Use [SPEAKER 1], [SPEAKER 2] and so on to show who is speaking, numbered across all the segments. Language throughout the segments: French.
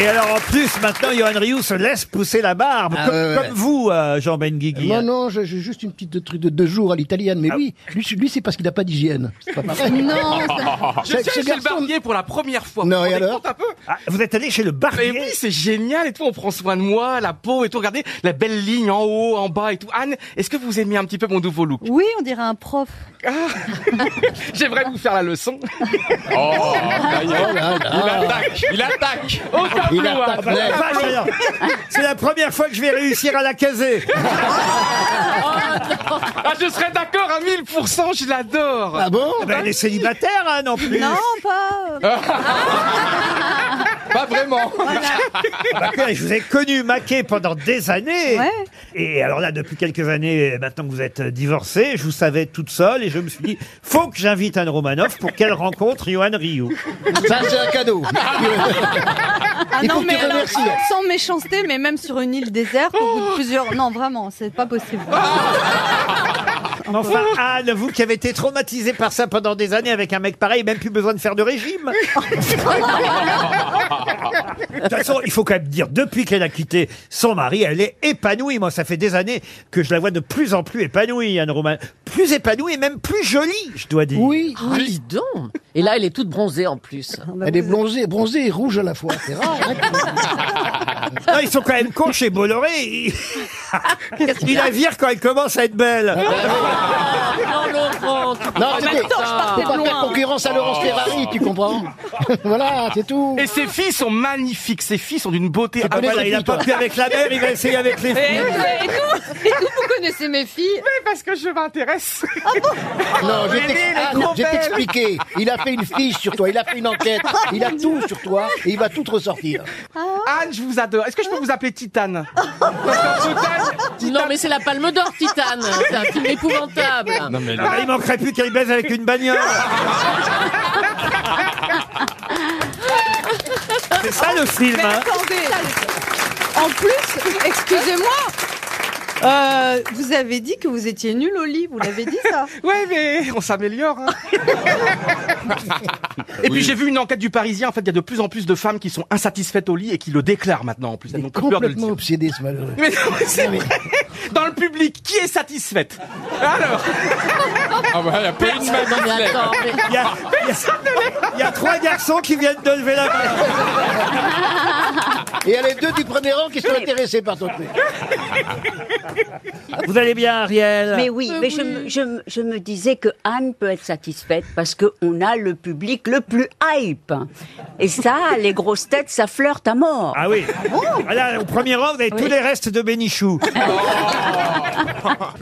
[SPEAKER 1] Et alors en plus, maintenant, Johan Rioux se laisse pousser la barbe,
[SPEAKER 2] Ah,
[SPEAKER 1] comme,
[SPEAKER 2] ouais, ouais.
[SPEAKER 1] comme vous, euh, Jean Benguigui.
[SPEAKER 2] Non, non, j'ai j'ai juste une petite de- truc de deux jours à l'italienne.
[SPEAKER 1] Ah
[SPEAKER 2] Mais oui, lui, c'est- lui, c'est parce qu'il n'a pas d'hygiène. C'est pas pareil.
[SPEAKER 3] Non,
[SPEAKER 2] Ce-
[SPEAKER 4] Je suis
[SPEAKER 2] ce
[SPEAKER 4] allé chez le
[SPEAKER 2] garçon-
[SPEAKER 4] barbier pour la première fois.
[SPEAKER 2] Non,
[SPEAKER 4] Vous vous
[SPEAKER 2] et
[SPEAKER 4] rendez
[SPEAKER 2] alors
[SPEAKER 4] compte un peu
[SPEAKER 1] Ah, vous êtes allé chez le
[SPEAKER 4] Mais
[SPEAKER 1] barbier
[SPEAKER 4] oui, c'est génial et tout, on prend soin de moi, la peau et tout, regardez, la belle ligne en haut, en bas et tout. Anne, est-ce que vous aimez un petit peu mon nouveau look Ah.
[SPEAKER 3] oui, on dirait un prof.
[SPEAKER 4] J'aimerais vous faire la leçon.
[SPEAKER 2] Oh là là.
[SPEAKER 4] Il attaque Au tableau
[SPEAKER 2] Il attaque
[SPEAKER 4] Anne.
[SPEAKER 1] Ah, la vache, alors. C'est la première fois que je vais réussir à la caser.
[SPEAKER 4] Ah, je serais d'accord à 1000%, je l'adore
[SPEAKER 2] Ah bon
[SPEAKER 1] Ah ben, elle est célibataire, hein, non plus.
[SPEAKER 3] Non, pas. euh,
[SPEAKER 4] Pas vraiment
[SPEAKER 1] Bah, quoi, je vous ai connu maqué pendant des années.
[SPEAKER 3] Ouais.
[SPEAKER 1] Et alors là, depuis quelques années, euh, maintenant que vous êtes divorcée, je vous savais toute seule et je me suis dit, faut que j'invite Anne Romanoff pour qu'elle rencontre Johan Rioux.
[SPEAKER 2] Ça, c'est un cadeau.
[SPEAKER 3] Ah
[SPEAKER 2] Il
[SPEAKER 3] non,
[SPEAKER 2] faut que
[SPEAKER 3] mais
[SPEAKER 2] tu
[SPEAKER 3] alors,
[SPEAKER 2] remercies.
[SPEAKER 3] sans méchanceté, mais même sur une île déserte, au bout de plusieurs. Non, vraiment, c'est pas possible.
[SPEAKER 4] Ah.
[SPEAKER 1] Enfin, Anne, vous qui avez été traumatisée par ça pendant des années avec un mec pareil, même plus besoin de faire de régime. De toute façon, il faut quand même dire, depuis qu'elle a quitté son mari, elle est épanouie. Moi, ça fait des années que je la vois de plus en plus épanouie, Anne Roman. Plus épanouie et même plus jolie, je dois dire.
[SPEAKER 2] Oui,
[SPEAKER 5] Oh, dis donc Et là, elle est toute bronzée en plus.
[SPEAKER 2] Ah, bah, elle est bronzée, bronzée et rouge à la fois. C'est rare. hein.
[SPEAKER 1] Non, ils sont quand même cons chez Bolloré. Il... il la vire quand elle commence à être belle.
[SPEAKER 5] Ah, Non, Laurent, tu peux
[SPEAKER 6] Ah,
[SPEAKER 2] Non,
[SPEAKER 5] pas
[SPEAKER 2] c'était-
[SPEAKER 5] mettre
[SPEAKER 2] Attends,
[SPEAKER 5] ça.
[SPEAKER 2] Faut Ah, pas faire
[SPEAKER 7] Oh.
[SPEAKER 2] concurrence à
[SPEAKER 1] Oh.
[SPEAKER 2] Laurence Ferrari, tu comprends Voilà, c'est tout.
[SPEAKER 4] Et ses filles sont magnifiques, ses filles sont d'une beauté
[SPEAKER 1] Ah, voilà, il a pas pu avec la mère, il va essayer avec
[SPEAKER 5] Eh,
[SPEAKER 1] les filles.
[SPEAKER 3] Et tout, et tout, vous connaissez mes filles. Ah
[SPEAKER 4] Mais parce que je m'intéresse
[SPEAKER 2] Non, je vais
[SPEAKER 4] Regardez,
[SPEAKER 2] t'ex-
[SPEAKER 4] elle est
[SPEAKER 2] Anne,
[SPEAKER 4] trop
[SPEAKER 2] je vais
[SPEAKER 4] belle.
[SPEAKER 2] t'expliquer. Il a fait une fiche sur toi, il a fait une enquête,
[SPEAKER 5] Ah,
[SPEAKER 2] il a tout sur toi et il va tout te ressortir.
[SPEAKER 4] Anne, je vous adore. Est-ce que je peux vous appeler Titane Parce qu'en Titane,
[SPEAKER 5] Non, mais c'est la palme d'or, Titane. C'est un film épouvantable.
[SPEAKER 1] Ah, il manquerait plus qu'elle baise avec une bagnole.
[SPEAKER 5] Ah,
[SPEAKER 1] C'est ça le film.
[SPEAKER 3] Mais
[SPEAKER 1] hein.
[SPEAKER 3] attendez. En plus, excusez-moi. euh, vous avez dit que vous étiez nul au lit, vous l'avez dit ça
[SPEAKER 4] Ouais, mais on s'améliore. hein. et puis j'ai vu une enquête du Parisien. En fait, il y a de plus en plus de femmes qui sont insatisfaites au lit et qui le déclarent maintenant. En plus, elles n'ont plus peur de le
[SPEAKER 2] Complètement
[SPEAKER 4] dire.
[SPEAKER 2] obsédé ce malheureux.
[SPEAKER 4] Mais non, mais c'est vrai. Dans le public, qui est satisfaite Alors,
[SPEAKER 5] Ah,
[SPEAKER 2] Ah,
[SPEAKER 5] bah,
[SPEAKER 2] bah,
[SPEAKER 5] Non, mais attends, mais-
[SPEAKER 1] Il y, a, il y a- il y a trois garçons qui viennent de lever la main.
[SPEAKER 2] Et il y a les deux du premier rang qui sont intéressés par ton truc.
[SPEAKER 1] Vous allez bien, Ariel
[SPEAKER 6] Mais oui, mais je, me- je, me- je me disais que Anne peut être satisfaite parce qu'on a le public le plus hype. Et ça, les grosses têtes, ça flirte à mort.
[SPEAKER 1] Ah oui. Ah là, au premier rang, vous avez tous les restes de Bénichou.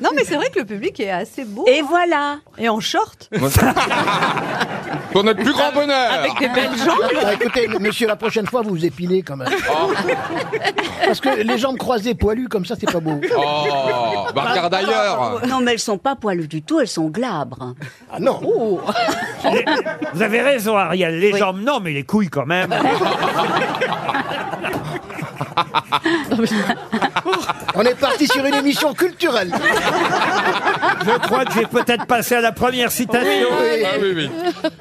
[SPEAKER 3] Non, mais c'est vrai que le public est assez beau. hein.
[SPEAKER 6] Et voilà.
[SPEAKER 3] Et en short.
[SPEAKER 7] Pour notre plus grand bonheur
[SPEAKER 3] Avec des belles jambes.
[SPEAKER 2] Ah, écoutez, monsieur, la prochaine fois, vous vous épilez quand même. Parce que les jambes croisées, poilues, comme ça, c'est pas beau.
[SPEAKER 7] Oh Bah regarde ailleurs
[SPEAKER 6] Non, mais elles sont pas poilues du tout, elles sont glabres. Oh.
[SPEAKER 2] Ah non
[SPEAKER 1] Les- vous avez raison, Ariel. Les jambes, non, mais les couilles quand même.
[SPEAKER 7] Ah.
[SPEAKER 2] On est parti sur une émission culturelle.
[SPEAKER 1] Je crois que j'ai peut-être passé à la première citation.
[SPEAKER 7] Ah oui, oui.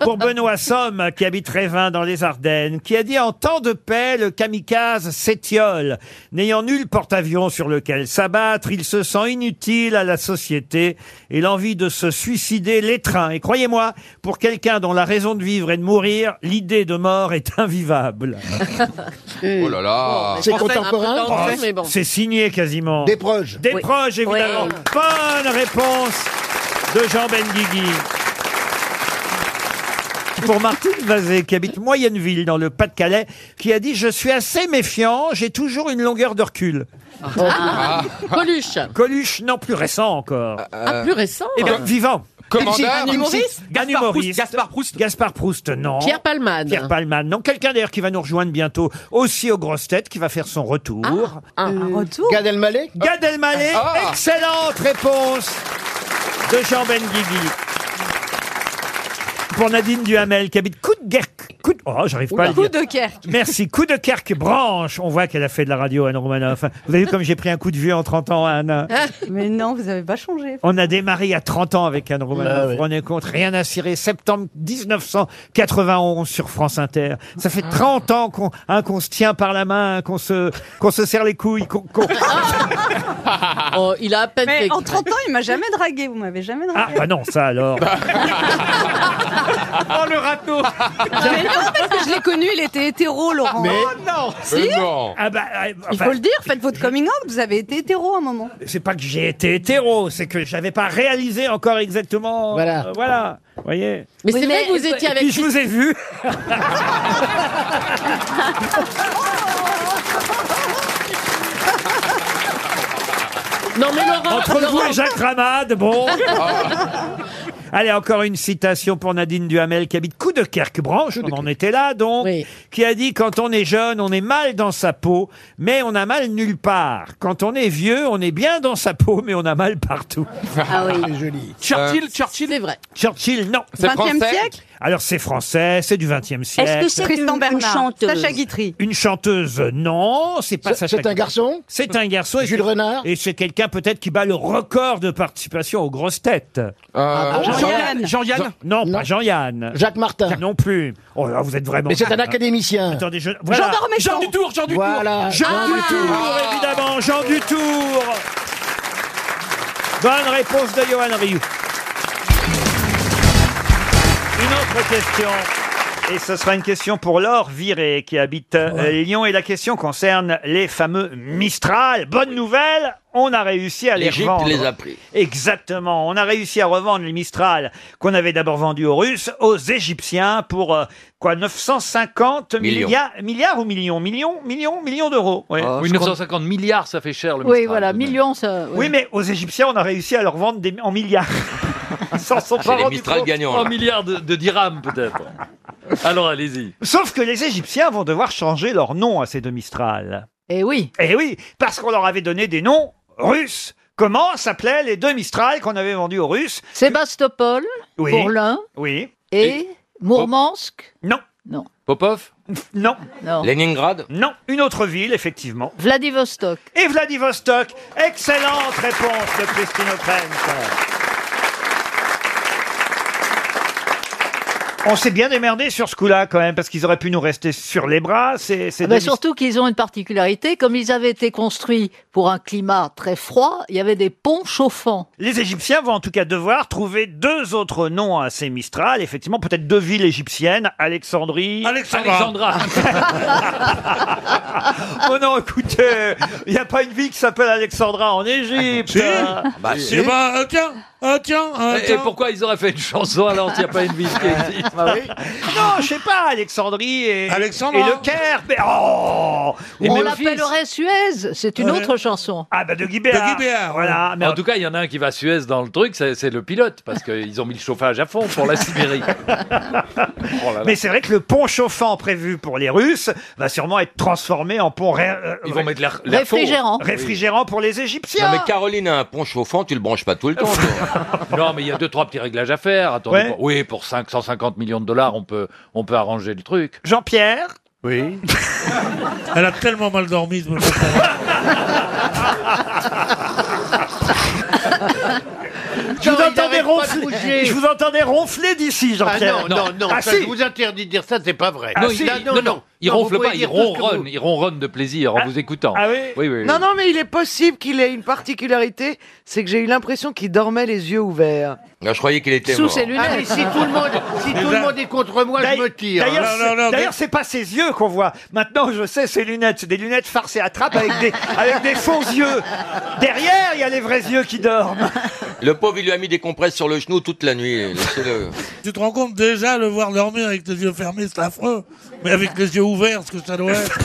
[SPEAKER 1] pour Benoît Somme, qui habite Révin dans les Ardennes, qui a dit en temps de paix, le kamikaze s'étiole. N'ayant nul porte-avions sur lequel s'abattre, il se sent inutile à la société et l'envie de se suicider l'étreint. Et croyez-moi, pour quelqu'un dont la raison de vivre est de mourir, l'idée de mort est invivable.
[SPEAKER 7] Oh là
[SPEAKER 4] Ah.
[SPEAKER 7] là
[SPEAKER 2] C'est
[SPEAKER 5] un peu
[SPEAKER 2] contemporain
[SPEAKER 5] tendu, mais bon.
[SPEAKER 1] Ah, C'est signé quasiment.
[SPEAKER 2] Des proches.
[SPEAKER 1] Des
[SPEAKER 5] Oui.
[SPEAKER 1] proches, évidemment.
[SPEAKER 5] Oui.
[SPEAKER 1] Bonne réponse de Jean Benguigui. Pour Martine Vazé, qui habite Moyenneville, dans le Pas-de-Calais, qui a dit « Je suis assez méfiant, j'ai toujours une longueur de recul.
[SPEAKER 5] Ah. Coluche, »
[SPEAKER 1] Coluche, non, plus récent encore.
[SPEAKER 5] un plus récent. hein.
[SPEAKER 1] Et donc, vivant.
[SPEAKER 7] Commandeur
[SPEAKER 5] Un humoriste
[SPEAKER 1] Un
[SPEAKER 4] Gaspard Proust,
[SPEAKER 1] humoriste.
[SPEAKER 4] Gaspard Proust.
[SPEAKER 1] Gaspard Proust, non.
[SPEAKER 5] Pierre Palmade.
[SPEAKER 1] Pierre Palman, non. Quelqu'un d'ailleurs qui va nous rejoindre bientôt, aussi aux grosses têtes, qui va faire son
[SPEAKER 5] Ah,
[SPEAKER 1] retour.
[SPEAKER 3] Un retour.
[SPEAKER 2] Gad Elmaleh
[SPEAKER 1] Gad Elmaleh,
[SPEAKER 7] Ah.
[SPEAKER 1] excellente réponse de Jean Benguigui. Ben pour Nadine Duhamel qui habite Coudekerque. Coude... Oh, j'arrive pas à le
[SPEAKER 8] Coup
[SPEAKER 1] dire.
[SPEAKER 8] de cœur.
[SPEAKER 1] Merci. Coup de Kerk branche. On voit qu'elle a fait de la radio, Anne Romanoff. Vous avez vu comme j'ai pris un coup de vieux en 30 ans, Anne.
[SPEAKER 8] Mais non, vous avez pas changé.
[SPEAKER 1] On a démarré il y a 30 ans avec Anne Romanoff.
[SPEAKER 9] Ah ouais.
[SPEAKER 1] Vous vous rendez compte, rien à cirer. Septembre 1991 sur France Inter. Ça fait 30 ans qu'on hein, qu'on se tient par la main, hein, qu'on se, qu'on se serre les couilles. qu'on- qu'on-
[SPEAKER 10] Oh, il a à peine fait
[SPEAKER 8] Mais en
[SPEAKER 10] exprès.
[SPEAKER 8] 30 ans, il m'a jamais dragué. Vous m'avez jamais
[SPEAKER 1] Ah,
[SPEAKER 8] dragué.
[SPEAKER 1] bah non, ça alors.
[SPEAKER 11] Oh, le râteau
[SPEAKER 8] Mais non, parce que je l'ai connu, il était hétéro, Laurent.
[SPEAKER 9] Mais-
[SPEAKER 11] Oh non
[SPEAKER 12] Mais non.
[SPEAKER 1] Ah bah, euh,
[SPEAKER 8] Il
[SPEAKER 1] enfin,
[SPEAKER 8] faut le dire, faites votre coming out, vous avez été hétéro à un moment.
[SPEAKER 1] c'est pas que j'ai été hétéro, c'est que j'avais pas réalisé encore exactement.
[SPEAKER 9] Voilà.
[SPEAKER 1] euh, voilà. Vous voyez.
[SPEAKER 10] Mais
[SPEAKER 8] Oui,
[SPEAKER 10] c'est vrai
[SPEAKER 8] mais-
[SPEAKER 10] que vous étiez avec Ah
[SPEAKER 1] Puis je vous ai vu.
[SPEAKER 10] Non mais Laurent,
[SPEAKER 1] Entre vous
[SPEAKER 10] Laurent,
[SPEAKER 1] et Jacques Ramade, bon. Allez, encore une citation pour Nadine Duhamel qui habite Coudekerque-Branche, on en était là donc,
[SPEAKER 10] Oui.
[SPEAKER 1] qui a dit « Quand on est jeune, on est mal dans sa peau, mais on a mal nulle part. Quand on est vieux, on est bien dans sa peau, mais on a mal partout.
[SPEAKER 6] Ah oui.
[SPEAKER 9] C'est joli.
[SPEAKER 11] Churchill,
[SPEAKER 1] Euh,
[SPEAKER 11] Churchill
[SPEAKER 10] c'est vrai. »
[SPEAKER 1] Churchill, non.
[SPEAKER 12] C'est
[SPEAKER 8] 20e
[SPEAKER 12] français
[SPEAKER 8] siècle
[SPEAKER 1] Alors c'est français, c'est du XXe
[SPEAKER 6] Est-ce
[SPEAKER 1] siècle.
[SPEAKER 6] que c'est une,
[SPEAKER 8] Tristan
[SPEAKER 6] une
[SPEAKER 8] Bernard,
[SPEAKER 6] chanteuse
[SPEAKER 8] Sacha Guitry.
[SPEAKER 1] Une chanteuse, non. C'est pas
[SPEAKER 9] C'est
[SPEAKER 1] Sacha
[SPEAKER 9] c'est un
[SPEAKER 1] Guitry.
[SPEAKER 9] garçon
[SPEAKER 1] C'est un garçon. et
[SPEAKER 9] Jules
[SPEAKER 1] c'est-
[SPEAKER 9] Renard
[SPEAKER 1] Et c'est quelqu'un peut-être qui bat le record de participation aux grosses têtes.
[SPEAKER 9] Ah,
[SPEAKER 12] Euh,
[SPEAKER 8] Jean-Yann.
[SPEAKER 11] Jean-Yann Jean-Yann
[SPEAKER 1] Non,
[SPEAKER 9] bah, Non.
[SPEAKER 1] pas Jean-Yann.
[SPEAKER 9] Jacques Martin.
[SPEAKER 1] Non plus. Oh là, vous êtes vraiment.
[SPEAKER 9] Mais c'est un
[SPEAKER 1] malin.
[SPEAKER 9] académicien.
[SPEAKER 1] Attendez, je...
[SPEAKER 8] Jean
[SPEAKER 1] voilà.
[SPEAKER 8] Dormécan.
[SPEAKER 11] Jean du Tour, Jean du Tour
[SPEAKER 9] Voilà.
[SPEAKER 1] Jean Dutour, évidemment, Jean Dutour. Bonne réponse de Johan Rioux. Une autre question. Et ce sera une question pour Laure Viré qui habite euh, Lyon. Et la question concerne les fameux Mistral. Bonne nouvelle, on a réussi à les
[SPEAKER 13] L'Égypte
[SPEAKER 1] revendre.
[SPEAKER 13] les a pris.
[SPEAKER 1] Exactement. On a réussi à revendre les Mistral qu'on avait d'abord vendus aux Russes, aux Égyptiens pour euh, quoi 950
[SPEAKER 13] Millions.
[SPEAKER 1] milliards, milliards ou millions, millions, millions, millions d'euros. ouais.
[SPEAKER 13] Ah,
[SPEAKER 14] Oui,
[SPEAKER 13] je
[SPEAKER 14] 950 milliards, ça fait cher le
[SPEAKER 10] Oui,
[SPEAKER 14] Mistral.
[SPEAKER 10] voilà, millions. Ça, ouais.
[SPEAKER 1] Oui, mais aux Égyptiens, on a réussi à leur vendre des, en milliards. Ils s'en sont
[SPEAKER 13] C'est
[SPEAKER 1] pas
[SPEAKER 13] les
[SPEAKER 1] rendus
[SPEAKER 13] Mistral
[SPEAKER 1] compte.
[SPEAKER 13] gagnants. là.
[SPEAKER 14] 3 milliards de, de dirhams peut-être. Alors allez-y.
[SPEAKER 1] Sauf que les Égyptiens vont devoir changer leur nom à ces deux Mistral.
[SPEAKER 10] Eh oui.
[SPEAKER 1] Eh oui, parce qu'on leur avait donné des noms russes. Comment s'appelaient les deux Mistral qu'on avait vendus aux Russes
[SPEAKER 10] Sébastopol
[SPEAKER 1] Oui.
[SPEAKER 10] pour l'un
[SPEAKER 1] Oui.
[SPEAKER 10] et Mourmansk.
[SPEAKER 1] Non.
[SPEAKER 10] Non,
[SPEAKER 14] Popov
[SPEAKER 1] Non.
[SPEAKER 10] non.
[SPEAKER 13] Leningrad
[SPEAKER 1] Non. Une autre ville, effectivement.
[SPEAKER 10] Vladivostok.
[SPEAKER 1] et Vladivostok. Excellente réponse de Christine O'Krent. On s'est bien démerdé sur ce coup-là quand même, parce qu'ils auraient pu nous rester sur les bras. C'est c'est
[SPEAKER 10] Ah bah,
[SPEAKER 1] des-
[SPEAKER 10] surtout qu'ils ont une particularité, comme ils avaient été construits pour un climat très froid, il y avait des ponts chauffants.
[SPEAKER 1] Les Égyptiens vont en tout cas devoir trouver deux autres noms à ces Mistral. Effectivement, peut-être deux villes égyptiennes, Alexandrie.
[SPEAKER 14] Alexandra.
[SPEAKER 1] oh non, écoutez, il n'y a pas une ville qui s'appelle Alexandra en
[SPEAKER 12] Ah,
[SPEAKER 1] Égypte. hein.
[SPEAKER 13] Bah,
[SPEAKER 14] si.
[SPEAKER 13] c'est-
[SPEAKER 12] Eh ben, euh, tiens, tiens,
[SPEAKER 1] Ah, Euh,
[SPEAKER 14] Et, et pourquoi ils auraient fait une chanson alors qu'il n'y a pas une ville qui existe
[SPEAKER 1] Ah, non, je sais pas, Alexandrie et,
[SPEAKER 12] Alexandra.
[SPEAKER 1] et le Caire. Mais oh,
[SPEAKER 14] Et
[SPEAKER 10] On
[SPEAKER 14] Memphis.
[SPEAKER 10] l'appellerait Suez, c'est une autre chanson.
[SPEAKER 1] Ah bah de Guy Béard.
[SPEAKER 12] De Guy Béard,
[SPEAKER 1] Voilà. Mais
[SPEAKER 14] En tout cas, il y en a un qui va à Suez dans le truc, c'est c'est le pilote, parce qu'ils ont mis le chauffage à fond pour la Sibérie. Oh là là.
[SPEAKER 1] mais c'est vrai que le pont chauffant prévu pour les Russes va sûrement être transformé en pont ré- euh,
[SPEAKER 14] Ils
[SPEAKER 1] ré-
[SPEAKER 14] vont mettre l'air l'air chaud.
[SPEAKER 10] Réfrigérant.
[SPEAKER 1] réfrigérant pour les Égyptiens.
[SPEAKER 13] Non, mais Caroline a un pont chauffant, tu le branches pas tout le temps. toi.
[SPEAKER 14] Non, mais il y a deux, trois petits réglages à faire. Attendez,
[SPEAKER 1] Ouais.
[SPEAKER 14] pour- oui, pour 550 millions de dollars, on peut, on peut arranger le truc.
[SPEAKER 1] Jean-Pierre
[SPEAKER 14] Oui.
[SPEAKER 2] Elle a tellement mal dormi. je me fais pas.
[SPEAKER 1] je vous, entendais
[SPEAKER 2] de Ah
[SPEAKER 1] ronfler, je vous entendais ronfler d'ici, Jean-Pierre.
[SPEAKER 14] non, non,
[SPEAKER 1] non, Ah, ça, si. je
[SPEAKER 2] vous interdis de dire ça, c'est pas vrai.
[SPEAKER 1] Ah,
[SPEAKER 14] non,
[SPEAKER 1] si.
[SPEAKER 14] il, non, non, il
[SPEAKER 2] Non, vous
[SPEAKER 14] ronfle
[SPEAKER 2] pouvez
[SPEAKER 14] pas, il
[SPEAKER 2] dire tout ce que
[SPEAKER 14] ronronne,
[SPEAKER 2] vous-
[SPEAKER 14] il ronronne de plaisir en vous écoutant.
[SPEAKER 1] Ah oui
[SPEAKER 14] oui, oui, oui.
[SPEAKER 15] Non, non, mais il est possible qu'il ait une particularité, c'est que j'ai eu l'impression qu'il dormait les yeux ouverts.
[SPEAKER 13] Non, je croyais qu'il était
[SPEAKER 10] Sous
[SPEAKER 13] mort.
[SPEAKER 10] ses
[SPEAKER 2] Ah, mais
[SPEAKER 10] lunettes.
[SPEAKER 2] si tout le monde, si tout le monde est contre moi, je me tire.
[SPEAKER 1] Eh ben, D'ailleurs,
[SPEAKER 2] hein.
[SPEAKER 1] c'est- d'ailleurs, c'est pas ses yeux qu'on voit. Maintenant, je sais, ses lunettes. C'est des lunettes farces et attrapes avec des, avec des faux yeux. Derrière, il y a les vrais yeux qui dorment.
[SPEAKER 13] Le pauvre, il lui a mis des compresses sur le genou toute la nuit. Laissez-le.
[SPEAKER 2] Tu te rends compte déjà le voir dormir avec les yeux fermés, c'est affreux. Mais avec les yeux ouverts, ce que ça doit être.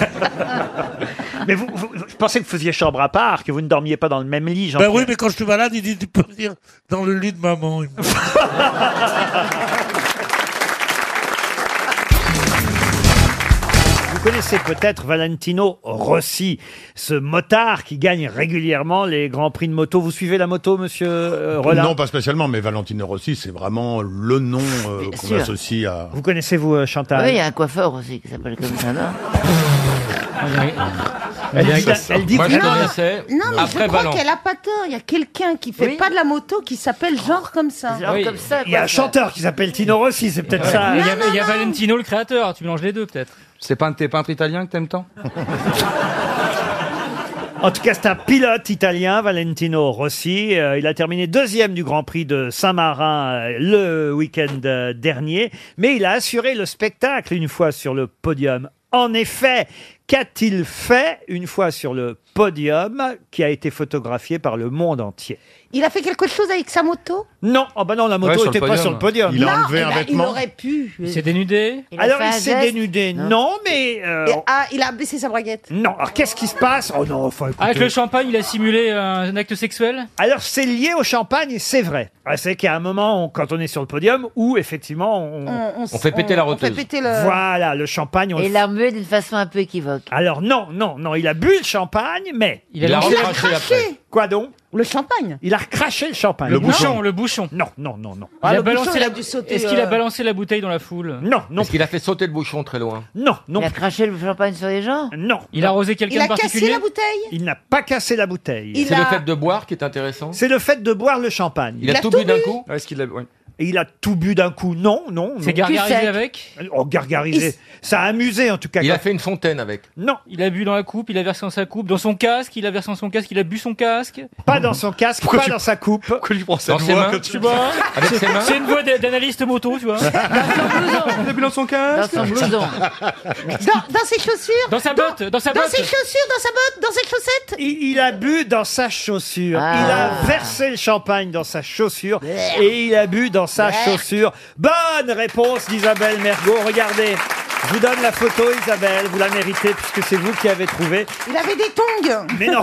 [SPEAKER 1] Mais vous, vous- vous- je pensais que vous faisiez chambre à part, que vous ne dormiez pas dans le même lit,
[SPEAKER 2] ben
[SPEAKER 1] Jean-Pierre.
[SPEAKER 2] oui, mais quand je suis malade, il dit tu peux venir dans le lit de maman. Il me dit,
[SPEAKER 1] Vous connaissez peut-être Valentino Rossi, ce motard qui gagne régulièrement les grands prix de moto. Vous suivez la moto, monsieur euh, Rollin
[SPEAKER 11] Non, pas spécialement, mais Valentino Rossi, c'est vraiment le nom euh, qu'on
[SPEAKER 1] sûr.
[SPEAKER 11] associe à.
[SPEAKER 1] Vous connaissez, vous, euh, Chantal
[SPEAKER 16] Oui, il y a un coiffeur aussi qui s'appelle comme ça, non
[SPEAKER 1] Elle dit- elle dit
[SPEAKER 17] Moi, je
[SPEAKER 1] que-
[SPEAKER 17] connaissais.
[SPEAKER 3] Non, mais
[SPEAKER 17] Après
[SPEAKER 3] je crois
[SPEAKER 17] Valent.
[SPEAKER 3] qu'elle a pas tort. Il y a quelqu'un qui fait pas de la moto qui s'appelle
[SPEAKER 10] Oh.
[SPEAKER 3] genre comme ça.
[SPEAKER 17] Genre Oui. comme ça,
[SPEAKER 1] Il y a un
[SPEAKER 17] quoi, ça.
[SPEAKER 1] chanteur qui s'appelle Tino Rossi, c'est peut-être ça. hein.
[SPEAKER 17] Il y a, il y a Valentino, le créateur. Tu mélanges les deux, peut-être.
[SPEAKER 7] C'est pas un t'es peintre italien que t'aimes tant
[SPEAKER 1] En tout cas, c'est un pilote italien, Valentino Rossi. Euh, il a terminé deuxième du Grand Prix de Saint-Marin euh, le week-end euh, dernier, mais il a assuré le spectacle une fois sur le podium. En effet, qu'a-t-il fait une fois sur le podium qui a été photographié par le monde entier
[SPEAKER 3] Il a fait quelque chose avec sa moto
[SPEAKER 1] Non, oh bah non, la
[SPEAKER 11] Ouais,
[SPEAKER 1] moto
[SPEAKER 11] sur le
[SPEAKER 1] n'était pas
[SPEAKER 11] podium.
[SPEAKER 1] sur le podium.
[SPEAKER 11] Il a Non, enlevé
[SPEAKER 3] Eh ben, Il aurait pu.
[SPEAKER 1] Il s'est dénudé
[SPEAKER 3] Il a
[SPEAKER 1] Alors
[SPEAKER 3] fait
[SPEAKER 1] il
[SPEAKER 3] un
[SPEAKER 1] s'est
[SPEAKER 3] geste
[SPEAKER 1] dénudé,
[SPEAKER 3] Non.
[SPEAKER 1] non, mais... euh,
[SPEAKER 3] Et- ah, il a baissé sa braguette.
[SPEAKER 1] Non, alors qu'est-ce qui se passe Oh non, enfin écoutez...
[SPEAKER 17] Avec le champagne, il a simulé euh, un acte sexuel
[SPEAKER 1] Alors c'est lié au champagne, et c'est vrai. Ah, C'est qu'à un moment, on- quand on est sur le podium, où effectivement on,
[SPEAKER 16] On- on s- On fait péter la on fait
[SPEAKER 1] roteuse.
[SPEAKER 16] roteuse. péter le-
[SPEAKER 1] Voilà, le champagne. On
[SPEAKER 16] Et
[SPEAKER 1] le...
[SPEAKER 16] il l'a remué d'une façon un peu équivoque.
[SPEAKER 1] Alors non, non, non, il a bu le champagne, mais
[SPEAKER 16] Il a Il a recraché recraché. après.
[SPEAKER 1] Quoi donc
[SPEAKER 3] Le champagne.
[SPEAKER 1] Il a recraché le champagne.
[SPEAKER 17] Le bouchon, le bouchon.
[SPEAKER 1] Non, non, non, non.
[SPEAKER 16] Ah,
[SPEAKER 17] Il a balancé la- Est-ce
[SPEAKER 16] euh,
[SPEAKER 17] qu'il a balancé la bouteille dans la foule
[SPEAKER 1] Non, non.
[SPEAKER 17] Est-ce qu'il a fait sauter le bouchon très loin
[SPEAKER 1] Non, non.
[SPEAKER 16] Il a craché le champagne sur les gens
[SPEAKER 1] Non.
[SPEAKER 17] Il a arrosé
[SPEAKER 3] Il
[SPEAKER 17] quelqu'un
[SPEAKER 3] a
[SPEAKER 17] de
[SPEAKER 3] cassé
[SPEAKER 17] particulier
[SPEAKER 3] la bouteille
[SPEAKER 1] Il n'a pas cassé la bouteille.
[SPEAKER 3] Il C'est le a- fait
[SPEAKER 1] de boire qui est intéressant. C'est le fait de boire le champagne.
[SPEAKER 3] Il a Il a tout tout bu d'un bu coup
[SPEAKER 1] Est-ce qu'il a Il a tout bu d'un coup Non, non.
[SPEAKER 17] C'est
[SPEAKER 1] non.
[SPEAKER 17] gargarisé Plus sec. avec
[SPEAKER 1] Oh, gargarisé.
[SPEAKER 17] Il s-
[SPEAKER 1] Ça a amusé en tout cas.
[SPEAKER 17] Il a
[SPEAKER 1] fait une fontaine avec. Non.
[SPEAKER 17] Il a bu dans la coupe, il a versé dans sa coupe, dans son casque, il a versé dans son casque, il a bu son casque.
[SPEAKER 1] Pas dans son casque,
[SPEAKER 17] Pourquoi
[SPEAKER 1] pas
[SPEAKER 17] tu-
[SPEAKER 1] dans sa coupe. Pourquoi tu prends
[SPEAKER 17] Dans ses mains, tu vois. C'est- C'est une voix d'a- d'analyste moto, tu vois. Il a bu dans son casque.
[SPEAKER 16] Dans son blouson.
[SPEAKER 3] Dans, dans ses chaussures
[SPEAKER 17] Dans sa botte, dans sa
[SPEAKER 3] Dans
[SPEAKER 17] botte.
[SPEAKER 3] ses chaussures, dans sa botte, dans ses chaussettes
[SPEAKER 1] Il, il a bu dans sa chaussure. Il a versé le champagne dans sa chaussure et il a bu dans sa chaussure. Bonne réponse d'Isabelle Mergot. Regardez, je vous donne la photo, Isabelle. Vous la méritez puisque c'est vous qui avez trouvé.
[SPEAKER 3] Il avait des tongs
[SPEAKER 1] Mais non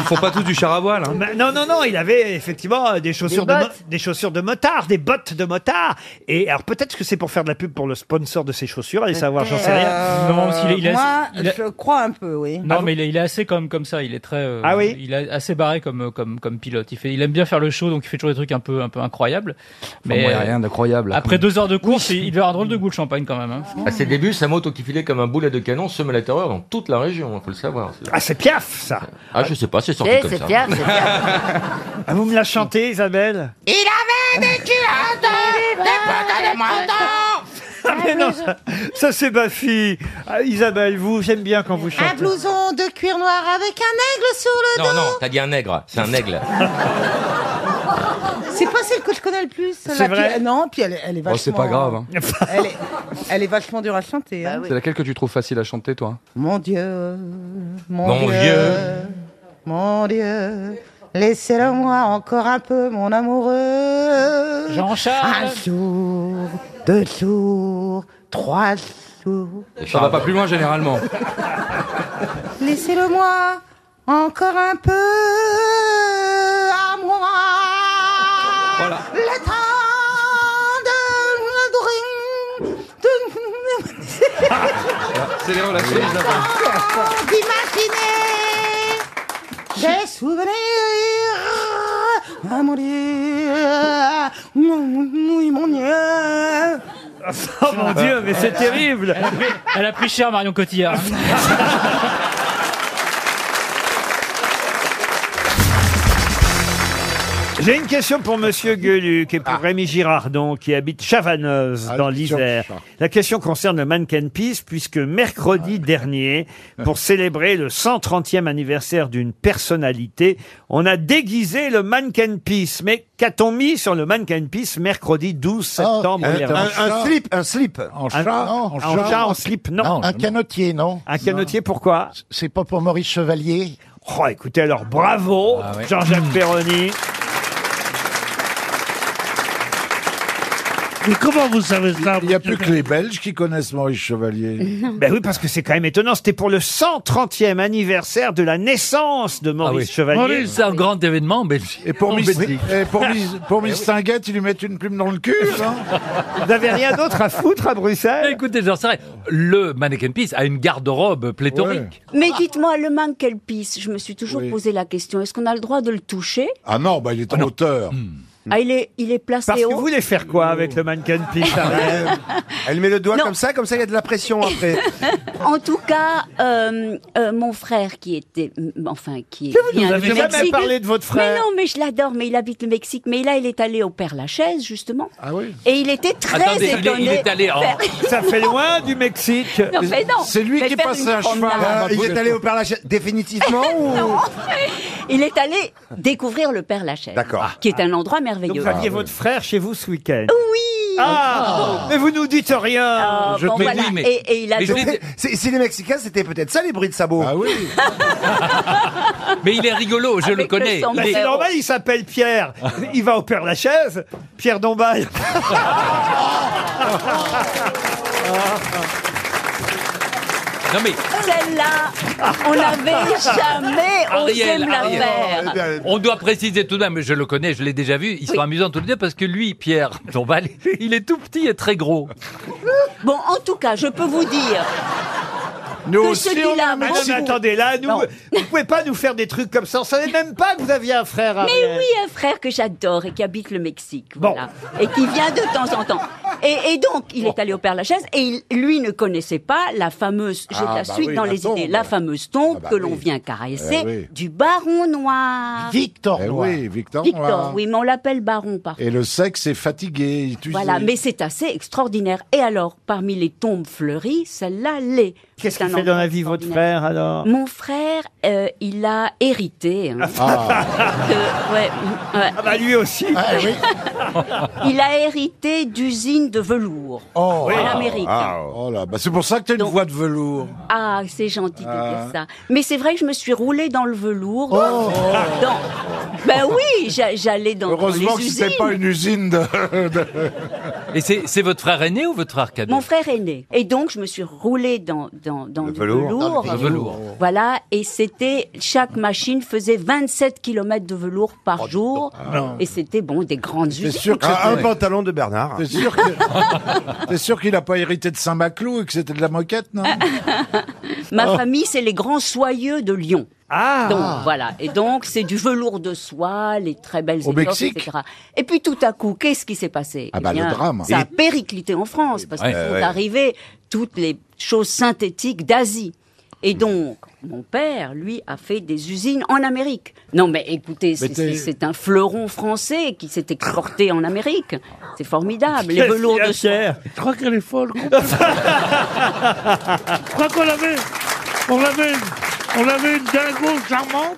[SPEAKER 7] Ils font pas tous du char à voile. hein.
[SPEAKER 1] Mais Ben, non, non, non, il avait effectivement euh, des chaussures,
[SPEAKER 7] Des
[SPEAKER 1] de, mo-
[SPEAKER 7] bottes.
[SPEAKER 1] des chaussures de motard, des bottes de motard. Et alors peut-être que c'est pour faire de la pub pour le sponsor de ces chaussures, allez savoir, j'en sais rien.
[SPEAKER 7] Euh,
[SPEAKER 17] Non, s'il est- il a-
[SPEAKER 1] Ah,
[SPEAKER 17] il a- Ah,
[SPEAKER 3] crois un peu, oui.
[SPEAKER 17] Non, mais il est, il est assez comme, comme ça. Il est très. euh,
[SPEAKER 1] Ah oui
[SPEAKER 17] Il est assez barré comme, euh, comme, comme pilote. Il, fait, il aime bien faire le show, donc il fait toujours des trucs un peu, un peu incroyables. Mais
[SPEAKER 7] moi, il y a
[SPEAKER 17] euh,
[SPEAKER 7] rien d'incroyable.
[SPEAKER 17] Après deux heures de course, il il devait avoir un drôle de goût le champagne quand même. hein.
[SPEAKER 8] À ses débuts, sa moto qui filait comme un boulet de canon semait la terreur dans toute la région, il faut le savoir.
[SPEAKER 1] Ah, c'est Piaf, ça
[SPEAKER 8] Ah, je sais pas, c'est sorti
[SPEAKER 1] Eh,
[SPEAKER 8] comme
[SPEAKER 1] c'est
[SPEAKER 8] ça.
[SPEAKER 1] Piaf, c'est Ah, vous me la chantez, Isabelle
[SPEAKER 3] Il avait des culottes, des bottes de menton,
[SPEAKER 1] Ah, mais non, ça, ça, c'est ma fille. Ah, Isabelle, vous, j'aime bien quand vous
[SPEAKER 3] un
[SPEAKER 1] chantez.
[SPEAKER 3] blouson de cuir noir avec un aigle sur le
[SPEAKER 8] Non,
[SPEAKER 3] dos.
[SPEAKER 8] non, t'as dit un nègre, c'est un aigle.
[SPEAKER 3] C'est pas celle que je connais le plus.
[SPEAKER 8] C'est
[SPEAKER 3] la pi-
[SPEAKER 8] vrai
[SPEAKER 3] Non, puis elle, est- elle est vachement.
[SPEAKER 7] Oh, c'est pas grave. hein.
[SPEAKER 3] Elle, est, elle est vachement dure à chanter. hein.
[SPEAKER 7] C'est laquelle que tu trouves facile à chanter, toi
[SPEAKER 3] Mon Dieu, mon,
[SPEAKER 7] Mon
[SPEAKER 3] Dieu,
[SPEAKER 7] Dieu.
[SPEAKER 3] mon Dieu, laissez-le moi encore un peu, mon amoureux.
[SPEAKER 17] Jean-Charles.
[SPEAKER 3] Un jour, deux jours, trois jours.
[SPEAKER 7] Ça va pas plus loin généralement.
[SPEAKER 3] Laissez-le moi encore un peu à moi. Le temps de- de-
[SPEAKER 7] C'est les relations, Isabelle.
[SPEAKER 3] d'imaginer des souvenirs à mourir. Oui, mon Dieu.
[SPEAKER 1] Oh mon
[SPEAKER 17] Ah.
[SPEAKER 1] Dieu, mais c'est terrible
[SPEAKER 17] Elle a, pris, elle a pris cher Marion Cotillard.
[SPEAKER 1] J'ai une question pour Monsieur Gueuluc et pour
[SPEAKER 4] Ah.
[SPEAKER 1] Rémi Girardon qui habite Chavanoz dans l'Isère. La question concerne le Mannequin Peace puisque
[SPEAKER 4] Ah,
[SPEAKER 1] mercredi dernier, pour célébrer le 130e anniversaire d'une personnalité, on a déguisé le Mannequin Peace. Mais qu'a-t-on mis sur le Mannequin Peace mercredi 12 septembre
[SPEAKER 4] Ah, un,
[SPEAKER 1] dernier
[SPEAKER 4] un- un slip, un slip.
[SPEAKER 1] En Un- chat, non, en en chat. chat, en slip, non.
[SPEAKER 4] Un canotier, non.
[SPEAKER 1] Un canotier, pourquoi
[SPEAKER 4] C'est pas pour Maurice Chevalier.
[SPEAKER 1] Oh, écoutez, alors bravo, Jean-Jacques Perroni.
[SPEAKER 2] Mais comment vous savez ça
[SPEAKER 18] Il n'y a plus que les Belges qui connaissent Maurice Chevalier.
[SPEAKER 1] Ben oui, parce que c'est quand même étonnant. C'était pour le 130e anniversaire de la naissance de Ah
[SPEAKER 14] Ah
[SPEAKER 1] Maurice Chevalier.
[SPEAKER 14] c'est un grand événement en Belgique.
[SPEAKER 18] Et pour
[SPEAKER 14] En
[SPEAKER 18] Miss,
[SPEAKER 14] Belgique.
[SPEAKER 18] et pour
[SPEAKER 1] Eh
[SPEAKER 18] Miss, pour
[SPEAKER 14] Eh
[SPEAKER 18] Miss Tinguette, ils lui mettent une plume dans le cul, non
[SPEAKER 1] Vous n'avez rien d'autre à foutre à Bruxelles
[SPEAKER 14] Écoutez, j'en sais rien. Le Mannequin Peace a une garde-robe pléthorique.
[SPEAKER 6] Mais dites-moi, le mannequin pisse, je me suis toujours posé la question, est-ce qu'on a le droit de le toucher
[SPEAKER 18] Ah
[SPEAKER 19] Oh,
[SPEAKER 18] non, bah, il est en hauteur.
[SPEAKER 1] Hmm.
[SPEAKER 6] Ah, il est, il est placé
[SPEAKER 1] Parce que
[SPEAKER 6] haut
[SPEAKER 1] vous voulez faire quoi
[SPEAKER 14] Oh.
[SPEAKER 1] avec le mannequin Pete Ariel
[SPEAKER 19] Euh, Elle met le doigt comme ça, comme ça il y a de la pression après.
[SPEAKER 6] En tout cas, euh, euh, mon frère qui était, m- enfin, qui est
[SPEAKER 1] vous nous
[SPEAKER 6] vient
[SPEAKER 1] avez
[SPEAKER 6] du
[SPEAKER 1] jamais
[SPEAKER 6] Mexique.
[SPEAKER 1] parlé de votre frère.
[SPEAKER 6] Mais non, mais je l'adore, mais il habite le Mexique. Mais là, il est allé au Père Lachaise justement.
[SPEAKER 18] Ah oui.
[SPEAKER 6] Et il était très
[SPEAKER 14] Attendez, il est-
[SPEAKER 6] étonné.
[SPEAKER 14] il est allé en-
[SPEAKER 1] Ça fait loin du Mexique.
[SPEAKER 6] Non, mais non.
[SPEAKER 18] C'est lui
[SPEAKER 6] Mais
[SPEAKER 18] qui
[SPEAKER 6] faire
[SPEAKER 18] passait
[SPEAKER 6] une
[SPEAKER 18] un cheval.
[SPEAKER 6] promenade.
[SPEAKER 18] Ah, il est allé au
[SPEAKER 19] Père Lachaise définitivement
[SPEAKER 6] Non. Il est allé découvrir le Père Lachaise.
[SPEAKER 19] D'accord.
[SPEAKER 6] Qui est un endroit
[SPEAKER 1] Ah. Donc
[SPEAKER 6] merveilleux.
[SPEAKER 1] vous aviez votre frère chez vous ce week-end Oui Ah
[SPEAKER 19] Oh.
[SPEAKER 1] Mais vous nous dites rien
[SPEAKER 6] Ah, bon, voilà. et, et il a donc-
[SPEAKER 19] C'est- Si les Mexicains, c'était peut-être ça les bruits de sabots. Ah
[SPEAKER 18] oui.
[SPEAKER 14] Mais il est rigolo, je le
[SPEAKER 19] Avec le
[SPEAKER 14] connais.
[SPEAKER 19] sombrero.
[SPEAKER 14] Il est-
[SPEAKER 1] Bah, C'est normal, il s'appelle Pierre. Il va au Père Lachaise. Pierre Dombal.
[SPEAKER 14] Non mais
[SPEAKER 6] Celle-là, on n'avait jamais osé
[SPEAKER 14] Ariel,
[SPEAKER 6] me la
[SPEAKER 14] Ariel.
[SPEAKER 18] Eh
[SPEAKER 14] Ah,
[SPEAKER 6] faire.
[SPEAKER 14] On doit préciser tout de même, je le connais, je l'ai déjà vu, ils sont amusants tous les deux parce que lui, Pierre Dombal, il est tout petit et très gros.
[SPEAKER 6] Bon, en tout cas, je peux vous dire
[SPEAKER 1] Nous
[SPEAKER 6] que celui-là,
[SPEAKER 1] mais
[SPEAKER 6] mon
[SPEAKER 1] Ah, non, mais
[SPEAKER 6] fou-
[SPEAKER 1] attendez, là, nous,
[SPEAKER 6] Non.
[SPEAKER 1] vous pouvez pas nous faire des trucs comme ça. On savait même pas que vous aviez un frère.
[SPEAKER 6] Mais
[SPEAKER 1] Ariel.
[SPEAKER 6] oui, un frère que j'adore et qui habite le Mexique, voilà, et qui vient de temps en temps. Et, et donc, il est allé au Père Lachaise et il, lui ne connaissait pas la fameuse, j'ai
[SPEAKER 18] Ah,
[SPEAKER 6] la
[SPEAKER 18] bah
[SPEAKER 6] suite
[SPEAKER 18] oui,
[SPEAKER 6] dans
[SPEAKER 18] la
[SPEAKER 6] les
[SPEAKER 18] tombe.
[SPEAKER 6] idées, la fameuse tombe
[SPEAKER 18] Ah, bah
[SPEAKER 6] que l'on
[SPEAKER 18] oui.
[SPEAKER 6] vient caresser
[SPEAKER 18] Eh oui.
[SPEAKER 6] du Baron Noir.
[SPEAKER 18] Eh oui, Victor,
[SPEAKER 6] Victor,
[SPEAKER 18] Noir.
[SPEAKER 6] oui, mais on l'appelle Baron parfois.
[SPEAKER 18] Et le sexe est fatigué. il tue-
[SPEAKER 6] Voilà, mais c'est assez extraordinaire. Et alors, parmi les tombes fleuries, celle-là l'est.
[SPEAKER 1] Qu'est-ce
[SPEAKER 6] C'est
[SPEAKER 1] qu'il
[SPEAKER 6] un
[SPEAKER 1] fait dans la
[SPEAKER 6] endroit
[SPEAKER 1] vie, votre
[SPEAKER 6] extraordinaire.
[SPEAKER 1] frère, alors
[SPEAKER 6] Mon frère, euh, il a hérité. hein.
[SPEAKER 18] Ah.
[SPEAKER 6] Euh, ouais, mm, ouais.
[SPEAKER 1] Ah bah lui aussi.
[SPEAKER 6] Il a hérité d'usines de velours
[SPEAKER 18] Oh,
[SPEAKER 6] en Amérique.
[SPEAKER 18] Ah, oh là, bah, c'est pour ça que tu as une voix de velours.
[SPEAKER 6] Ah, c'est gentil de
[SPEAKER 18] Ah.
[SPEAKER 6] dire ça. Mais c'est vrai que je me suis roulée dans le velours. Dans- Ben oui, j'a- j'allais dans, dans les
[SPEAKER 18] Heureusement que
[SPEAKER 6] usines.
[SPEAKER 18] c'était pas une usine de.
[SPEAKER 14] Et c'est c'est votre frère aîné ou votre frère cadet
[SPEAKER 6] Mon frère aîné. Et donc, je me suis roulée dans, dans, dans du
[SPEAKER 14] velours.
[SPEAKER 6] velours.
[SPEAKER 14] Dans le velours.
[SPEAKER 6] Voilà, et c'était, chaque machine faisait 27 km de velours
[SPEAKER 14] Oh,
[SPEAKER 6] par jour.
[SPEAKER 18] non.
[SPEAKER 6] Et c'était, bon, des grandes usines.
[SPEAKER 14] Ah,
[SPEAKER 19] un pantalon de Bernard.
[SPEAKER 18] T'es sûr que- T'es sûr qu'il n'a pas hérité de Saint-Maclou et que c'était de la moquette, non
[SPEAKER 6] Ma
[SPEAKER 18] Oh.
[SPEAKER 6] famille, c'est les grands soyeux de Lyon.
[SPEAKER 1] Ah
[SPEAKER 6] Donc voilà, et donc c'est du velours de soie, les très belles
[SPEAKER 18] Au
[SPEAKER 6] étoffes,
[SPEAKER 18] Mexique
[SPEAKER 6] etc. Et puis tout à coup, qu'est-ce qui s'est passé
[SPEAKER 18] Ah bah,
[SPEAKER 6] Eh
[SPEAKER 18] le drame.
[SPEAKER 6] Ça a
[SPEAKER 18] Et-
[SPEAKER 6] périclité en France, parce
[SPEAKER 18] Ouais.
[SPEAKER 6] qu'ils
[SPEAKER 18] Euh,
[SPEAKER 6] sont
[SPEAKER 18] ouais.
[SPEAKER 6] arrivés toutes les choses synthétiques d'Asie. Et donc, mon père, lui, a fait des usines en Amérique. Non mais écoutez, c'est-
[SPEAKER 18] t'es-
[SPEAKER 6] c'est c'est un fleuron français qui s'est exporté en Amérique. C'est formidable, les velours de soie.
[SPEAKER 2] Je crois qu'elle est folle. complètement. Je crois qu'on avait, on avait, on avait une dingo charmante.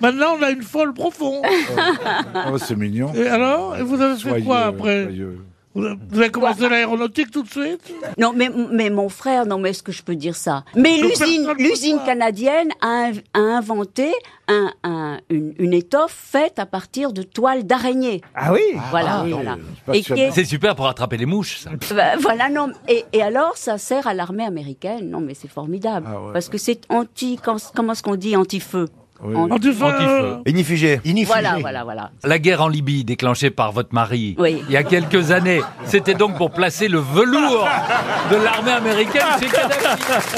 [SPEAKER 2] Maintenant, on a une folle profonde.
[SPEAKER 16] Ah
[SPEAKER 2] Ah.
[SPEAKER 18] Oh, c'est mignon.
[SPEAKER 2] Et alors, et vous avez fait
[SPEAKER 18] Soyeux,
[SPEAKER 2] quoi après
[SPEAKER 18] soyeux.
[SPEAKER 2] Vous avez- vous avez commencé l'aéronautique tout de suite
[SPEAKER 6] Non, mais, mais mon frère, non, mais est-ce que je peux dire ça Mais
[SPEAKER 2] Donc,
[SPEAKER 6] l'usine,
[SPEAKER 2] personne peut
[SPEAKER 6] l'usine
[SPEAKER 2] savoir.
[SPEAKER 6] canadienne a, inv- a inventé un, un- une, une étoffe faite à partir de toiles d'araignée.
[SPEAKER 1] Ah oui
[SPEAKER 6] Voilà, voilà. Et qui est-
[SPEAKER 14] C'est super pour attraper les mouches, ça.
[SPEAKER 6] Bah, voilà, non. Et, et alors, ça sert à l'armée américaine. Non, mais c'est formidable.
[SPEAKER 14] Ah ouais.
[SPEAKER 6] Parce que c'est anti, quand- comment est-ce qu'on dit anti-feu Anti-
[SPEAKER 14] Antifeu.
[SPEAKER 19] Inifugé.
[SPEAKER 6] Voilà, voilà, voilà.
[SPEAKER 14] La guerre en Libye déclenchée par votre mari
[SPEAKER 6] Oui.
[SPEAKER 14] il y a quelques années, c'était donc pour placer le velours de l'armée américaine chez Kadhafi.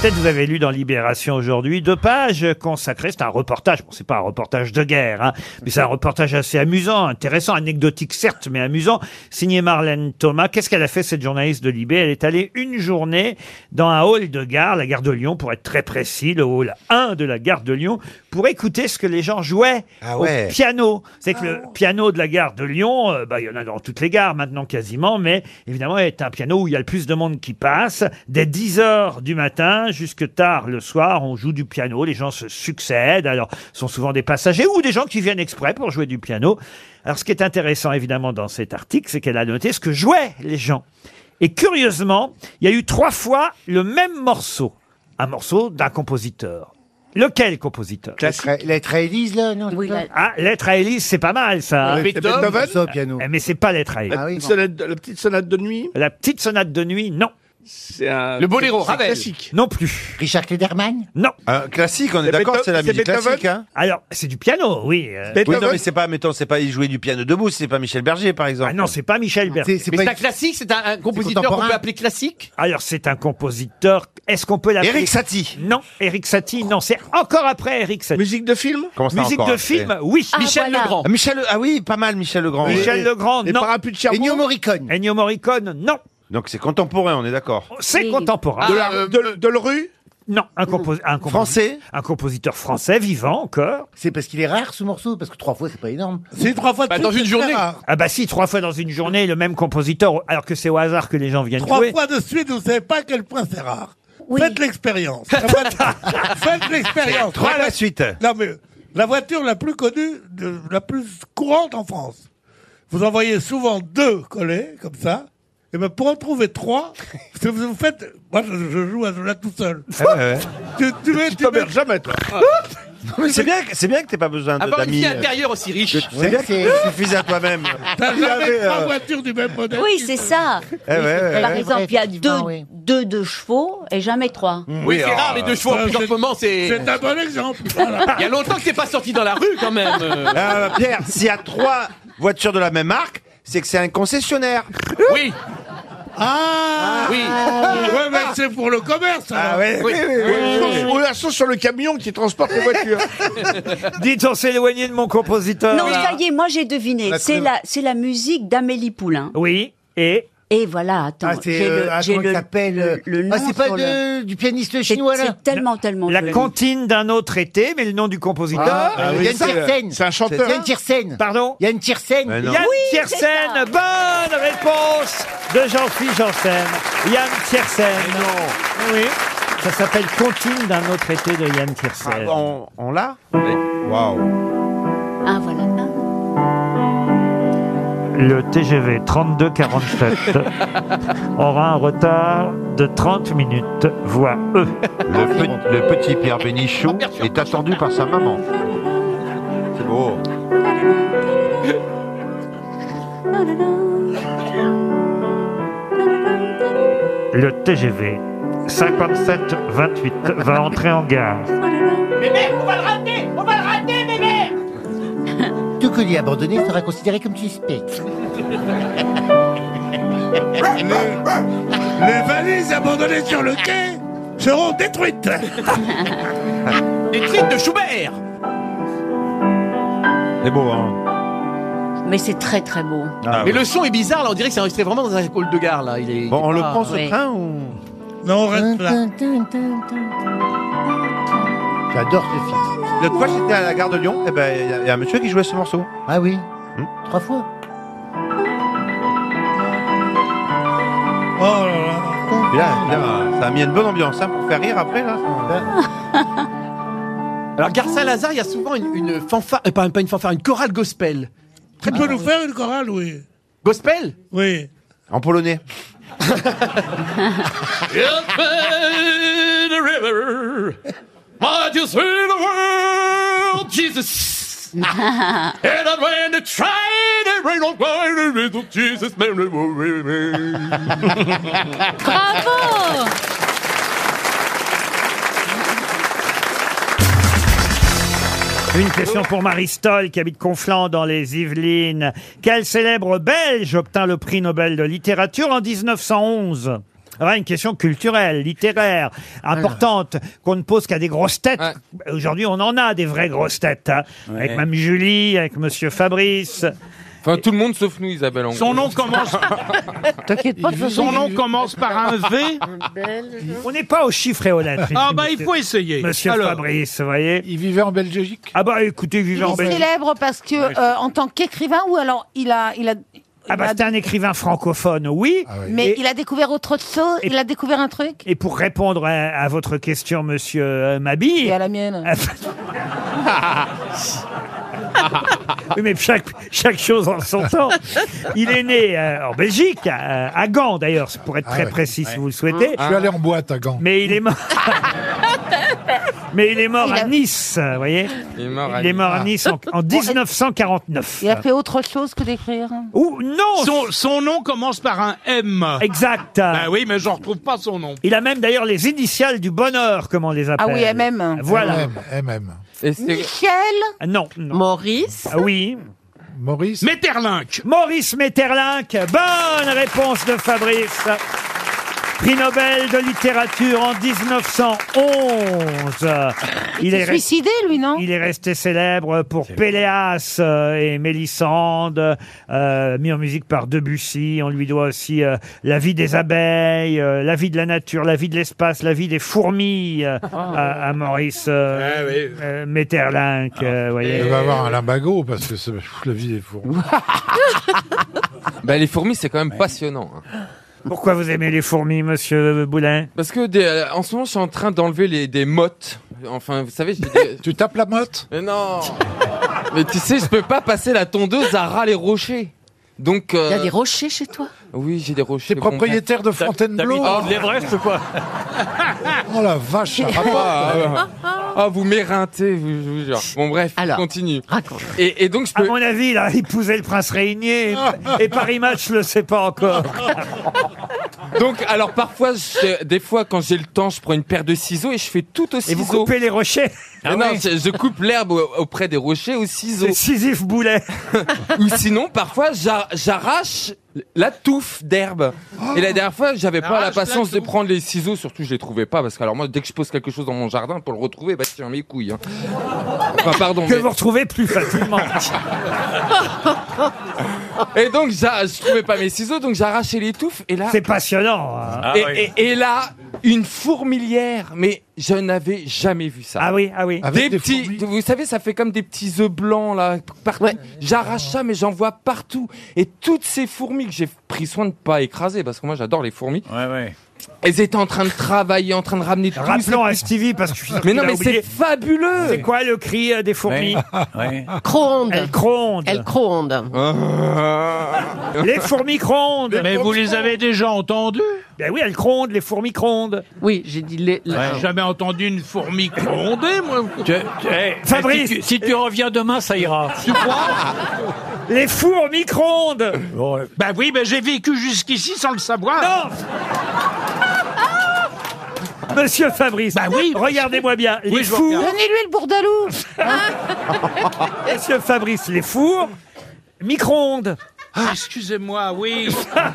[SPEAKER 1] Peut-être vous avez lu dans Libération aujourd'hui deux pages consacrées, c'est un reportage, bon c'est pas un reportage de guerre, hein, mais c'est un reportage assez amusant, intéressant, anecdotique certes, mais amusant, signé Marlène Thomas. Qu'est-ce qu'elle a fait cette journaliste de Libé Elle est allée une journée dans un hall de gare, la gare de Lyon pour être très précis, le hall 1 de la gare de Lyon, pour écouter ce que les gens jouaient
[SPEAKER 19] Ah ouais.
[SPEAKER 1] au piano. C'est que le piano de la gare de Lyon, euh, bah, il y en a dans toutes les gares maintenant quasiment, mais évidemment, est un piano où il y a le plus de monde qui passe. Dès 10 heures du matin jusque tard le soir, on joue du piano, les gens se succèdent. Alors, ce sont souvent des passagers ou des gens qui viennent exprès pour jouer du piano. Alors, ce qui est intéressant évidemment dans cet article, c'est qu'elle a noté ce que jouaient les gens. Et curieusement, il y a eu trois fois le même morceau, un morceau d'un compositeur. Lequel compositeur
[SPEAKER 16] Lettre à Élise, là, non oui,
[SPEAKER 1] Ah, Lettre à Élise, c'est pas mal ça.
[SPEAKER 16] Ouais, c'est Beethoven, Beethoven, ça, au piano.
[SPEAKER 1] Eh, Mais c'est pas Lettre à Élise.
[SPEAKER 16] Ah oui, bon. Sonate
[SPEAKER 1] la petite sonate de nuit La petite sonate de nuit, non. C'est un...
[SPEAKER 16] Le boléro, Ravel.
[SPEAKER 1] Non plus.
[SPEAKER 16] Richard Klederman
[SPEAKER 1] Non.
[SPEAKER 19] classique, on est d'accord, c'est la musique classique. Hein.
[SPEAKER 1] Alors, c'est du piano, oui. euh.
[SPEAKER 19] Oui, non, mais c'est pas, mettons, c'est pas jouer du piano debout, c'est pas Michel Berger, par exemple. Ah
[SPEAKER 1] non, c'est pas Michel Berger.
[SPEAKER 19] C'est pas...
[SPEAKER 20] classique, c'est un, un compositeur
[SPEAKER 1] contemporain.
[SPEAKER 20] qu'on peut appeler classique
[SPEAKER 1] Alors, c'est un compositeur. Est-ce qu'on peut l'appeler
[SPEAKER 19] Éric Satie.
[SPEAKER 1] Non, Eric Satie, non, c'est encore après Eric Satie. Musique de film
[SPEAKER 19] Comment ça,
[SPEAKER 1] Musique
[SPEAKER 19] encore
[SPEAKER 1] de
[SPEAKER 19] après
[SPEAKER 1] film, oui.
[SPEAKER 19] Ah, Michel voilà. Legrand. Michel Le- ah oui, pas mal, Michel Legrand.
[SPEAKER 1] Michel
[SPEAKER 19] Et-
[SPEAKER 1] Legrand,
[SPEAKER 19] et
[SPEAKER 1] non.
[SPEAKER 19] Parapluie de Cherbourg Ennio
[SPEAKER 1] Morricone. Ennio Morricone, non.
[SPEAKER 19] Donc c'est contemporain, on est d'accord.
[SPEAKER 1] C'est contemporain.
[SPEAKER 19] De la-
[SPEAKER 1] rue Non, un, compos- un composi-
[SPEAKER 19] Français
[SPEAKER 1] Un compositeur français vivant encore.
[SPEAKER 16] C'est parce qu'il est rare ce morceau, parce que trois fois c'est pas énorme.
[SPEAKER 1] C'est trois fois
[SPEAKER 16] Bah, de dans suite, une c'est très journée. rare.
[SPEAKER 1] Ah bah si, trois fois dans une journée, le même compositeur, alors que c'est au hasard que les gens viennent
[SPEAKER 2] Trois
[SPEAKER 1] jouer.
[SPEAKER 2] fois de suite, vous savez pas à quel point c'est rare. Faites l'expérience. La voiture- Faites l'expérience.
[SPEAKER 19] Trois à la
[SPEAKER 2] Voilà.
[SPEAKER 19] suite.
[SPEAKER 2] Non, mais la voiture la plus connue, de- la plus courante en France. Vous envoyez souvent deux collés, comme ça. Et ben pour en trouver trois, parce que vous vous faites. Moi, je, je joue à ce jeu-là tout seul.
[SPEAKER 19] Eh
[SPEAKER 2] Tu, tu mets- Ah. tu mets-
[SPEAKER 19] C'est bien, que- c'est bien que t'aies pas besoin de-
[SPEAKER 11] Avoir une
[SPEAKER 19] d'amis.
[SPEAKER 11] vie
[SPEAKER 19] euh,
[SPEAKER 11] intérieure aussi riche.
[SPEAKER 19] C'est bien que tu suffis à toi-même.
[SPEAKER 2] T'as
[SPEAKER 19] Il
[SPEAKER 2] jamais
[SPEAKER 19] avait,
[SPEAKER 2] trois
[SPEAKER 19] euh,
[SPEAKER 2] voitures du même modèle.
[SPEAKER 6] Oui, c'est ça.
[SPEAKER 19] Eh ouais, ouais,
[SPEAKER 6] Par
[SPEAKER 19] ouais.
[SPEAKER 6] exemple, il y a deux, deux, deux chevaux et jamais trois.
[SPEAKER 4] Mm.
[SPEAKER 11] Oui, c'est rare les deux chevaux. En
[SPEAKER 2] euh,
[SPEAKER 11] plus, en
[SPEAKER 2] c'est-
[SPEAKER 11] ce moment, c'est.
[SPEAKER 2] C'est un bon exemple.
[SPEAKER 11] Il y a longtemps que c'est pas sorti dans la rue quand même.
[SPEAKER 19] Euh, Pierre, s'il y a trois voitures de la même marque, c'est que c'est un concessionnaire.
[SPEAKER 11] Oui.
[SPEAKER 2] Ah
[SPEAKER 11] Oui.
[SPEAKER 2] Ouais, mais c'est pour le commerce.
[SPEAKER 19] Ah ouais, oui, oui, oui, oui.
[SPEAKER 18] Ou la sauce sur le camion qui transporte les voitures.
[SPEAKER 1] Dites, on s'est éloigné de mon compositeur.
[SPEAKER 6] Non, ça y est, moi j'ai deviné.
[SPEAKER 1] La
[SPEAKER 6] C'est
[SPEAKER 1] trou-
[SPEAKER 6] la, c'est la musique d'Amélie Poulain.
[SPEAKER 1] Oui, et
[SPEAKER 6] Et voilà, attends.
[SPEAKER 16] Ah, c'est,
[SPEAKER 6] j'ai
[SPEAKER 16] euh,
[SPEAKER 6] le,
[SPEAKER 16] attends,
[SPEAKER 6] j'ai
[SPEAKER 16] il
[SPEAKER 6] le-
[SPEAKER 16] s'appelle, euh,
[SPEAKER 6] le, le
[SPEAKER 16] ah,
[SPEAKER 6] nom
[SPEAKER 16] c'est pas
[SPEAKER 6] sur
[SPEAKER 16] de-
[SPEAKER 6] le-
[SPEAKER 16] du pianiste
[SPEAKER 6] C'est-
[SPEAKER 16] chinois, là
[SPEAKER 6] C'est tellement, tellement.
[SPEAKER 1] La
[SPEAKER 6] joli.
[SPEAKER 1] comptine d'un autre été, mais le nom du compositeur.
[SPEAKER 16] Ah, ah oui, Yann c'est- Tiersen.
[SPEAKER 1] C'est un
[SPEAKER 16] chanteur. Yann
[SPEAKER 1] Tiersen. Pardon Yann Tiersen.
[SPEAKER 16] Mais non.
[SPEAKER 1] Yann
[SPEAKER 16] Oui, c'est
[SPEAKER 1] Tiersen. Bonne réponse de Jean-Philippe Janssen. Yann Tiersen. non. Oui. Ça s'appelle Comptine d'un autre été de Yann Tiersen.
[SPEAKER 19] Ah, on on l'a Waouh.
[SPEAKER 6] Ah, voilà.
[SPEAKER 1] Le TGV 3247 aura un retard de 30 minutes, voire E.
[SPEAKER 19] Le, pe- le petit Pierre Bénichou est attendu par sa maman. C'est beau.
[SPEAKER 1] Le TGV 5728 va entrer en gare.
[SPEAKER 21] Bébé, on va le rater On va le rater, bébé
[SPEAKER 16] Tout colis abandonné sera considéré comme suspect.
[SPEAKER 2] Les- les valises abandonnées sur le quai seront détruites.
[SPEAKER 11] Les titres de Schubert.
[SPEAKER 19] C'est beau, hein
[SPEAKER 6] Mais c'est très, très beau.
[SPEAKER 19] Ah,
[SPEAKER 11] Mais
[SPEAKER 19] oui.
[SPEAKER 11] le son est bizarre là, on dirait que c'est enregistré vraiment dans un hall de gare là. Il est, Ah.
[SPEAKER 19] Bon, on le
[SPEAKER 6] Ah,
[SPEAKER 19] prend ce
[SPEAKER 11] train
[SPEAKER 19] train ou
[SPEAKER 2] Non, on reste là.
[SPEAKER 19] J'adore ce film. L'autre fois, j'étais à la gare de Lyon, et ben, il y a- il y, a un monsieur qui jouait ce morceau. Hmm.
[SPEAKER 16] Ah oui Trois fois
[SPEAKER 2] Oh là là.
[SPEAKER 19] Et
[SPEAKER 11] Ah,
[SPEAKER 19] là, là, ça a mis une bonne ambiance, hein, pour faire rire après, là.
[SPEAKER 11] Alors, Gare Saint-Lazare, il y a souvent une, une fanfare, euh, pas, pas une fanfare, une chorale gospel.
[SPEAKER 2] Tu peux nous faire une chorale, oui.
[SPEAKER 11] Gospel
[SPEAKER 2] Oui.
[SPEAKER 19] En polonais.
[SPEAKER 21] the river, might you see the world, Jesus. and that when they try to rain on fire, the little Jesus man they will remain.
[SPEAKER 8] Bravo
[SPEAKER 1] Une question pour Marie Stoll, qui habite Conflans dans les Yvelines. Quel célèbre Belge obtint le prix Nobel de littérature en 1911 ah, une question culturelle, littéraire,
[SPEAKER 12] Ah
[SPEAKER 1] importante, qu'on ne pose qu'à des grosses têtes. Aujourd'hui, on en a des vraies grosses têtes. hein.
[SPEAKER 12] Ouais.
[SPEAKER 1] Avec Mme Julie, avec Monsieur Fabrice.
[SPEAKER 12] Enfin, tout le monde sauf nous, Isabelle. En
[SPEAKER 1] Son
[SPEAKER 12] gros.
[SPEAKER 1] nom commence-
[SPEAKER 12] T'inquiète pas, de toute façon,
[SPEAKER 1] Son nom il-
[SPEAKER 12] commence par un V.
[SPEAKER 1] On n'est pas au chiffre et aux lettres.
[SPEAKER 12] Ah, bah, il faut essayer.
[SPEAKER 1] Monsieur
[SPEAKER 12] Alors.
[SPEAKER 1] Fabrice, vous voyez. Il vivait en Belgique Ah bah écoutez, il
[SPEAKER 22] Il
[SPEAKER 1] vivait en
[SPEAKER 22] est
[SPEAKER 1] Belgique.
[SPEAKER 22] célèbre parce que euh, en tant qu'écrivain ou alors il a, il a,
[SPEAKER 1] Ah bah c'était un écrivain francophone, oui.
[SPEAKER 22] mais il a découvert autre chose. Il a découvert un truc.
[SPEAKER 1] Et pour répondre à, à votre question, monsieur euh, Mabille. Et à
[SPEAKER 22] la mienne.
[SPEAKER 1] oui, mais chaque, chaque chose en son temps. Il est né euh, en Belgique, à, à Gand d'ailleurs, pour être
[SPEAKER 18] Ah
[SPEAKER 1] très
[SPEAKER 18] ouais,
[SPEAKER 1] précis si
[SPEAKER 18] ouais.
[SPEAKER 1] vous le souhaitez.
[SPEAKER 18] Je suis allé en boîte à Gand.
[SPEAKER 1] Mais il est mort. Mais il est mort à Nice, vous voyez
[SPEAKER 23] Il est mort à
[SPEAKER 1] Il est mort à
[SPEAKER 23] Nice.
[SPEAKER 1] Nice en, en 1949.
[SPEAKER 14] Ah.
[SPEAKER 3] Il a fait autre chose que d'écrire.
[SPEAKER 14] Oh,
[SPEAKER 1] Ou non
[SPEAKER 2] son, son nom commence par un M.
[SPEAKER 1] Exact.
[SPEAKER 2] Bah oui, mais je retrouve pas son nom.
[SPEAKER 1] Il a même d'ailleurs les initiales du bonheur, comme on les appelle.
[SPEAKER 3] oui, MM.
[SPEAKER 1] Voilà.
[SPEAKER 11] MM.
[SPEAKER 3] Michel
[SPEAKER 1] Ah Non, non. Maurice Oui.
[SPEAKER 11] Maurice
[SPEAKER 1] Metterlinck. Maurice Metterlinck. Bonne réponse de Fabrice. Prix Nobel de littérature en 1911.
[SPEAKER 3] Il s'est
[SPEAKER 1] re-
[SPEAKER 3] suicidé, lui, non
[SPEAKER 1] Il est resté célèbre pour Péléas euh, et Mélisande, euh, mis en musique par Debussy. On lui doit aussi euh, La vie des abeilles, euh, La vie de la nature, La vie de l'espace, La vie des fourmis euh,
[SPEAKER 3] Oh.
[SPEAKER 1] à, à Maurice euh, euh, Metterlinck. euh, vous voyez.
[SPEAKER 11] Il va avoir un limbago parce que c'est- pff, la vie est fournie.
[SPEAKER 7] Bah, les fourmis, c'est quand même passionnant. hein.
[SPEAKER 1] Pourquoi vous aimez les fourmis, monsieur Boulin
[SPEAKER 7] Parce que des- euh, en ce moment, je suis en train d'enlever les, des mottes. Enfin, vous savez, tu tapes la motte Mais non. Mais tu sais, je peux pas passer la tondeuse à ras les rochers. Donc.
[SPEAKER 24] Il y a des
[SPEAKER 7] rochers
[SPEAKER 24] rochers chez toi
[SPEAKER 7] Oui, j'ai des rochers. T'es
[SPEAKER 11] propriétaire de Fontainebleau
[SPEAKER 7] Ah,
[SPEAKER 14] L'Everest, quoi.
[SPEAKER 7] Oh la vache,
[SPEAKER 11] ça
[SPEAKER 7] ah,
[SPEAKER 11] raconte.
[SPEAKER 7] ah, ah, ah, vous m'éreintez, vous- je vous jure. Bon bref, continue. Et, et donc je peux.
[SPEAKER 1] À mon avis, il a épousé le prince Régnier et Paris Match le sait pas encore.
[SPEAKER 7] Donc alors parfois, je- des fois quand j'ai le temps, je prends une paire de ciseaux et je fais tout au ciseau.
[SPEAKER 1] vous coupez les rochers
[SPEAKER 7] Mais
[SPEAKER 1] Ah
[SPEAKER 7] Non,
[SPEAKER 1] oui.
[SPEAKER 7] je, je coupe l'herbe au- auprès des rochers au ciseau. C'est
[SPEAKER 1] Sisyphe boulet.
[SPEAKER 7] Ou sinon parfois j'a- j'arrache la touffe d'herbe.
[SPEAKER 1] Oh.
[SPEAKER 7] Et la dernière fois, j'avais pas Arrache la la patience de touffe. prendre les ciseaux, surtout je les trouvais pas parce que alors moi dès que je pose quelque chose dans mon jardin pour le retrouver, bah tiens mes couilles. hein. Enfin pardon.
[SPEAKER 1] Que
[SPEAKER 7] mais-
[SPEAKER 1] vous retrouvez plus facilement.
[SPEAKER 7] Et donc, j'a- je trouvais pas mes ciseaux, donc j'arrachais les touffes, et là...
[SPEAKER 1] C'est passionnant, hein. Ah
[SPEAKER 7] et,
[SPEAKER 1] oui.
[SPEAKER 7] et- et là, une fourmilière, mais je n'avais jamais vu ça. Ah
[SPEAKER 1] oui, ah oui.
[SPEAKER 7] Des, petits, vous savez, ça fait comme des petits œufs blancs, là, partout. J'arrache ça, mais j'en vois partout. Et toutes ces fourmis que j'ai pris soin de pas écraser, parce que moi, j'adore les fourmis. Elles étaient en train de travailler, en train de ramener tout.
[SPEAKER 1] Rappelons à Stevie parce que je suis sûr
[SPEAKER 7] Mais
[SPEAKER 1] qu'il
[SPEAKER 7] non,
[SPEAKER 1] a
[SPEAKER 7] mais c'est
[SPEAKER 1] oublié.
[SPEAKER 7] fabuleux.
[SPEAKER 1] C'est quoi le cri euh, des fourmis Ah.
[SPEAKER 24] Cronde.
[SPEAKER 1] Elles crondent.
[SPEAKER 24] Elle cronde.
[SPEAKER 4] Ah.
[SPEAKER 1] Les fourmis crondent.
[SPEAKER 2] Mais vous les avez déjà entendues
[SPEAKER 1] Ben oui, elles crondent, les fourmis crondent.
[SPEAKER 24] Oui, j'ai dit les.
[SPEAKER 2] J'ai jamais entendu une fourmi gronder, moi.
[SPEAKER 1] Fabrice
[SPEAKER 14] Si tu, si tu reviens demain, ça ira.
[SPEAKER 2] Tu crois
[SPEAKER 1] Les fourmis crondent
[SPEAKER 2] Bah oui, mais j'ai vécu jusqu'ici sans le savoir.
[SPEAKER 1] Monsieur Fabrice, regardez-moi bien. Les
[SPEAKER 2] Bah Oui, je vous
[SPEAKER 1] fours,
[SPEAKER 3] Donnez-lui le bourdalou
[SPEAKER 14] Ah.
[SPEAKER 22] Ah.
[SPEAKER 1] monsieur Fabrice, les fours, micro-ondes.
[SPEAKER 2] Ah, excusez-moi, oui.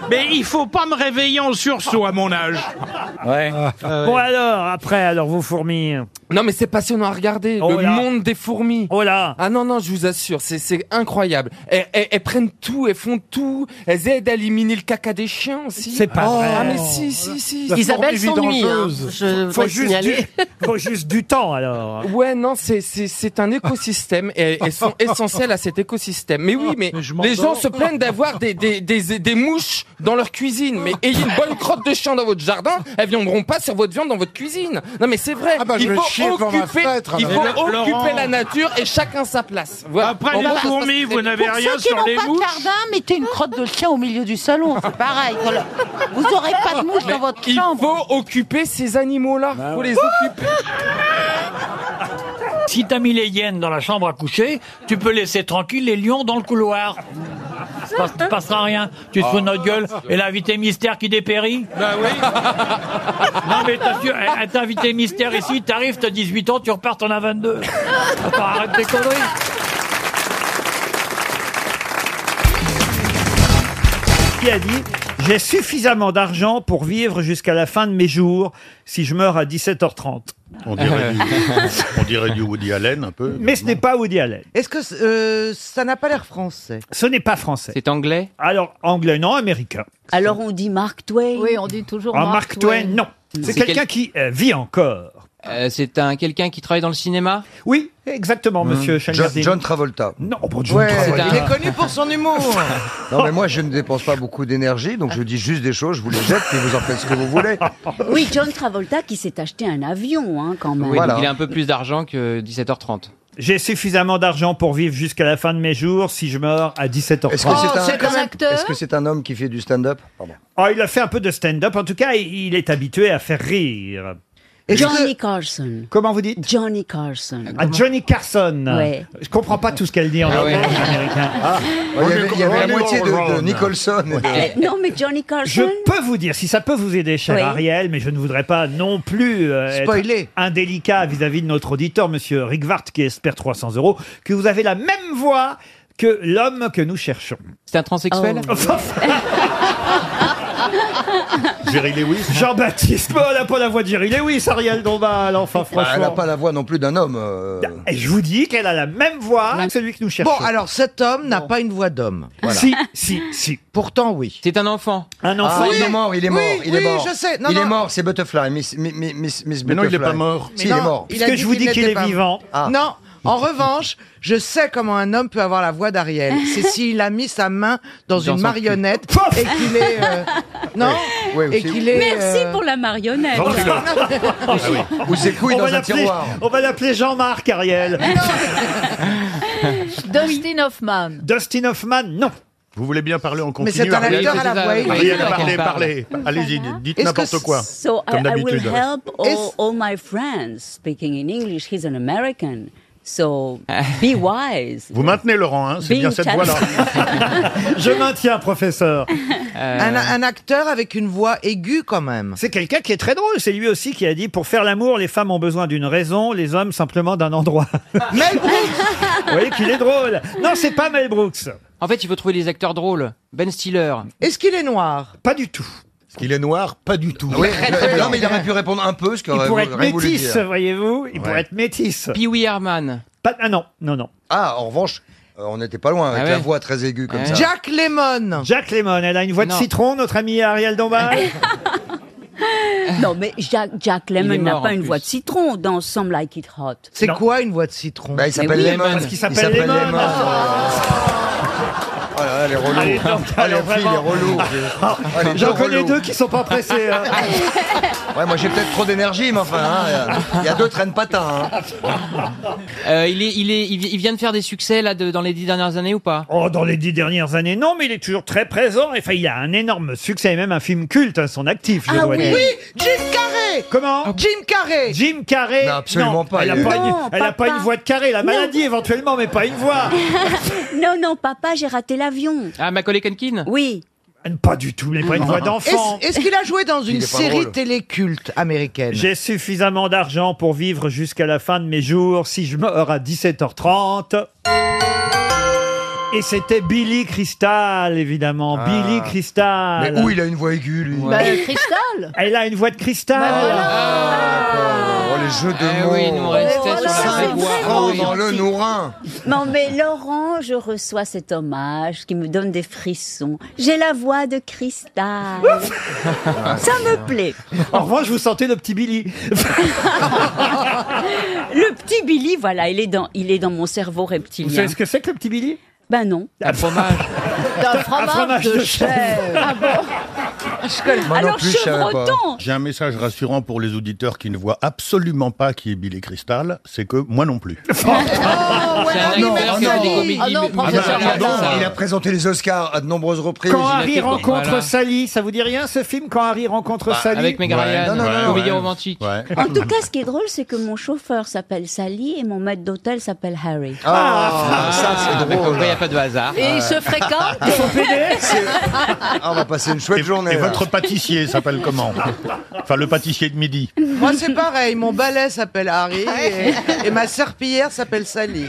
[SPEAKER 2] mais il faut pas me réveiller en sursaut à mon âge.
[SPEAKER 1] Ouais. Bon
[SPEAKER 2] ouais.
[SPEAKER 1] alors, après, alors vos fourmis. hein.
[SPEAKER 7] Non, mais c'est passionnant à regarder.
[SPEAKER 1] Oh
[SPEAKER 7] le
[SPEAKER 1] là.
[SPEAKER 7] monde des fourmis.
[SPEAKER 1] Oh là
[SPEAKER 7] Ah non, non, je vous assure, c'est- c'est incroyable. Elles, elles- elles prennent tout, elles font tout. Elles aident à éliminer le caca des chiens aussi.
[SPEAKER 1] C'est pas
[SPEAKER 7] Oh,
[SPEAKER 1] vrai.
[SPEAKER 7] Ah, mais si, si, si. La
[SPEAKER 24] Isabelle
[SPEAKER 7] fourmi
[SPEAKER 24] s'ennuie, hein.
[SPEAKER 7] vidangeuse.
[SPEAKER 24] Je vais le signaler.
[SPEAKER 1] faut juste du temps alors.
[SPEAKER 7] Ouais, non, c'est- c'est c'est un écosystème et elles sont essentielles à cet écosystème. Mais oui, mais, les gens se plaignent d'avoir des, des, des, des mouches dans leur cuisine. Mais ayez une bonne crotte de chien dans votre jardin, elles viendront pas sur votre viande dans votre cuisine. Non, mais c'est vrai.
[SPEAKER 11] Ah bah, je
[SPEAKER 7] il
[SPEAKER 11] vais
[SPEAKER 7] faut
[SPEAKER 11] chier devant ma
[SPEAKER 7] occuper,
[SPEAKER 11] fenêtre,
[SPEAKER 7] il
[SPEAKER 11] alors.
[SPEAKER 7] faut
[SPEAKER 11] Mais Laurent-
[SPEAKER 7] occuper la nature et chacun sa place. Voilà.
[SPEAKER 2] Après
[SPEAKER 3] Ah
[SPEAKER 7] En
[SPEAKER 2] les
[SPEAKER 7] gros, ça se
[SPEAKER 2] fourmis,
[SPEAKER 7] passe très
[SPEAKER 2] vous
[SPEAKER 7] bien.
[SPEAKER 2] n'avez
[SPEAKER 3] bah, Pour
[SPEAKER 2] rien
[SPEAKER 3] ceux qui
[SPEAKER 2] sur les
[SPEAKER 3] n'ont pas de
[SPEAKER 2] mouches.
[SPEAKER 3] jardin, mettez une crotte de chien au milieu du salon, c'est pareil. Vous n'aurez pas de mouche
[SPEAKER 7] Mais
[SPEAKER 3] dans votre
[SPEAKER 7] il
[SPEAKER 3] chambre.
[SPEAKER 7] faut occuper ces animaux-là. faut les occuper.
[SPEAKER 14] Si t'as mis les hyènes dans la chambre à coucher, tu peux laisser tranquille les lions dans le couloir. Ça passe- ça passera rien. Tu te fous de notre gueule et l'invité mystère qui dépérit.
[SPEAKER 2] Bah oui.
[SPEAKER 14] Non mais t'assures, eh, eh, t'as invité mystère ici, t'arrives, t'as 18 ans, tu repars, t'en as 22. Attends, arrête tes conneries.
[SPEAKER 1] qui a dit J'ai suffisamment d'argent pour vivre jusqu'à la fin de mes jours si je meurs à 17h30.
[SPEAKER 5] On dirait, du, on dirait du Woody Allen un peu.
[SPEAKER 1] Mais ce n'est pas Woody Allen.
[SPEAKER 9] Est-ce que euh, ça n'a pas l'air français
[SPEAKER 1] Ce n'est pas français.
[SPEAKER 7] C'est anglais
[SPEAKER 1] Alors, anglais, non, américain.
[SPEAKER 6] Alors on dit Mark Twain
[SPEAKER 25] Oui, on dit toujours.
[SPEAKER 1] Ah, Mark Twain, non. C'est
[SPEAKER 25] C'est
[SPEAKER 1] quelqu'un
[SPEAKER 25] quel-
[SPEAKER 1] qui euh, vit encore.
[SPEAKER 25] Euh, c'est un quelqu'un qui travaille dans le cinéma
[SPEAKER 1] Oui, exactement, monsieur
[SPEAKER 4] Hmm. John,
[SPEAKER 1] Changadine.
[SPEAKER 4] John Travolta.
[SPEAKER 1] Non, oh, bah, John Travolta.
[SPEAKER 9] Il est connu pour son humour.
[SPEAKER 4] Non, mais moi, je ne dépense pas beaucoup d'énergie, donc je dis juste des choses, je vous les jette, et vous en faites ce que vous voulez.
[SPEAKER 6] Oui, John Travolta qui s'est acheté un avion hein, quand même.
[SPEAKER 25] peu plus d'argent que 17h30.
[SPEAKER 1] J'ai suffisamment d'argent pour vivre jusqu'à la fin de mes jours si je meurs à 17h30.
[SPEAKER 4] Est-ce que
[SPEAKER 6] Oh,
[SPEAKER 4] c'est un, Est-ce que c'est un homme qui fait
[SPEAKER 1] Oh,
[SPEAKER 4] du stand-up Pardon.
[SPEAKER 1] Ah, il a fait un peu de stand-up. En tout cas, il est habitué à faire rire. Est-ce
[SPEAKER 6] Johnny Carson.
[SPEAKER 1] Comment vous dites
[SPEAKER 6] Johnny Carson.
[SPEAKER 1] À Johnny Carson.
[SPEAKER 6] Ouais.
[SPEAKER 1] Je comprends pas tout ce qu'elle dit
[SPEAKER 25] Ah
[SPEAKER 1] en anglais américain.
[SPEAKER 4] Ah.
[SPEAKER 1] Ah.
[SPEAKER 4] Il y avait, il y avait la moitié de, de Nicholson. et de-
[SPEAKER 6] Eh, Non, mais Johnny
[SPEAKER 1] Je
[SPEAKER 6] Carson.
[SPEAKER 1] peux vous dire, si ça peut vous aider, cher
[SPEAKER 6] Oui.
[SPEAKER 1] Ariel, mais je ne voudrais pas non plus euh, être
[SPEAKER 6] Spoiler.
[SPEAKER 1] indélicat vis-à-vis de notre auditeur, monsieur Rigvart, qui espère 300 euros, que vous avez la même voix que l'homme que nous cherchons. C'est un transsexuel
[SPEAKER 4] Oh.
[SPEAKER 1] Jerry Lewis Oh. Jean-Baptiste, mais elle n'a pas la voix de Jerry Lewis, Ariel Dombal, enfin
[SPEAKER 4] Bah, elle n'a
[SPEAKER 1] franchement.
[SPEAKER 4] pas la voix non plus d'un homme. euh.
[SPEAKER 9] Ah.
[SPEAKER 1] Et je vous dis qu'elle a la même
[SPEAKER 4] Ah,
[SPEAKER 1] voix que celui que nous cherchons.
[SPEAKER 9] Bon, alors cet homme n'a pas une voix d'homme. Voilà.
[SPEAKER 1] Si, si, si.
[SPEAKER 9] Pourtant, oui.
[SPEAKER 4] C'est un enfant.
[SPEAKER 1] Un
[SPEAKER 9] enfant.
[SPEAKER 4] Ah, il est
[SPEAKER 9] Oui,
[SPEAKER 4] mort, il est mort,
[SPEAKER 9] oui,
[SPEAKER 4] il est
[SPEAKER 9] oui,
[SPEAKER 4] mort.
[SPEAKER 9] je sais. Non,
[SPEAKER 4] il est
[SPEAKER 9] non.
[SPEAKER 4] mort, c'est Butterfly. Miss, mi- mi- miss, miss
[SPEAKER 9] Mais non, il est
[SPEAKER 4] Butterfly.
[SPEAKER 9] pas mort.
[SPEAKER 4] Si,
[SPEAKER 9] Mais
[SPEAKER 4] il
[SPEAKER 9] non,
[SPEAKER 4] est mort.
[SPEAKER 9] il a dit qu'il n'était pas mort.
[SPEAKER 4] Ah.
[SPEAKER 9] Non, en revanche, je sais comment un homme peut avoir la voix d'Ariel. C'est s'il a mis sa main dans,
[SPEAKER 4] Dans
[SPEAKER 9] une
[SPEAKER 4] son
[SPEAKER 9] marionnette
[SPEAKER 4] cul.
[SPEAKER 9] et qu'il est. euh, non
[SPEAKER 4] Oui,
[SPEAKER 9] Et
[SPEAKER 4] aussi.
[SPEAKER 9] qu'il est.
[SPEAKER 26] Merci
[SPEAKER 9] euh,
[SPEAKER 26] pour la marionnette.
[SPEAKER 4] Ah oui. Ou ses couilles
[SPEAKER 1] On
[SPEAKER 4] dans
[SPEAKER 1] va
[SPEAKER 4] un
[SPEAKER 1] l'appeler-
[SPEAKER 4] tiroir.
[SPEAKER 1] On va l'appeler Jean-Marc, Ariel.
[SPEAKER 3] Dustin Hoffman.
[SPEAKER 1] Dustin Hoffman, non.
[SPEAKER 11] Vous voulez bien parler en continu
[SPEAKER 3] c'est un
[SPEAKER 11] Ariel
[SPEAKER 3] acteur à la voix
[SPEAKER 11] Ariel,
[SPEAKER 3] aiguë.
[SPEAKER 11] parlez,
[SPEAKER 4] Parle.
[SPEAKER 11] parlez. Allez-y, dites
[SPEAKER 4] Est-ce que
[SPEAKER 11] n'importe quoi.
[SPEAKER 6] So I,
[SPEAKER 11] comme
[SPEAKER 6] I will
[SPEAKER 11] d'habitude.
[SPEAKER 6] help all,
[SPEAKER 9] Is-
[SPEAKER 6] all my friends speaking in English. He's an American. So be wise.
[SPEAKER 11] Vous maintenez Laurent, hein, c'est
[SPEAKER 6] Bing
[SPEAKER 11] bien cette
[SPEAKER 6] Chan-
[SPEAKER 11] voix-là.
[SPEAKER 1] Je maintiens, professeur.
[SPEAKER 27] Euh.
[SPEAKER 9] Un, un acteur avec une voix aiguë quand même.
[SPEAKER 1] C'est quelqu'un qui est très drôle. C'est lui aussi qui a dit Pour faire l'amour, les femmes ont besoin d'une raison, les hommes simplement d'un endroit.
[SPEAKER 9] Mel
[SPEAKER 1] Brooks Vous voyez qu'il est drôle. Non, c'est pas Mel Brooks.
[SPEAKER 27] En fait, il faut trouver des acteurs drôles. Ben Stiller.
[SPEAKER 9] Est-ce qu'il est noir
[SPEAKER 1] Pas du tout.
[SPEAKER 11] Est-ce qu'il est noir Pas du tout.
[SPEAKER 4] Oui,
[SPEAKER 27] Très,
[SPEAKER 4] le-
[SPEAKER 27] très
[SPEAKER 4] non,
[SPEAKER 27] bien.
[SPEAKER 4] mais il aurait pu répondre un peu ce qu'il
[SPEAKER 1] Il
[SPEAKER 4] aurait,
[SPEAKER 1] pourrait être
[SPEAKER 4] aurait voulu
[SPEAKER 1] métis,
[SPEAKER 4] dire.
[SPEAKER 1] voyez-vous. Il
[SPEAKER 4] Ouais.
[SPEAKER 1] pourrait être métis.
[SPEAKER 27] Pee-wee Herman.
[SPEAKER 1] Pas, ah non, non, non.
[SPEAKER 4] Ah, en revanche, euh, on n'était pas loin avec
[SPEAKER 1] Ah ouais.
[SPEAKER 4] la voix très aiguë comme ça.
[SPEAKER 9] Jack Lemmon.
[SPEAKER 1] Jack Lemmon, elle a une voix
[SPEAKER 4] Non.
[SPEAKER 1] de citron, notre amie Ariel Dombal.
[SPEAKER 6] Non, mais Jack, Jack
[SPEAKER 1] Il est
[SPEAKER 6] Lemmon n'a
[SPEAKER 1] mort, en
[SPEAKER 6] pas une
[SPEAKER 1] plus.
[SPEAKER 6] voix de citron dans Some Like It Hot.
[SPEAKER 9] C'est quoi une voix de citron
[SPEAKER 4] Bah, il s'appelle
[SPEAKER 6] Mais oui.
[SPEAKER 4] Lemon.
[SPEAKER 6] Parce
[SPEAKER 1] qu'il
[SPEAKER 4] Il
[SPEAKER 1] s'appelle
[SPEAKER 4] s'appelle
[SPEAKER 1] Lemon.
[SPEAKER 6] Ah.
[SPEAKER 4] Lemon.
[SPEAKER 9] Ah,
[SPEAKER 4] Oh là là, elle est relou.
[SPEAKER 1] Allez, donc,
[SPEAKER 4] Ah, les
[SPEAKER 1] alors,
[SPEAKER 4] filles,
[SPEAKER 1] vraiment.
[SPEAKER 4] elle est relou.
[SPEAKER 1] J'en connais deux qui sont pas
[SPEAKER 5] euh,
[SPEAKER 1] pressés.
[SPEAKER 4] Ah,
[SPEAKER 1] hein.
[SPEAKER 4] Ouais, moi j'ai peut-être trop d'énergie, mais enfin, hein, il y a deux traînes patins. Hein.
[SPEAKER 27] Euh, il, est, il, est, il vi- il vient de faire des succès là, de- dans les dix dernières années ou pas
[SPEAKER 1] Oh, dans les dix dernières années, non, mais il est toujours très présent. Enfin, il a un énorme succès et même un film culte à son actif, je
[SPEAKER 9] Ah
[SPEAKER 1] dois
[SPEAKER 9] oui.
[SPEAKER 1] dire.
[SPEAKER 9] oui, Jim Carrey.
[SPEAKER 1] Comment
[SPEAKER 9] Jim Carrey.
[SPEAKER 1] Jim Carré
[SPEAKER 4] Non, absolument pas,
[SPEAKER 1] Elle n'a
[SPEAKER 4] il est-
[SPEAKER 1] pas, une-
[SPEAKER 6] Non,
[SPEAKER 1] elle a pas
[SPEAKER 6] papa.
[SPEAKER 1] une voix de carré, la
[SPEAKER 6] Non.
[SPEAKER 1] maladie éventuellement, mais pas une voix.
[SPEAKER 6] non, non, papa, j'ai raté l'avion.
[SPEAKER 27] Ah, Macaulay Culkin
[SPEAKER 6] Oui.
[SPEAKER 1] Euh, Pas du tout, mais pas une voix d'enfant.
[SPEAKER 9] Est-ce est-ce qu'il a joué dans
[SPEAKER 1] Il
[SPEAKER 9] une
[SPEAKER 1] est pas
[SPEAKER 9] série
[SPEAKER 1] drôle.
[SPEAKER 9] télé culte américaine
[SPEAKER 1] J'ai suffisamment d'argent pour vivre jusqu'à la fin de mes jours si je meurs à 17h30. Et c'était Billy Crystal, évidemment. Billy Crystal.
[SPEAKER 4] Ah. Mais où il a une voix aiguë, lui
[SPEAKER 1] Bah, euh,
[SPEAKER 3] Cristal
[SPEAKER 1] Elle a une voix de cristal. Ah.
[SPEAKER 4] Oh, les jeux
[SPEAKER 1] Eh
[SPEAKER 4] de mots.
[SPEAKER 27] oui, nous, on restait
[SPEAKER 6] sur la
[SPEAKER 4] Cinq
[SPEAKER 6] vraie voix.
[SPEAKER 4] francs
[SPEAKER 1] Oh,
[SPEAKER 6] Oui.
[SPEAKER 4] dans le Nourin.
[SPEAKER 6] Non, mais Laurent, je reçois cet hommage qui me donne des frissons. J'ai la voix de cristal. Ça me plaît.
[SPEAKER 1] En revanche, vous sentez le petit Billy.
[SPEAKER 6] Le petit Billy, voilà, il est dans, il est dans mon cerveau reptilien.
[SPEAKER 1] Vous savez ce que c'est que le petit Billy
[SPEAKER 6] Ben non.
[SPEAKER 1] Un fromage.
[SPEAKER 3] Un fromage,
[SPEAKER 1] fromage
[SPEAKER 3] de,
[SPEAKER 1] de
[SPEAKER 3] chèvre.
[SPEAKER 11] Moi non
[SPEAKER 6] Ah Alors,
[SPEAKER 11] plus, je savais pas.
[SPEAKER 6] chevroton
[SPEAKER 11] J'ai un message rassurant pour les auditeurs qui ne voient absolument pas qui est Billy Crystal, c'est que moi non plus.
[SPEAKER 4] Ah non, ah non,
[SPEAKER 3] Ah non, professeur
[SPEAKER 4] Ah non,
[SPEAKER 3] Lazare.
[SPEAKER 4] il a présenté les Oscars à de nombreuses reprises.
[SPEAKER 1] Quand Harry rencontre
[SPEAKER 4] Voilà.
[SPEAKER 1] Sally, ça vous dit rien ce film Quand Harry rencontre
[SPEAKER 4] Bah,
[SPEAKER 1] Sally
[SPEAKER 27] avec Meg Ryan,
[SPEAKER 4] non, non, non,
[SPEAKER 27] Courrier
[SPEAKER 4] ouais.
[SPEAKER 27] romantique.
[SPEAKER 6] En tout cas, ce qui est drôle, c'est que mon chauffeur s'appelle Sally et mon maître d'hôtel s'appelle Harry.
[SPEAKER 4] Ah, ça c'est drôle.
[SPEAKER 27] Il n'y a pas de hasard.
[SPEAKER 3] Et il se fréquente
[SPEAKER 4] Ah, on va passer une chouette journée.
[SPEAKER 11] Et
[SPEAKER 4] là.
[SPEAKER 11] votre pâtissier s'appelle comment Enfin, le pâtissier de midi.
[SPEAKER 9] Moi, c'est pareil. Mon balai s'appelle Harry et, et ma serpillière s'appelle Sally.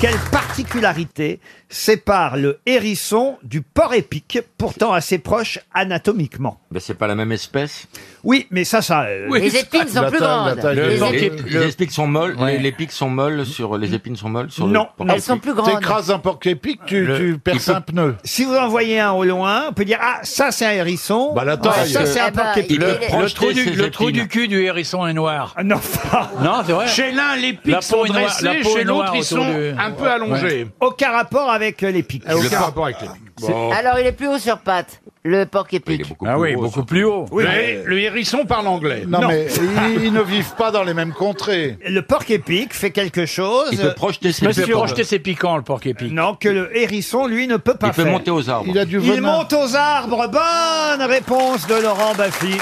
[SPEAKER 1] Quelle particularité sépare le hérisson du porc épic, pourtant assez proche anatomiquement
[SPEAKER 8] Ben, c'est pas la même espèce.
[SPEAKER 1] Oui, mais ça, ça. euh,
[SPEAKER 8] Oui. Ah, bah,
[SPEAKER 16] Les épines sont plus grandes.
[SPEAKER 8] Les,
[SPEAKER 16] Les épines-
[SPEAKER 8] les épines sont molles. Les, les pics sont molles sur les épines sont molles sur
[SPEAKER 1] Non.
[SPEAKER 8] le. porc-épic.
[SPEAKER 16] Elles sont plus grandes.
[SPEAKER 11] T'écrases un porc épic, tu,
[SPEAKER 8] Le-
[SPEAKER 11] tu perces
[SPEAKER 8] il peut-
[SPEAKER 11] un pneu.
[SPEAKER 1] Si vous en voyez un au loin, on peut dire Ah, ça c'est un hérisson.
[SPEAKER 11] Bah, la taille.
[SPEAKER 1] Ah, ça c'est un
[SPEAKER 16] Eh ben,
[SPEAKER 1] porc épic.
[SPEAKER 16] il est- Le-
[SPEAKER 14] Le trou, du,
[SPEAKER 8] euh, ses
[SPEAKER 14] le trou
[SPEAKER 8] épines.
[SPEAKER 14] du cul du hérisson est noir.
[SPEAKER 1] Non,
[SPEAKER 14] non c'est vrai.
[SPEAKER 2] Chez l'un, les pics
[SPEAKER 14] La peau
[SPEAKER 2] sont
[SPEAKER 14] est noire- la
[SPEAKER 2] dressés,
[SPEAKER 14] peau est
[SPEAKER 2] chez l'autre,
[SPEAKER 14] noire
[SPEAKER 2] ils
[SPEAKER 14] autour
[SPEAKER 2] sont
[SPEAKER 14] du-
[SPEAKER 2] un peu allongés.
[SPEAKER 1] Aucun rapport avec euh, les pics.
[SPEAKER 8] Le porc-
[SPEAKER 11] avec les
[SPEAKER 8] Bon.
[SPEAKER 16] Alors, il est plus haut sur pattes. Le porc épic.
[SPEAKER 11] Ah oui, beaucoup plus haut.
[SPEAKER 1] Oui.
[SPEAKER 11] Le, le hérisson parle anglais.
[SPEAKER 1] Non, mais ils- ils
[SPEAKER 11] ne vivent pas dans les mêmes contrées.
[SPEAKER 1] Le porc épic fait quelque chose.
[SPEAKER 11] Il peut projeter ses-
[SPEAKER 1] Monsieur
[SPEAKER 11] il peut
[SPEAKER 1] Roche-
[SPEAKER 11] projeter
[SPEAKER 1] c'est piquant, le porc épic. Non, que le hérisson, lui, ne peut pas
[SPEAKER 8] Il peut
[SPEAKER 1] faire.
[SPEAKER 8] monter aux arbres.
[SPEAKER 1] Il,
[SPEAKER 8] Il a du venin.
[SPEAKER 1] monte aux arbres. Bonne réponse de Laurent Baffy.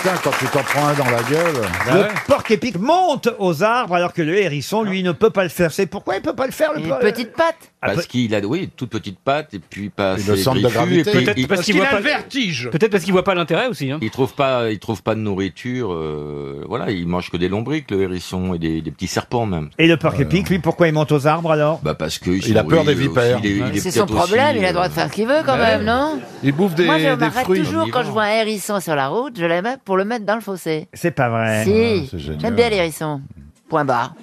[SPEAKER 11] Putain, quand tu t'en prends un dans la gueule.
[SPEAKER 1] Ah le porc épic monte aux arbres alors que le hérisson, lui, ne peut pas le faire. C'est pourquoi il peut pas le faire, le porc-
[SPEAKER 16] patte.
[SPEAKER 1] Ah,
[SPEAKER 8] Parce qu'il a, oui, toute petite patte, et puis pas
[SPEAKER 11] Il le
[SPEAKER 8] assez
[SPEAKER 11] centre de
[SPEAKER 8] griffu, et
[SPEAKER 11] gravité.
[SPEAKER 8] puis
[SPEAKER 11] Peut-être
[SPEAKER 8] il-
[SPEAKER 11] parce qu'il Parce voit qu'il a pas- le vertige.
[SPEAKER 8] Peut-être parce qu'il voit pas l'intérêt aussi. Il trouve pas, il trouve pas de nourriture. euh, voilà, il mange que des lombriques, le hérisson et des, des petits serpents même.
[SPEAKER 1] Et le porc épic, lui, pourquoi il monte aux arbres alors
[SPEAKER 8] Bah parce que
[SPEAKER 1] Il a peur des vipères.
[SPEAKER 16] C'est son problème,
[SPEAKER 8] euh,
[SPEAKER 16] il a le droit de faire ce qu'il veut quand
[SPEAKER 8] Ouais.
[SPEAKER 16] même, non
[SPEAKER 8] Il bouffe
[SPEAKER 16] Moi, je m'arrête toujours quand je vois un hérisson sur la route, je l'aime pour le mettre dans le fossé.
[SPEAKER 1] C'est pas vrai.
[SPEAKER 16] Si, j'aime bien les hérissons. Point barre.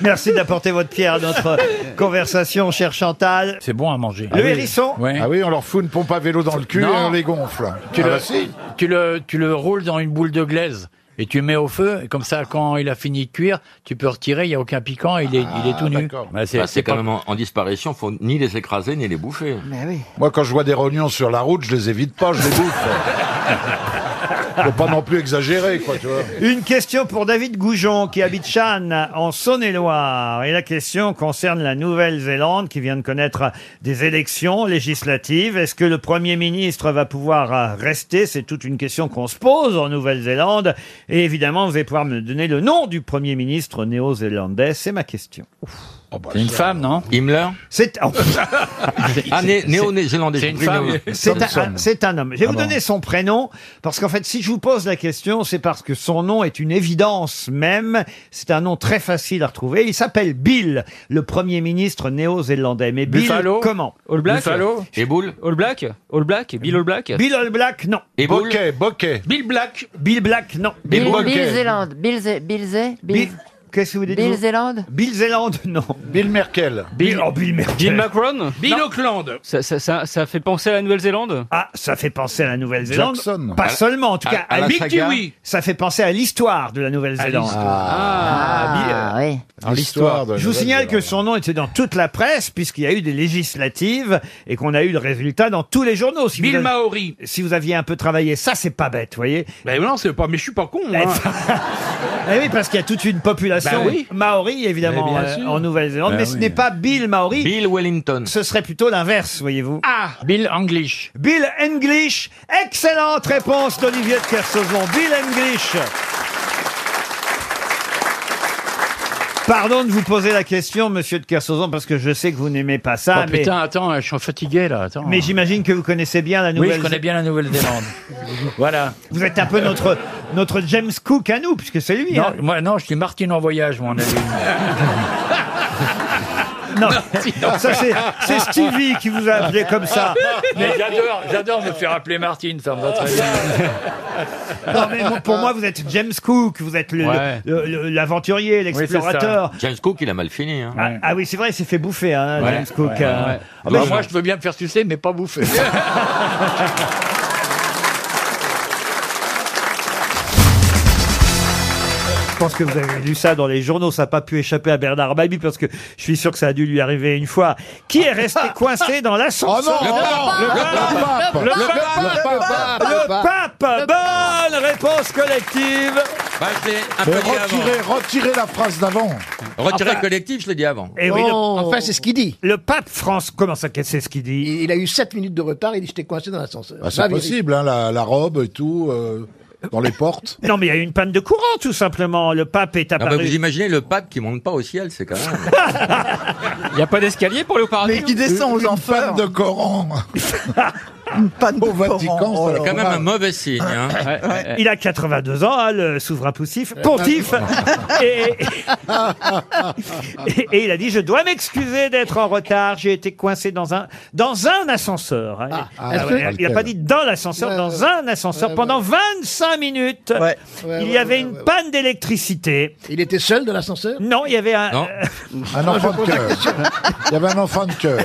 [SPEAKER 1] Merci d'apporter votre pierre à notre conversation, cher Chantal. C'est bon à manger. Le hérisson
[SPEAKER 11] Ah oui, on leur fout une pompe à vélo dans le cul
[SPEAKER 1] Non.
[SPEAKER 11] et on les gonfle.
[SPEAKER 14] Tu,
[SPEAKER 11] Ah
[SPEAKER 14] le,
[SPEAKER 11] bah si.
[SPEAKER 14] tu, le, tu le roules dans une boule de glaise et tu mets au feu. Et comme ça, quand il a fini de cuire, tu peux retirer, il n'y a aucun piquant, il est,
[SPEAKER 11] Ah,
[SPEAKER 14] il est tout nu.
[SPEAKER 8] Bah, c'est quand même en, en disparition, faut ni les écraser ni les bouffer.
[SPEAKER 11] Moi, quand je vois des rognons sur la route, je les évite pas, je les bouffe. Faut pas non plus exagérer, quoi, tu vois.
[SPEAKER 1] Une question pour David Goujon qui habite Chan en Saône-et-Loire. Et la question concerne la Nouvelle-Zélande qui vient de connaître des élections législatives. Est-ce que le Premier ministre va pouvoir euh, rester C'est toute une question qu'on se pose en Nouvelle-Zélande. Et évidemment, vous allez pouvoir me donner le nom du Premier ministre néo-zélandais. C'est ma question.
[SPEAKER 14] C'est une femme, non
[SPEAKER 8] Himmler
[SPEAKER 1] C'est...
[SPEAKER 8] Ah, né- néo-zélandais.
[SPEAKER 14] C'est
[SPEAKER 8] j'ai
[SPEAKER 14] une
[SPEAKER 8] compris,
[SPEAKER 14] femme.
[SPEAKER 8] néo-
[SPEAKER 1] C'est un,
[SPEAKER 8] Thompson.
[SPEAKER 1] c'est un homme. Je vais
[SPEAKER 8] Ah
[SPEAKER 1] vous
[SPEAKER 8] bon.
[SPEAKER 1] donner son prénom, parce qu'en fait, si je vous pose la question, c'est parce que son nom est une évidence même. C'est un nom très facile à retrouver. Il s'appelle Bill, le premier ministre néo-zélandais. Mais Bill,
[SPEAKER 17] Buffalo
[SPEAKER 1] comment
[SPEAKER 17] All Black
[SPEAKER 8] Et Bull
[SPEAKER 17] All Black All Black Bill All Black
[SPEAKER 1] Bill All Black, non.
[SPEAKER 8] Et Bull
[SPEAKER 11] Bokeh.
[SPEAKER 1] Bill Black. Bill Black, non.
[SPEAKER 16] Bill, Bill Zélande. Bill Zé- Bill Zé- Bill-
[SPEAKER 1] Qu'est-ce que vous dites
[SPEAKER 16] Bill
[SPEAKER 1] vous
[SPEAKER 16] Zélande
[SPEAKER 1] Bill Zélande, non.
[SPEAKER 11] Bill Merkel.
[SPEAKER 1] Bill, oh, Bill Merkel.
[SPEAKER 17] Bill Macron
[SPEAKER 1] Bill
[SPEAKER 17] Auckland ça, ça, ça, ça fait penser à la Nouvelle-Zélande
[SPEAKER 1] Ah, ça fait penser à la Nouvelle-Zélande.
[SPEAKER 17] Jackson. Ah.
[SPEAKER 1] Pas
[SPEAKER 17] À-
[SPEAKER 1] seulement, en tout
[SPEAKER 17] à-
[SPEAKER 1] cas.
[SPEAKER 17] à la
[SPEAKER 1] Mick
[SPEAKER 17] saga.
[SPEAKER 1] Dewey. Ça fait penser à l'histoire de la Nouvelle-Zélande.
[SPEAKER 16] Ah, oui.
[SPEAKER 1] Dans
[SPEAKER 11] l'histoire de la
[SPEAKER 1] Je vous signale que son nom était dans toute la presse, puisqu'il y a eu des législatives et qu'on a eu le résultat dans tous les journaux. Si
[SPEAKER 11] Bill
[SPEAKER 1] vous avez-
[SPEAKER 11] Maori.
[SPEAKER 1] Si vous aviez un peu travaillé, ça, c'est pas bête, vous voyez.
[SPEAKER 11] Ben non, c'est pas, mais je suis pas con.
[SPEAKER 1] Eh oui, parce qu'il y a toute une population
[SPEAKER 11] Bah oui.
[SPEAKER 1] maori, évidemment,
[SPEAKER 11] Mais bien
[SPEAKER 1] euh,
[SPEAKER 11] sûr.
[SPEAKER 1] en Nouvelle-Zélande,
[SPEAKER 11] Bah
[SPEAKER 14] Ben
[SPEAKER 1] mais ce
[SPEAKER 11] oui.
[SPEAKER 1] n'est pas Bill Maori.
[SPEAKER 8] Bill Wellington.
[SPEAKER 1] Ce serait plutôt l'inverse, voyez-vous.
[SPEAKER 11] Ah
[SPEAKER 14] Bill English.
[SPEAKER 1] Bill English. Excellente réponse d'Olivier de Kersauzon. Bill English. Pardon de vous poser la question, monsieur de Kersauzon, parce que je sais que vous n'aimez pas ça.
[SPEAKER 14] Oh,
[SPEAKER 1] mais...
[SPEAKER 14] Putain, attends, je suis fatigué là. Attends.
[SPEAKER 1] Mais j'imagine que vous connaissez bien la
[SPEAKER 14] oui,
[SPEAKER 1] nouvelle.
[SPEAKER 14] je connais bien la Nouvelle-Zélande. voilà.
[SPEAKER 1] Vous êtes un peu notre, notre James Cook à nous, puisque c'est lui.
[SPEAKER 14] Non,
[SPEAKER 1] hein.
[SPEAKER 14] moi, non, je suis Martine en voyage, mon ami.
[SPEAKER 1] Non, ça c'est c'est Stevie qui vous a appelé comme ça.
[SPEAKER 14] Mais j'adore, j'adore me faire appeler Martine, ça me va très bien.
[SPEAKER 1] Non, mais moi- pour moi, vous êtes James Cook, vous êtes le-
[SPEAKER 8] Ouais.
[SPEAKER 1] le- le- l'aventurier, l'explorateur.
[SPEAKER 8] James Cook, il a mal fini. Hein.
[SPEAKER 1] ah, ah oui, c'est vrai, il s'est fait bouffer, hein,
[SPEAKER 8] Ouais,
[SPEAKER 1] James Cook.
[SPEAKER 8] ouais,
[SPEAKER 1] euh.
[SPEAKER 8] ouais.
[SPEAKER 1] Ah bah,
[SPEAKER 14] Bah,
[SPEAKER 1] je-
[SPEAKER 14] moi, je veux bien me faire sucer, mais pas bouffer.
[SPEAKER 1] Je pense que vous avez lu ça dans les journaux, ça n'a pas pu échapper à Bernard Babi parce que je suis sûr que ça a dû lui arriver une fois. Qui est resté coincé dans l'ascenseur
[SPEAKER 2] Oh non, Le oh non, pape. le pape. Le pape.
[SPEAKER 1] Le pape. Le pape. Bonne réponse collective
[SPEAKER 14] Bah,
[SPEAKER 11] Mais retirez, retirez la phrase d'avant.
[SPEAKER 8] Retiré
[SPEAKER 1] Enfin-
[SPEAKER 8] collectif, je l'ai dit avant.
[SPEAKER 1] Et eh oui,
[SPEAKER 4] Oh. Enfin, c'est ce qu'il dit.
[SPEAKER 1] Le pape France, comment ça, qu'est-ce que c'est ce qu'il dit
[SPEAKER 4] Il a eu 7 minutes de retard, il dit j'étais coincé dans l'ascenseur.
[SPEAKER 11] Bah,
[SPEAKER 4] La
[SPEAKER 11] c'est
[SPEAKER 4] vérité.
[SPEAKER 11] possible, hein, la, la robe et tout, euh, dans les portes.
[SPEAKER 1] Non, mais il y a eu une panne de courant, tout simplement. Le pape est
[SPEAKER 8] Non, mais
[SPEAKER 1] apparu.
[SPEAKER 8] Ah, bah, vous imaginez le pape qui monte pas au ciel, c'est quand même. Il n'y a pas d'escalier pour le paradis. Mais qui
[SPEAKER 11] descend aux enfers. Une panne de Coran. une panne Au Vatican,
[SPEAKER 8] C'est
[SPEAKER 11] ça va
[SPEAKER 8] quand même
[SPEAKER 11] pas.
[SPEAKER 8] un mauvais signe. Hein.
[SPEAKER 1] Il a 82 ans, hein, le souverain poussif, pontife. et, et- et il a dit Je dois m'excuser d'être en retard, j'ai été coincé dans un, dans un ascenseur. hein.
[SPEAKER 4] ah,
[SPEAKER 1] Il-
[SPEAKER 4] ah,
[SPEAKER 1] il-
[SPEAKER 4] ouais.
[SPEAKER 1] il n'a pas dit dans l'ascenseur,
[SPEAKER 4] Ouais,
[SPEAKER 1] dans
[SPEAKER 4] ouais.
[SPEAKER 1] un ascenseur,
[SPEAKER 4] Ouais,
[SPEAKER 1] pendant 25 minutes.
[SPEAKER 4] Ouais,
[SPEAKER 1] il y
[SPEAKER 4] ouais,
[SPEAKER 1] avait
[SPEAKER 4] ouais,
[SPEAKER 1] une
[SPEAKER 4] ouais, ouais.
[SPEAKER 1] panne d'électricité.
[SPEAKER 4] Il était seul dans l'ascenseur
[SPEAKER 1] Non, il y avait un. euh,
[SPEAKER 8] Non.
[SPEAKER 11] Un enfant de cœur. Il y avait un enfant de cœur.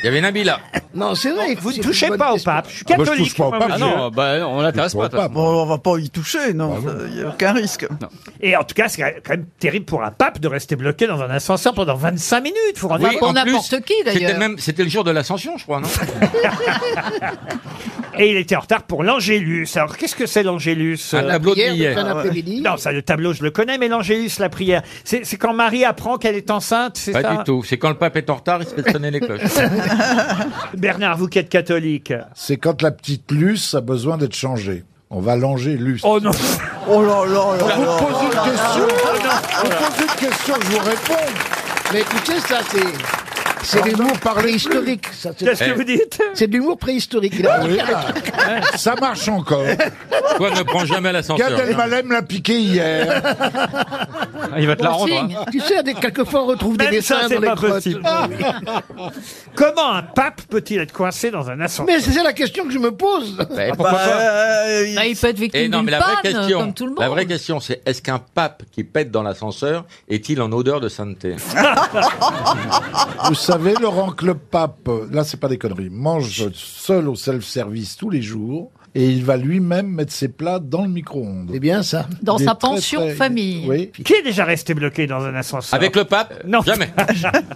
[SPEAKER 8] Il y avait Nabila.
[SPEAKER 4] Non, c'est vrai.
[SPEAKER 1] Vous ne touchez pas au pape. Je suis catholique. moi,
[SPEAKER 17] Ah
[SPEAKER 1] monsieur.
[SPEAKER 17] non, bah, non, on l'intéresse pas.
[SPEAKER 28] Bon, on va pas y toucher, non. Il n'y a aucun risque.
[SPEAKER 1] Et en tout cas, c'est quand même terrible pour un pape de rester bloqué dans un ascenseur pendant 25 minutes. Faut rendre
[SPEAKER 8] Oui,
[SPEAKER 1] compte.
[SPEAKER 8] en plus, C'était même, c'était le jour de l'ascension, je crois, non
[SPEAKER 1] Et il était en retard pour l'Angélus. Alors, qu'est-ce que c'est l'Angélus
[SPEAKER 8] Un
[SPEAKER 1] euh,
[SPEAKER 8] tableau de Prière Ah de prière. fin
[SPEAKER 4] d'après-midi.
[SPEAKER 1] Non, ça, le tableau, je le connais, mais l'Angélus, la prière, c'est c'est quand Marie apprend qu'elle est enceinte, c'est
[SPEAKER 8] Pas
[SPEAKER 1] ça
[SPEAKER 8] du tout. C'est Ah, quand le pape est en retard, il se fait sonner les cloches.
[SPEAKER 1] Bernard, vous qui êtes catholique.
[SPEAKER 11] C'est quand la petite luce a besoin d'être changée. On va langer luce.
[SPEAKER 1] Oh non
[SPEAKER 28] Oh là là
[SPEAKER 11] On vous pose une question
[SPEAKER 4] Vous posez une question, je vous réponds. Mais écoutez, ça, c'est. C'est de l'humour préhistorique. ça, c'est-
[SPEAKER 11] Qu'est-ce que vous
[SPEAKER 1] dites
[SPEAKER 4] C'est de l'humour préhistorique. Ah, Il a-
[SPEAKER 11] Ça marche encore.
[SPEAKER 8] Toi, ne prends jamais
[SPEAKER 11] Gad
[SPEAKER 8] l'ascenseur.
[SPEAKER 11] Elmalem l'a piqué hier.
[SPEAKER 8] Il va
[SPEAKER 1] hein.
[SPEAKER 4] Tu sais, des- quelquefois, on retrouve des
[SPEAKER 1] Même ça,
[SPEAKER 4] dessins
[SPEAKER 1] c'est
[SPEAKER 4] dans les
[SPEAKER 1] pas
[SPEAKER 4] grottes.
[SPEAKER 1] possible.
[SPEAKER 4] Ah.
[SPEAKER 1] Comment un pape peut-il être coincé dans un ascenseur
[SPEAKER 4] Mais c'est ça la question que je me pose.
[SPEAKER 11] Ah, bah, euh,
[SPEAKER 8] euh,
[SPEAKER 29] Ah, il peut être victime
[SPEAKER 8] Et Eh non,
[SPEAKER 29] d'une
[SPEAKER 8] bah, mais la vraie
[SPEAKER 29] panne,
[SPEAKER 8] question,
[SPEAKER 29] comme tout le monde.
[SPEAKER 8] la vraie question, c'est est-ce qu'un pape qui pète dans l'ascenseur est-il en odeur de sainteté
[SPEAKER 11] Vous savez, Laurent, que le pape, là, c'est pas des conneries, mange seul au self-service tous les jours et il va lui-même mettre ses plats dans le micro-ondes. C'est
[SPEAKER 4] bien ça.
[SPEAKER 29] Dans sa pension famille.
[SPEAKER 11] Oui.
[SPEAKER 1] Qui est déjà resté bloqué dans un ascenseur Euh,
[SPEAKER 8] Avec le pape
[SPEAKER 1] Non.
[SPEAKER 8] Jamais.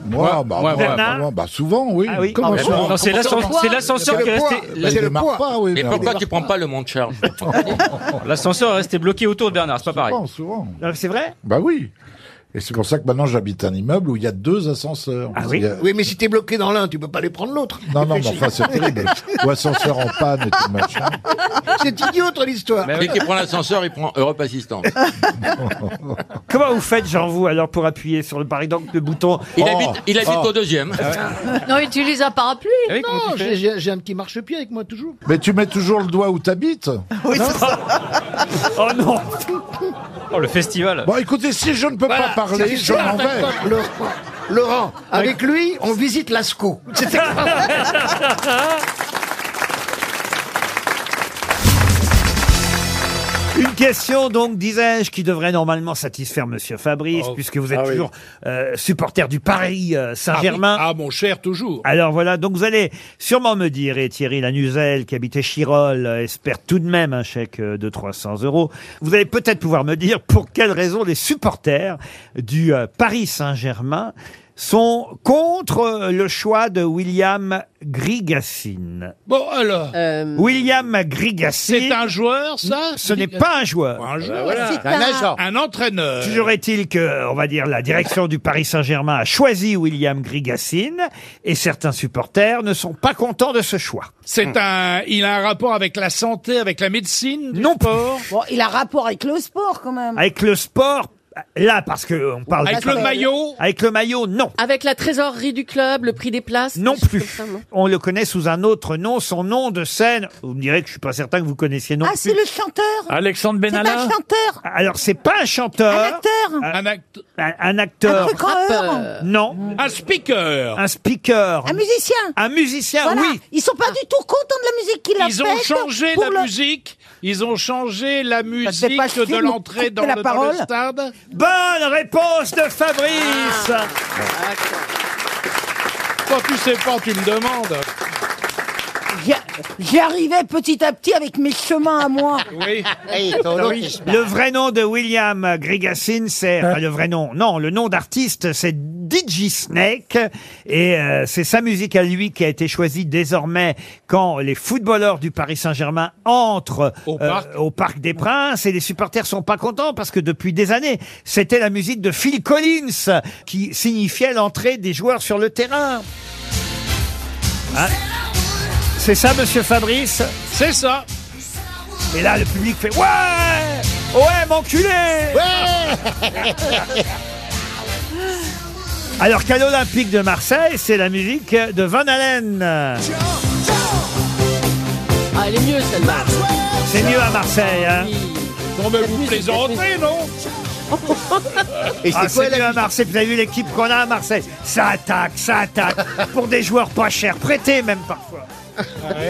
[SPEAKER 11] Moi, bah,
[SPEAKER 1] moi,
[SPEAKER 11] moi,
[SPEAKER 1] Bernard
[SPEAKER 11] moi, bah, souvent, oui.
[SPEAKER 1] Ah oui.
[SPEAKER 11] Comment
[SPEAKER 1] Ah,
[SPEAKER 11] ça
[SPEAKER 1] bon,
[SPEAKER 17] non, c'est l'ascenseur-
[SPEAKER 11] Pourquoi
[SPEAKER 17] c'est l'ascenseur
[SPEAKER 11] C'est
[SPEAKER 17] qui est
[SPEAKER 11] le
[SPEAKER 17] resté-
[SPEAKER 11] poids.
[SPEAKER 17] le-
[SPEAKER 11] Bah, il
[SPEAKER 17] le
[SPEAKER 11] démarre
[SPEAKER 17] poids.
[SPEAKER 11] pas, oui,
[SPEAKER 8] Mais
[SPEAKER 11] mais
[SPEAKER 8] pourquoi
[SPEAKER 11] on
[SPEAKER 8] tu prends pas le monde charge
[SPEAKER 17] L'ascenseur est resté bloqué autour de Bernard, c'est pas pareil.
[SPEAKER 11] démarre souvent.
[SPEAKER 1] Non, C'est vrai
[SPEAKER 11] Bah oui. Et c'est pour ça que maintenant j'habite un immeuble où il y a deux ascenseurs.
[SPEAKER 1] Ah oui
[SPEAKER 11] Il y a-
[SPEAKER 4] Oui, mais si t'es bloqué dans l'un, tu peux pas les prendre l'autre.
[SPEAKER 11] Non, non, mais enfin, c'est terrible. Ou ascenseur en panne et tout machin.
[SPEAKER 4] C'est idiot, ton histoire.
[SPEAKER 8] Dès qu'il prend l'ascenseur, il prend Europe Assistance.
[SPEAKER 1] Comment vous faites, Jean, vous, alors, pour appuyer sur le, par exemple, le bouton Oh.
[SPEAKER 8] Il habite, il
[SPEAKER 29] Oh.
[SPEAKER 8] habite au deuxième.
[SPEAKER 29] Ah Non, utilise un parapluie.
[SPEAKER 4] Non, j'ai- j'ai j'ai un petit marchepied avec moi toujours.
[SPEAKER 11] Mais tu mets toujours le doigt où t'habites
[SPEAKER 1] Oh non
[SPEAKER 17] Oh, le festival.
[SPEAKER 11] Bon, écoutez, si je ne peux
[SPEAKER 4] Voilà,
[SPEAKER 11] pas parler,
[SPEAKER 4] c'est
[SPEAKER 11] je m'en
[SPEAKER 4] l'histoire,
[SPEAKER 11] vais.
[SPEAKER 4] Franck, Laurent, Laurent, avec lui, on visite Lascaux. C'est extraordinaire.
[SPEAKER 1] Une question, donc, disais-je, qui devrait normalement satisfaire Monsieur Fabrice, puisque vous êtes
[SPEAKER 30] Ah oui.
[SPEAKER 1] toujours euh, supporter du Paris euh, Saint-Germain.
[SPEAKER 30] Ah, oui. Ah, mon cher, toujours.
[SPEAKER 1] Alors voilà, donc vous allez sûrement me dire, et Thierry Lanuzel, qui habitait Chirol, euh, espère tout de même un chèque euh, de 300 euros, vous allez peut-être pouvoir me dire pour quelles raisons les supporters du euh, Paris Saint-Germain sont contre euh, le choix de William Grigassine.
[SPEAKER 2] Bon, alors.
[SPEAKER 3] Euh,
[SPEAKER 1] William Grigassine.
[SPEAKER 2] C'est un joueur, ça
[SPEAKER 1] Ce n'est pas un joueur.
[SPEAKER 2] Un joueur.
[SPEAKER 1] voilà. C'est un agent.
[SPEAKER 2] Un entraîneur.
[SPEAKER 1] Toujours est-il que, on va dire, la direction du Paris Saint-Germain a choisi William Grigassine et certains supporters ne sont pas contents de ce choix.
[SPEAKER 2] C'est un, il a un rapport avec la santé, avec la médecine, non sport.
[SPEAKER 3] Bon, il a rapport avec le sport quand même.
[SPEAKER 1] Avec le sport, là, parce que euh, on parle
[SPEAKER 2] Avec
[SPEAKER 1] du
[SPEAKER 2] le
[SPEAKER 1] sport.
[SPEAKER 2] maillot
[SPEAKER 1] Avec le maillot, non.
[SPEAKER 3] Avec la trésorerie du club, le prix des places.
[SPEAKER 1] Non
[SPEAKER 3] des choses
[SPEAKER 1] plus.
[SPEAKER 3] comme ça, non
[SPEAKER 1] On le connaît sous un autre nom, son nom de scène. Vous me direz que je suis pas certain que vous connaissiez non
[SPEAKER 3] Ah,
[SPEAKER 1] plus.
[SPEAKER 3] c'est le chanteur.
[SPEAKER 1] Alexandre
[SPEAKER 3] C'est pas un chanteur.
[SPEAKER 1] Alors, c'est pas un chanteur.
[SPEAKER 2] Un acteur.
[SPEAKER 1] Un, un acteur.
[SPEAKER 3] Un rappeur.
[SPEAKER 1] Non.
[SPEAKER 2] Un speaker.
[SPEAKER 1] Un speaker.
[SPEAKER 3] Un musicien.
[SPEAKER 1] Un musicien,
[SPEAKER 3] Voilà.
[SPEAKER 1] oui.
[SPEAKER 3] Ils sont pas du tout contents de la musique qu'il a
[SPEAKER 2] Ils ont
[SPEAKER 3] faite
[SPEAKER 2] changé
[SPEAKER 3] pour
[SPEAKER 2] la
[SPEAKER 3] le-
[SPEAKER 2] musique. Ils ont changé la musique
[SPEAKER 3] pas ce
[SPEAKER 2] de
[SPEAKER 3] film où
[SPEAKER 2] l'entrée
[SPEAKER 3] couper
[SPEAKER 2] dans,
[SPEAKER 3] la
[SPEAKER 2] le- dans le
[SPEAKER 3] parole.
[SPEAKER 2] stade.
[SPEAKER 1] Bonne réponse de Fabrice.
[SPEAKER 2] Quand tu sais pas, tu me demandes.
[SPEAKER 3] J'y j'y arrivais petit à petit avec mes chemins à moi. Ah
[SPEAKER 2] Oui.
[SPEAKER 1] Le vrai nom de William Grigassine, c'est enfin, le vrai nom. Non, le nom d'artiste, c'est DJ Snake, et euh, c'est sa musique à lui qui a été choisie désormais quand les footballeurs du Paris Saint-Germain entrent euh, au, parc. des Princes. Et les supporters sont pas contents parce que depuis des années, c'était la musique de Phil Collins qui signifiait l'entrée des joueurs sur le terrain. Hein c'est ça, Monsieur Fabrice
[SPEAKER 2] C'est ça.
[SPEAKER 1] Et là, le public fait ouais, ouais, m'enculé. Alors qu'à l'Olympique de Marseille, c'est la musique de Van Halen.
[SPEAKER 3] Ah, elle est mieux celle-là.
[SPEAKER 1] C'est mieux à Marseille. Hein.
[SPEAKER 2] Non, mais vous plaisantez, non
[SPEAKER 1] Ah, c'est mieux à Marseille. Vous avez vu l'équipe qu'on a à Marseille Ça attaque, ça attaque. Pour des joueurs pas chers, prêtés même parfois.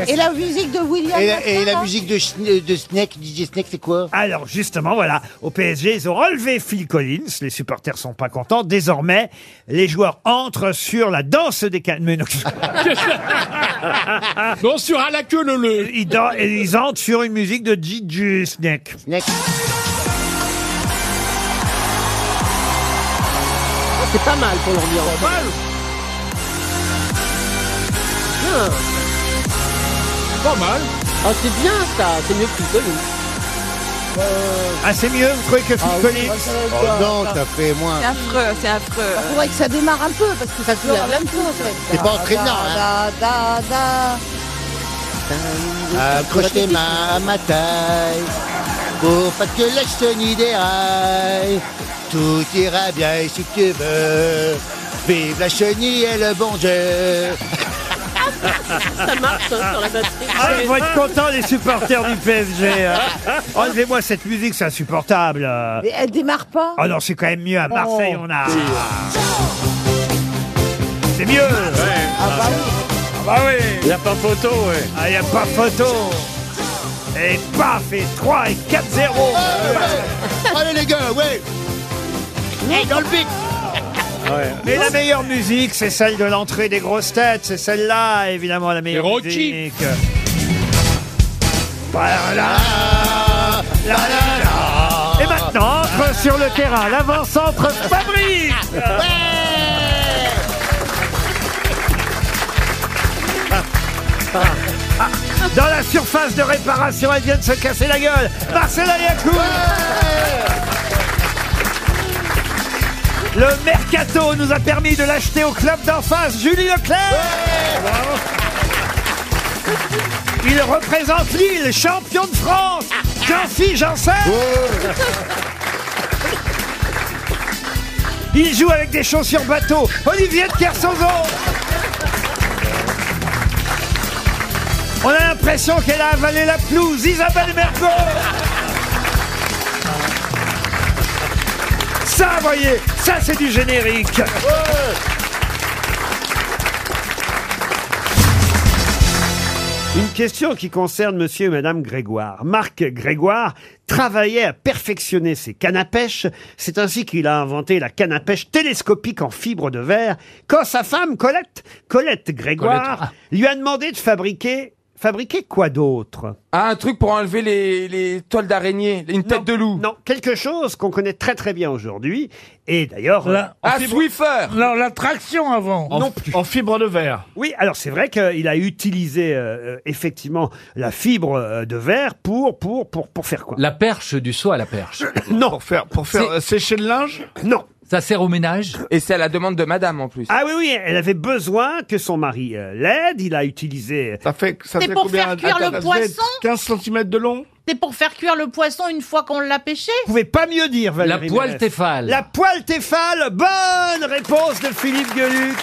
[SPEAKER 3] Et la musique de William hein.
[SPEAKER 4] Et la, et la
[SPEAKER 3] Martin, là
[SPEAKER 4] musique de, Schn- euh, de Snake, DJ Snake, c'est quoi
[SPEAKER 1] Alors justement, voilà, au PSG, ils ont relevé Phil Collins. Les supporters sont pas contents. Désormais, les joueurs entrent sur la danse des cannes. Mais non. non, sur à la queue le le. Ils, dan- et ils entrent sur une musique de DJ Snake.
[SPEAKER 5] Ah, C'est pas mal pour l'ambiance. Pas mal. Pas mal. Ah, c'est bien ça, c'est mieux que nous. Euh,
[SPEAKER 1] Ah, c'est mieux, vous trouvez que Phil
[SPEAKER 5] Ah oui,
[SPEAKER 1] Collins
[SPEAKER 5] oh non, t'as
[SPEAKER 4] fait moins.
[SPEAKER 31] C'est affreux, c'est affreux.
[SPEAKER 3] Il Ah, faudrait que ça démarre un peu parce que ça toujours la même chose. en fait.
[SPEAKER 4] T'es pas entraîneur,
[SPEAKER 3] Da, da, da,
[SPEAKER 4] Accroche ma mains à ma taille Pour pas que la chenille déraille Tout ira bien si tu veux Vive la chenille et le bon Dieu
[SPEAKER 5] Ça marche hein, sur la batterie.
[SPEAKER 1] Ah, ils vont être contents, les supporters du PSG. hein. Enlevez-moi cette musique, c'est insupportable. euh.
[SPEAKER 3] Mais elle démarre pas.
[SPEAKER 1] Oh non, c'est quand même mieux. À Marseille,
[SPEAKER 3] Oh.
[SPEAKER 1] on a. Ah. C'est mieux. Ah bah oui. Ah bah oui. Y a pas photo, ouais. Ah, y a pas photo. Et paf, et 3 et 4-0.
[SPEAKER 4] Allez les gars, ouais
[SPEAKER 5] Mais dans le but
[SPEAKER 1] Mais la meilleure musique, c'est celle de l'entrée des grosses têtes. C'est celle-là, évidemment, la meilleure
[SPEAKER 5] Et Rocky.
[SPEAKER 1] musique. Voilà. Et maintenant, entre sur le terrain l'avant-centre Fabrice
[SPEAKER 7] Ah.
[SPEAKER 1] Dans la surface de réparation, elle vient de se casser la gueule Marcela Yacoub Le mercato nous a permis de l'acheter au club d'en face, Julie Leclerc Bravo. Il représente Lille, champion de France Jean-Philippe Janssen Il joue avec des chaussures bateau. Olivier de Kersozo. On a l'impression qu'elle a avalé la pelouse. Isabelle Mergo. Ça, voyez, ça c'est du générique. Une question qui concerne monsieur et madame Grégoire. Marc Grégoire travaillait à perfectionner ses cannes à pêche. C'est ainsi qu'il a inventé la canne à pêche télescopique en fibre de verre quand sa femme Colette, Colette Grégoire,
[SPEAKER 7] Colette, ah.
[SPEAKER 1] lui a demandé de fabriquer, fabriquer quoi d'autre?
[SPEAKER 7] Ah, un truc pour enlever les, les toiles d'araignée, une tête de loup.
[SPEAKER 1] Non, quelque chose qu'on connaît très très bien aujourd'hui. Et d'ailleurs,
[SPEAKER 7] La- en Ah, fibre- Swiffer
[SPEAKER 1] Non, l'attraction avant.
[SPEAKER 7] En-
[SPEAKER 1] en fibre de verre. Oui, alors c'est vrai qu'il a utilisé euh, euh, effectivement la fibre euh, de verre pour pour pour pour faire quoi
[SPEAKER 14] La perche du seau à la perche.
[SPEAKER 1] Non. Pour faire
[SPEAKER 7] pour faire, euh,
[SPEAKER 1] sécher le linge Non.
[SPEAKER 7] Ça sert au ménage Et c'est à la demande de madame en plus.
[SPEAKER 1] Ah oui oui, elle avait besoin que son mari euh, l'aide. Il a utilisé. euh, Ça fait ça
[SPEAKER 14] C'est fait pour combien, faire cuire le attends, ça fait poisson
[SPEAKER 1] 15 cm de long.
[SPEAKER 14] C'est pour faire cuire le poisson une fois qu'on l'a pêché
[SPEAKER 1] Vous pouvez pas mieux dire, Valérie.
[SPEAKER 14] poêle
[SPEAKER 1] Mérès.
[SPEAKER 14] Tefal.
[SPEAKER 1] La poêle Tefal. Bonne réponse de Philippe Gueluc.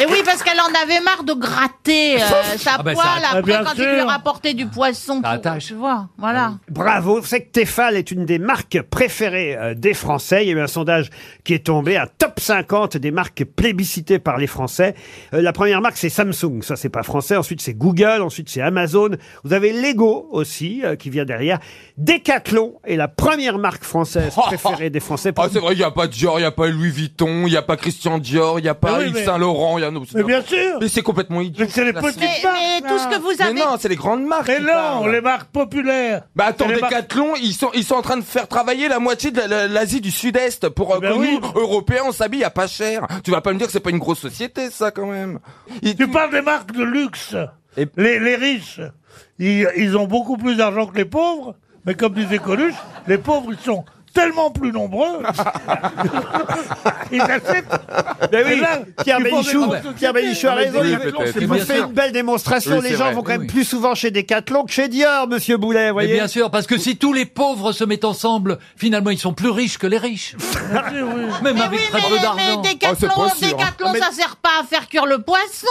[SPEAKER 14] Et Eh oui, parce qu'elle en avait marre de gratter euh, sa
[SPEAKER 1] Ah ben, ça
[SPEAKER 14] poêle
[SPEAKER 1] attache.
[SPEAKER 14] après
[SPEAKER 1] Bien
[SPEAKER 14] quand
[SPEAKER 1] sûr.
[SPEAKER 14] il lui rapportait du poisson.
[SPEAKER 1] Ça
[SPEAKER 14] pour-
[SPEAKER 1] attache.
[SPEAKER 14] Tu vois, voilà.
[SPEAKER 3] Ah
[SPEAKER 1] Bravo, c'est que Tefal est une des marques préférées euh, des Français. Il y a eu un sondage qui est tombé à top 50 des marques plébiscitées par les Français. Euh, la première marque, c'est Samsung, ça c'est pas français. Ensuite, c'est Google, ensuite c'est Amazon. Vous avez Lego aussi, euh, qui vient derrière. Decathlon est la première marque française préférée des Français.
[SPEAKER 7] Ah, c'est vrai, il n'y a pas Dior, il n'y a pas Louis Vuitton, il n'y a pas Christian Dior, il n'y a pas
[SPEAKER 1] Mais oui,
[SPEAKER 7] Yves
[SPEAKER 1] mais-
[SPEAKER 7] Saint-Laurent, il y a... non, c'est
[SPEAKER 1] Mais bien
[SPEAKER 7] n'importe-
[SPEAKER 1] sûr.
[SPEAKER 7] Mais c'est complètement idiot.
[SPEAKER 1] Mais c'est les
[SPEAKER 7] ça.
[SPEAKER 14] Mais, mais tout ce que vous avez...
[SPEAKER 7] Mais non, c'est les grandes marques. Mais non, les marques populaires. Bah attends,
[SPEAKER 32] C'est les marques-
[SPEAKER 7] Decathlon, ils sont ils sont en train de faire travailler la moitié de la- la- l'Asie du Sud-Est pour
[SPEAKER 1] Eh ben
[SPEAKER 7] euh, que nous Européens on s'habille à pas cher. Tu vas pas me dire que c'est pas une grosse société ça quand même.
[SPEAKER 2] Tu parles des marques de luxe. Les, les riches, ils, ils ont beaucoup plus d'argent que les pauvres, mais comme disait Coluche, les pauvres, ils sont tellement plus nombreux. ils acceptent.
[SPEAKER 1] Ben
[SPEAKER 2] Et
[SPEAKER 14] Eh
[SPEAKER 1] oui,
[SPEAKER 2] là,
[SPEAKER 1] Pierre
[SPEAKER 2] ils font des
[SPEAKER 1] Bénichou,
[SPEAKER 2] grandes sociétés.
[SPEAKER 1] Pierre Bénichou a
[SPEAKER 14] Ah,
[SPEAKER 1] raison.
[SPEAKER 2] Oui,
[SPEAKER 1] il-
[SPEAKER 2] peut-être.
[SPEAKER 1] Il
[SPEAKER 2] Oui,
[SPEAKER 1] vous
[SPEAKER 2] bien
[SPEAKER 1] fait
[SPEAKER 2] sûr.
[SPEAKER 1] une belle démonstration.
[SPEAKER 14] Oui,
[SPEAKER 1] les
[SPEAKER 14] c'est
[SPEAKER 1] gens
[SPEAKER 14] vrai.
[SPEAKER 1] vont quand même
[SPEAKER 14] Oui.
[SPEAKER 1] plus souvent chez Decathlon que chez Dior, Monsieur Boulet,
[SPEAKER 14] Mais
[SPEAKER 1] voyez.
[SPEAKER 14] bien sûr, parce
[SPEAKER 1] que
[SPEAKER 14] si tous les pauvres se mettent ensemble, finalement ils sont plus riches que les riches. Même Mais avec oui, très peu mais, mais d'argent. Décathlon,
[SPEAKER 3] Ah,
[SPEAKER 14] Décathlon, ça sert pas à faire cuire le poisson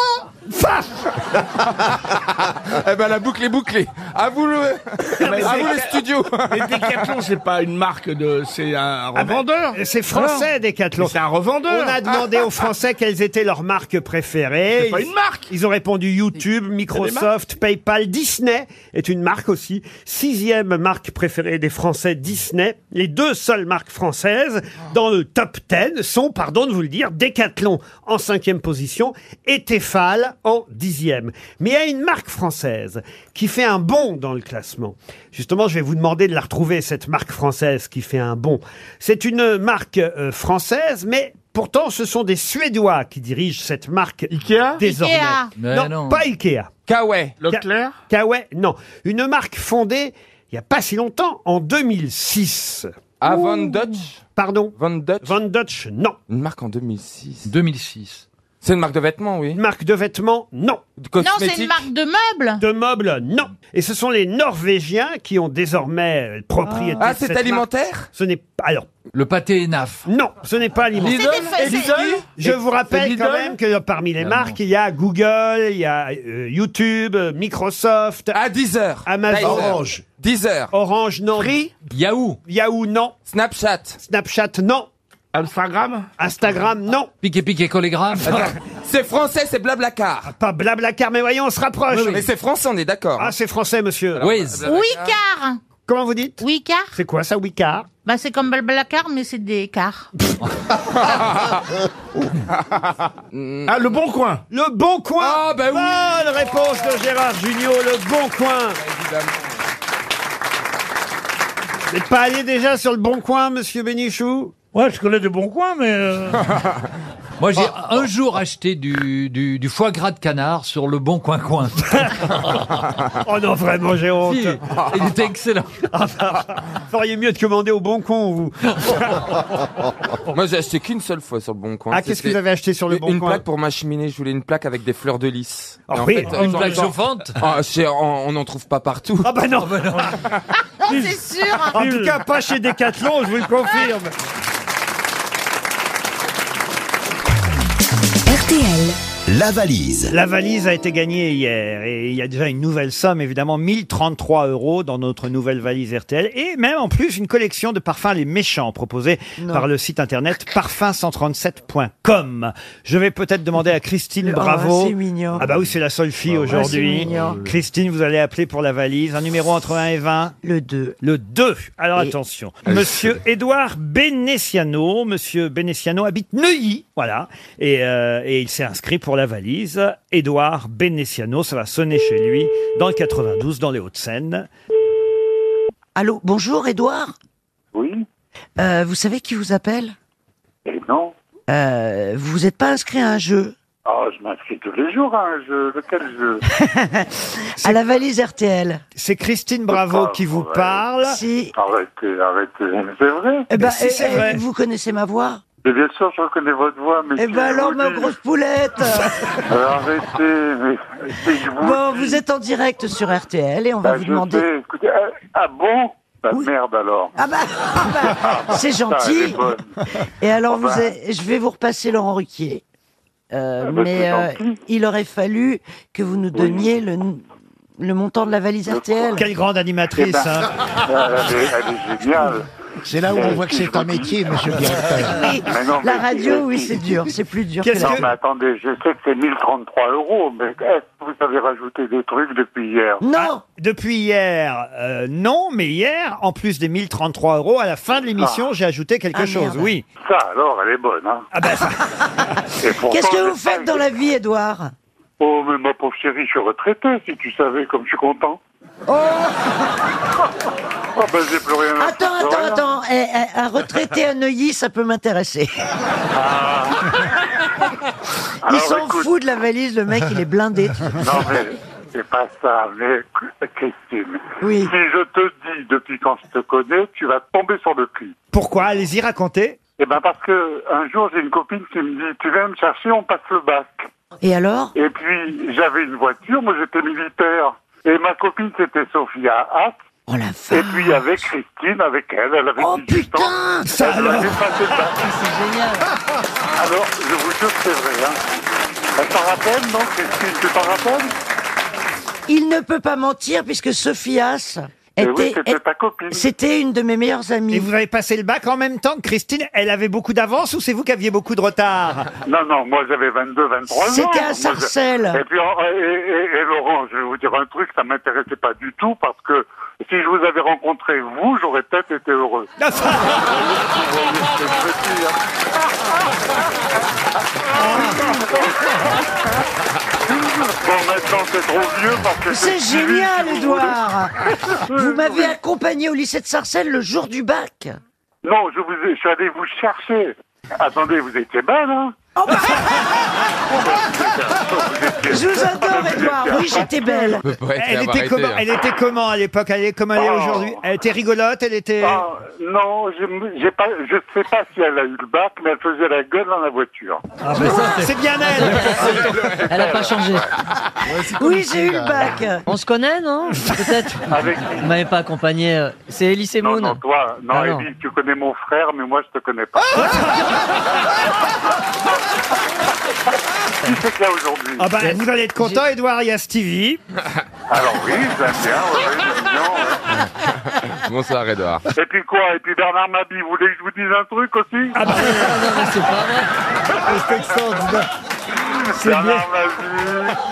[SPEAKER 7] eh ben la boucle est bouclée. À vous le, à vous le studio.
[SPEAKER 6] Mais Decathlon, c'est pas une marque de. C'est un
[SPEAKER 1] Ah ben,
[SPEAKER 6] revendeur.
[SPEAKER 1] C'est français,
[SPEAKER 6] Alors
[SPEAKER 1] Decathlon.
[SPEAKER 6] Mais C'est un revendeur.
[SPEAKER 1] On a demandé aux Français quelles étaient leurs marques préférées.
[SPEAKER 6] C'est pas
[SPEAKER 1] Ils-
[SPEAKER 6] une marque.
[SPEAKER 1] Ils ont répondu YouTube,
[SPEAKER 6] des marques.
[SPEAKER 1] Microsoft, PayPal. Disney est une marque aussi. Sixième marque préférée des Français, Disney. Les deux seules marques françaises
[SPEAKER 6] Ah.
[SPEAKER 1] dans le top 10 sont, pardon de vous le dire, Decathlon en cinquième position et Tefal en dixième. Mais il y a une marque française qui fait un bond dans le classement. Justement, je vais vous demander de la retrouver, cette marque française qui fait un bond. C'est une marque euh, française, mais pourtant, ce sont des Suédois qui dirigent cette marque Ikea désormais.
[SPEAKER 15] Ikea. Mais
[SPEAKER 1] Non,
[SPEAKER 15] non.
[SPEAKER 1] pas Ikea. Kawaii. Leclerc Kawaii, non. Une marque fondée il n'y a pas si longtemps, en 2006.
[SPEAKER 7] Ah, Van
[SPEAKER 1] Dutch Pardon
[SPEAKER 7] Van Dutch.
[SPEAKER 1] Van Dutch, non.
[SPEAKER 7] Une marque en 2006.
[SPEAKER 1] 2006.
[SPEAKER 7] C'est une marque de vêtements, oui. Une
[SPEAKER 1] marque de vêtements, non.
[SPEAKER 7] De
[SPEAKER 15] Non, c'est une marque de meubles.
[SPEAKER 1] De meubles, non. Et ce sont les Norvégiens qui ont désormais euh, propriété.
[SPEAKER 7] Ah,
[SPEAKER 1] de
[SPEAKER 7] c'est
[SPEAKER 1] cette
[SPEAKER 7] alimentaire
[SPEAKER 1] marque. Ce n'est pas. Alors. Le pâté ENAF. Non, ce n'est
[SPEAKER 2] Ah.
[SPEAKER 1] pas alimentaire.
[SPEAKER 7] Lidl C'est des- et Lidl
[SPEAKER 1] Je
[SPEAKER 7] Et-
[SPEAKER 1] vous
[SPEAKER 7] c'est
[SPEAKER 1] rappelle
[SPEAKER 7] Lidl
[SPEAKER 1] quand même que parmi les marques, il y a Google, il y a euh, YouTube, euh, Microsoft. Ah, Deezer. Amazon.
[SPEAKER 7] Deezer.
[SPEAKER 1] Deezer. Orange, non. Yahoo. Yahoo, non. Snapchat. Snapchat, non. Instagram Instagram, non. Piqué, piqué, collégramme.
[SPEAKER 7] C'est français, c'est Blablacar.
[SPEAKER 1] Ah, Pas Blablacar, mais voyons, on se rapproche.
[SPEAKER 7] Oui, oui. Mais c'est français, on est d'accord. hein.
[SPEAKER 1] Ah, c'est français, monsieur.
[SPEAKER 7] Alors,
[SPEAKER 1] Waze.
[SPEAKER 7] Blablacar.
[SPEAKER 15] Wicard.
[SPEAKER 1] Comment vous dites
[SPEAKER 15] Wicard.
[SPEAKER 1] C'est quoi ça, Wicard
[SPEAKER 15] Bah, c'est comme Blablacar, mais c'est des cars.
[SPEAKER 1] Ah, le bon coin. Le bon coin. Ah, ben Bonne réponse de Gérard Junior, le bon coin. Vous n'êtes pas allé déjà sur le bon coin, monsieur Bénichou
[SPEAKER 33] Ouais, je connais des bons coins, mais. euh,
[SPEAKER 22] Moi, j'ai
[SPEAKER 34] Ah,
[SPEAKER 22] un jour acheté du, du, du foie gras de canard sur le bon coin-coin.
[SPEAKER 1] Oh non, vraiment, j'ai honte. Ah, bah,
[SPEAKER 22] Si, il était excellent.
[SPEAKER 1] Feriez mieux de commander au bon con, vous.
[SPEAKER 7] Moi, j'ai acheté qu'une seule fois sur le Bon Coin.
[SPEAKER 1] Ah, qu'est-ce que
[SPEAKER 7] C'était
[SPEAKER 1] vous avez acheté sur le
[SPEAKER 7] une-
[SPEAKER 1] Bon
[SPEAKER 7] une
[SPEAKER 1] Coin
[SPEAKER 7] plaque pour ma cheminée. Je voulais une plaque avec des fleurs de lys.
[SPEAKER 1] Ah
[SPEAKER 7] Et en
[SPEAKER 1] oui.
[SPEAKER 7] fait,
[SPEAKER 1] Une
[SPEAKER 7] en
[SPEAKER 1] plaque
[SPEAKER 7] même temps-
[SPEAKER 1] chauffante
[SPEAKER 7] Ah, chez- on on n'en trouve pas partout.
[SPEAKER 1] Ah bah non. Ah,
[SPEAKER 8] Oh,
[SPEAKER 15] c'est sûr.
[SPEAKER 1] En tout cas, pas chez Decathlon, je vous le confirme.
[SPEAKER 3] La valise.
[SPEAKER 1] La valise a été gagnée hier et il y a déjà une nouvelle somme, évidemment, 1033 euros dans notre nouvelle valise RTL et même en plus une collection de parfums Les Méchants proposée par le site internet parfum137.com. Je vais peut-être demander à Christine
[SPEAKER 8] Oh,
[SPEAKER 1] Bravo.
[SPEAKER 8] c'est mignon.
[SPEAKER 1] Ah bah oui, c'est la seule fille
[SPEAKER 8] Oh, c'est
[SPEAKER 1] aujourd'hui.
[SPEAKER 8] mignon.
[SPEAKER 1] Christine, vous allez appeler pour la valise. Un numéro entre 1 et 20 Le 2. Le 2. Alors
[SPEAKER 8] Et-
[SPEAKER 1] attention. Monsieur Édouard Benessiano. Monsieur Benessiano habite Neuilly. Voilà. Et, euh, et il s'est inscrit pour la valise. Édouard Benessiano. Ça va sonner chez lui dans le 92, dans les Hauts-de-Seine.
[SPEAKER 19] Allô, bonjour Edouard
[SPEAKER 5] Oui,
[SPEAKER 19] Euh, Vous savez qui vous appelle
[SPEAKER 5] et non.
[SPEAKER 19] Euh, Vous vous êtes pas inscrit à un jeu
[SPEAKER 5] Ah, je m'inscris tous les jours à un jeu. Lequel jeu
[SPEAKER 19] À la valise RTL.
[SPEAKER 1] C'est Christine Bravo qui vous
[SPEAKER 5] Ouais.
[SPEAKER 1] parle.
[SPEAKER 5] Arrêtez, arrêtez. C'est vrai
[SPEAKER 19] Eh ben,
[SPEAKER 1] si,
[SPEAKER 19] eh,
[SPEAKER 1] c'est
[SPEAKER 19] eh,
[SPEAKER 1] vrai.
[SPEAKER 19] vous connaissez ma voix
[SPEAKER 5] Mais bien sûr, je reconnais votre voix, mais...
[SPEAKER 19] Eh ben alors, ma grosse poulette
[SPEAKER 5] Arrêtez, mais... si je vous...
[SPEAKER 19] Bon, vous êtes en direct sur RTL et on va
[SPEAKER 5] Bah,
[SPEAKER 19] vous
[SPEAKER 5] je
[SPEAKER 19] demander...
[SPEAKER 5] sais, écoutez, ah, ah bon Bah merde alors.
[SPEAKER 19] Ah bah, c'est
[SPEAKER 5] putain, elle
[SPEAKER 19] gentil.
[SPEAKER 5] est bonne.
[SPEAKER 19] Et alors,
[SPEAKER 5] Oh
[SPEAKER 19] vous
[SPEAKER 5] bah.
[SPEAKER 19] avez- je vais vous repasser Laurent Ruquier. Euh,
[SPEAKER 5] Ah bah,
[SPEAKER 19] mais
[SPEAKER 5] c'est
[SPEAKER 19] euh, il aurait fallu que vous nous donniez le, le montant de la valise RTL.
[SPEAKER 1] Quelle grande
[SPEAKER 5] Eh
[SPEAKER 1] animatrice.
[SPEAKER 5] ben,
[SPEAKER 1] hein.
[SPEAKER 5] elle, est, elle est géniale.
[SPEAKER 1] C'est là où
[SPEAKER 5] Et
[SPEAKER 1] on voit que
[SPEAKER 5] si
[SPEAKER 1] c'est
[SPEAKER 5] je vous
[SPEAKER 1] un
[SPEAKER 5] dis-
[SPEAKER 1] métier, monsieur le
[SPEAKER 19] Oui,
[SPEAKER 5] Mais non,
[SPEAKER 19] la
[SPEAKER 5] mais-
[SPEAKER 19] radio, oui, c'est dur, c'est plus dur que
[SPEAKER 5] Qu'est-ce
[SPEAKER 19] la
[SPEAKER 5] que... Non, mais attendez, je sais que c'est 1033 euros, mais est-ce que vous avez rajouté des trucs depuis hier
[SPEAKER 1] Non Ah, Depuis hier, euh, non, mais hier, en plus des 1033 euros, à la fin de l'émission,
[SPEAKER 5] Ah.
[SPEAKER 1] j'ai ajouté quelque
[SPEAKER 5] Ah,
[SPEAKER 1] chose,
[SPEAKER 5] merde.
[SPEAKER 1] oui. Ah bah,
[SPEAKER 5] Ça, alors, elle est bonne, hein Et pourtant,
[SPEAKER 19] Qu'est-ce que
[SPEAKER 5] je
[SPEAKER 19] vous faites dans la vie, Edouard
[SPEAKER 5] Oh, mais ma pauvre chérie, je suis retraité, si tu savais comme je suis content. Oh, ben, j'ai plus rien. à
[SPEAKER 19] Attends,
[SPEAKER 5] foutre de
[SPEAKER 19] attends,
[SPEAKER 5] rien.
[SPEAKER 19] attends. eh, eh, un retraité à Neuilly, ça peut m'intéresser.
[SPEAKER 5] Ah.
[SPEAKER 19] Il
[SPEAKER 5] Alors,
[SPEAKER 19] s'en
[SPEAKER 5] écoute.
[SPEAKER 19] fout de la valise, le mec, il est blindé.
[SPEAKER 5] Non, mais c'est pas ça, mais Christine.
[SPEAKER 19] Oui.
[SPEAKER 5] Si je te dis depuis quand je te connais, tu vas tomber sur le cul.
[SPEAKER 1] Pourquoi Allez-y, racontez.
[SPEAKER 5] Eh ben, parce que un jour, j'ai une copine qui me dit Tu viens me chercher, on passe le bac.
[SPEAKER 19] Et alors
[SPEAKER 5] Et puis, j'avais une voiture, moi j'étais militaire. Et ma copine, c'était Sophia Haas. Et puis, il y avait Christine avec elle. Elle avait oh, putain,
[SPEAKER 1] Ça
[SPEAKER 5] elle
[SPEAKER 1] alors
[SPEAKER 5] avait passé le bac.
[SPEAKER 19] C'est génial.
[SPEAKER 5] Alors, je vous jure que c'est vrai. Hein. Elle t'en rappelle, non Christine, tu t'en rappelles
[SPEAKER 19] Il ne peut pas mentir puisque Sophie Haas
[SPEAKER 1] Eh oui,
[SPEAKER 19] était-
[SPEAKER 1] c'était ta copine.
[SPEAKER 19] C'était une de mes meilleures amies.
[SPEAKER 1] Et vous avez passé le bac en même temps que Christine. Elle avait beaucoup d'avance ou c'est vous qui aviez beaucoup de retard
[SPEAKER 5] Non, non, moi j'avais 22, 23 ans.
[SPEAKER 1] C'était à
[SPEAKER 5] Moi, je-
[SPEAKER 1] Sarcelles.
[SPEAKER 5] Et puis, en- et, et- et Laurent, je vais vous dire un truc, ça m'intéressait pas du tout parce que si je vous avais rencontré vous, j'aurais peut-être été heureux. Bon, maintenant c'est trop vieux parce que
[SPEAKER 19] C'est
[SPEAKER 5] si vieux,
[SPEAKER 19] génial,
[SPEAKER 5] si vous
[SPEAKER 19] Edouard
[SPEAKER 5] voulez.
[SPEAKER 19] Vous m'avez accompagné au lycée de Sarcelles le jour du bac.
[SPEAKER 5] Non, je, vous ai- je suis allé vous chercher. Attendez, vous étiez belle, hein
[SPEAKER 19] Oh, bah. Je vous adore, Edouard. Ah Oui, j'étais belle.
[SPEAKER 1] Elle était, comment, elle était comment à l'époque Elle est comme elle est
[SPEAKER 5] Oh.
[SPEAKER 1] aujourd'hui Elle était rigolote Elle était...
[SPEAKER 5] Ah, non, je ne j'ai pas, je sais pas si elle a eu le bac, mais elle faisait la gueule dans la voiture.
[SPEAKER 35] Ah, bah,
[SPEAKER 1] c'est bien elle
[SPEAKER 35] Elle a pas changé.
[SPEAKER 19] Oui, j'ai eu le bac.
[SPEAKER 35] On se connaît, non Peut-être. Vous m'avez pas accompagné. euh, C'est Elise Moon.
[SPEAKER 5] Non, toi, non,
[SPEAKER 35] Ah, non.
[SPEAKER 5] Élie, tu connais mon frère, mais moi, je te connais pas. Qui c'est qu'il y a aujourd'hui
[SPEAKER 1] Ah bah, vous allez être content, Edouard, il y a Stevie.
[SPEAKER 5] Alors oui, je l'aime bien, ouais, ouais, il est mignon, ouais.
[SPEAKER 7] Bonsoir, Edouard.
[SPEAKER 5] Et puis quoi Et puis Bernard Mabi, vous voulez que je vous dise un truc aussi Ah bah
[SPEAKER 35] c'est pas
[SPEAKER 5] C'est Bernard Mabi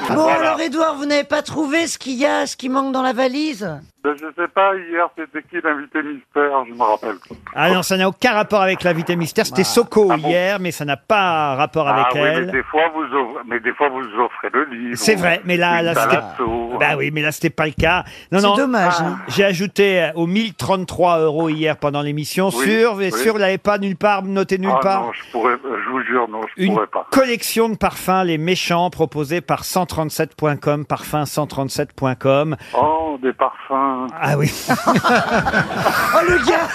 [SPEAKER 19] Bon,
[SPEAKER 5] voilà.
[SPEAKER 19] alors, Edouard, vous n'avez pas trouvé ce qu'il y a, ce qui manque dans la valise
[SPEAKER 5] Ben, Je sais pas, hier, c'était qui l'invité mystère Je me rappelle plus.
[SPEAKER 1] Ah non, ça n'a aucun rapport avec l'invité mystère.
[SPEAKER 19] Ah.
[SPEAKER 1] C'était Soko hier, mais ça n'a pas rapport avec
[SPEAKER 5] ah oui,
[SPEAKER 1] elle.
[SPEAKER 5] mais des fois vous offrez, mais des fois vous offrez le livre.
[SPEAKER 1] C'est vrai, mais là,
[SPEAKER 5] Une
[SPEAKER 1] là,
[SPEAKER 5] balade
[SPEAKER 1] c'était-
[SPEAKER 5] autour.
[SPEAKER 1] Bah oui, mais là, c'était pas le cas. Non,
[SPEAKER 5] C'est
[SPEAKER 1] non.
[SPEAKER 5] dommage, hein.
[SPEAKER 1] J'ai ajouté euh, aux 1033 euros hier pendant l'émission.
[SPEAKER 5] Oui,
[SPEAKER 1] sûr, et
[SPEAKER 5] oui.
[SPEAKER 1] sûr, vous l'avez pas nulle part, noté nulle
[SPEAKER 5] Ah
[SPEAKER 1] part.
[SPEAKER 5] non, je pourrais, je vous jure, non, je
[SPEAKER 1] Une
[SPEAKER 5] pourrais pas.
[SPEAKER 1] collection de parfums, les méchants, proposée par 137.com, parfum137.com.
[SPEAKER 5] Oh, des parfums.
[SPEAKER 1] Ah oui.
[SPEAKER 19] Oh, le gars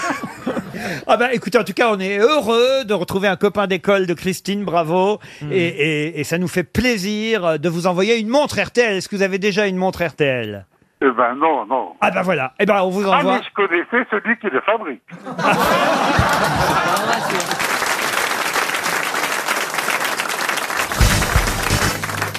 [SPEAKER 1] Ah bah écoutez, en tout cas, on est heureux de retrouver un copain d'école de Christine, bravo. Et, et- et ça nous fait plaisir de vous envoyer une montre RTL. Est-ce que vous avez déjà une montre RTL
[SPEAKER 5] Eh ben non, non.
[SPEAKER 1] Ah bah voilà, eh ben on vous
[SPEAKER 5] Ah
[SPEAKER 1] envoie.
[SPEAKER 5] mais je connaissais celui qui les fabrique.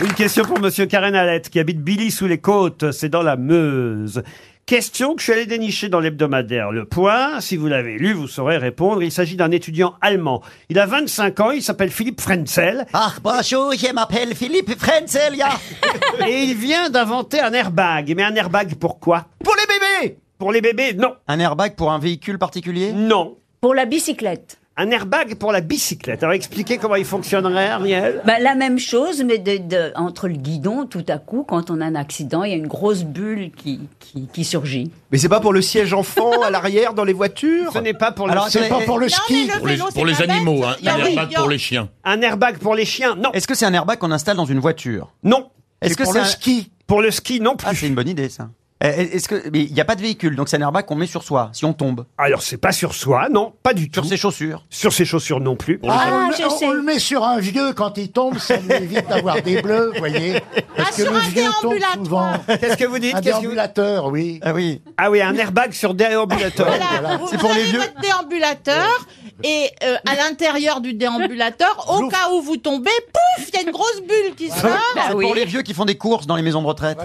[SPEAKER 1] Une question pour Monsieur Karen Allette, qui habite Billy sous les côtes, c'est dans la Meuse. Question que je suis allé dénicher dans l'hebdomadaire Le Point. Si vous l'avez lu, vous saurez répondre. Il s'agit d'un étudiant allemand. Il a 25 ans, il s'appelle Philippe Frenzel.
[SPEAKER 36] Ach, bonjour, je m'appelle Philippe Frenzel, ja.
[SPEAKER 1] Et il vient d'inventer un airbag. Mais un airbag pourquoi Pour les bébés Pour les bébés, non. Un airbag pour un véhicule particulier Non.
[SPEAKER 6] Pour la bicyclette.
[SPEAKER 1] Un airbag pour la bicyclette. Alors expliquez comment il fonctionnerait, Ariel.
[SPEAKER 6] Bah, la même chose, mais de- de- entre le guidon, tout à coup, quand on a un accident, il y a une grosse bulle qui, qui, qui surgit.
[SPEAKER 21] Mais c'est pas pour le siège enfant à l'arrière dans les voitures. Ce
[SPEAKER 1] n'est pas pour
[SPEAKER 21] le.
[SPEAKER 6] Alors,
[SPEAKER 21] c'est
[SPEAKER 6] attendez,
[SPEAKER 21] pas pour le
[SPEAKER 6] non,
[SPEAKER 21] ski.
[SPEAKER 6] mais le Pour les- vélo, pour c'est les pas bête. animaux, hein, Il y a- un oui, airbag il y a- pour les
[SPEAKER 21] chiens.
[SPEAKER 1] Un airbag pour les chiens, non.
[SPEAKER 21] Est-ce que c'est un airbag qu'on installe dans une voiture
[SPEAKER 1] Non.
[SPEAKER 21] Est-ce que pour c'est le un-
[SPEAKER 1] ski Pour le ski, non plus.
[SPEAKER 21] Ah, c'est une bonne idée ça. Euh, Est-ce que mais il n'y a pas de véhicule, donc c'est un airbag qu'on met sur soi si on tombe.
[SPEAKER 1] Alors c'est pas sur soi, non, pas du
[SPEAKER 21] tout. Sur ses chaussures.
[SPEAKER 1] Sur ses chaussures non plus.
[SPEAKER 3] Ah,
[SPEAKER 4] on, le- on- on le met sur un vieux quand il tombe, ça nous évite d'avoir des bleus, vous voyez. Parce que le vieux tombe souvent.
[SPEAKER 1] Qu'est-ce que vous dites
[SPEAKER 4] Un
[SPEAKER 1] Qu'est-ce que vous-
[SPEAKER 4] déambulateur, oui.
[SPEAKER 21] Ah oui.
[SPEAKER 1] Ah oui, un airbag sur déambulateur.
[SPEAKER 6] Voilà.
[SPEAKER 4] C'est pour les vieux.
[SPEAKER 6] votre
[SPEAKER 3] déambulateur et euh, à l'intérieur du déambulateur, au cas où vous tombez, pouf, il y a une grosse bulle qui
[SPEAKER 6] Ah,
[SPEAKER 3] sort.
[SPEAKER 6] bah
[SPEAKER 21] c'est pour les vieux qui font des courses dans les maisons de retraite.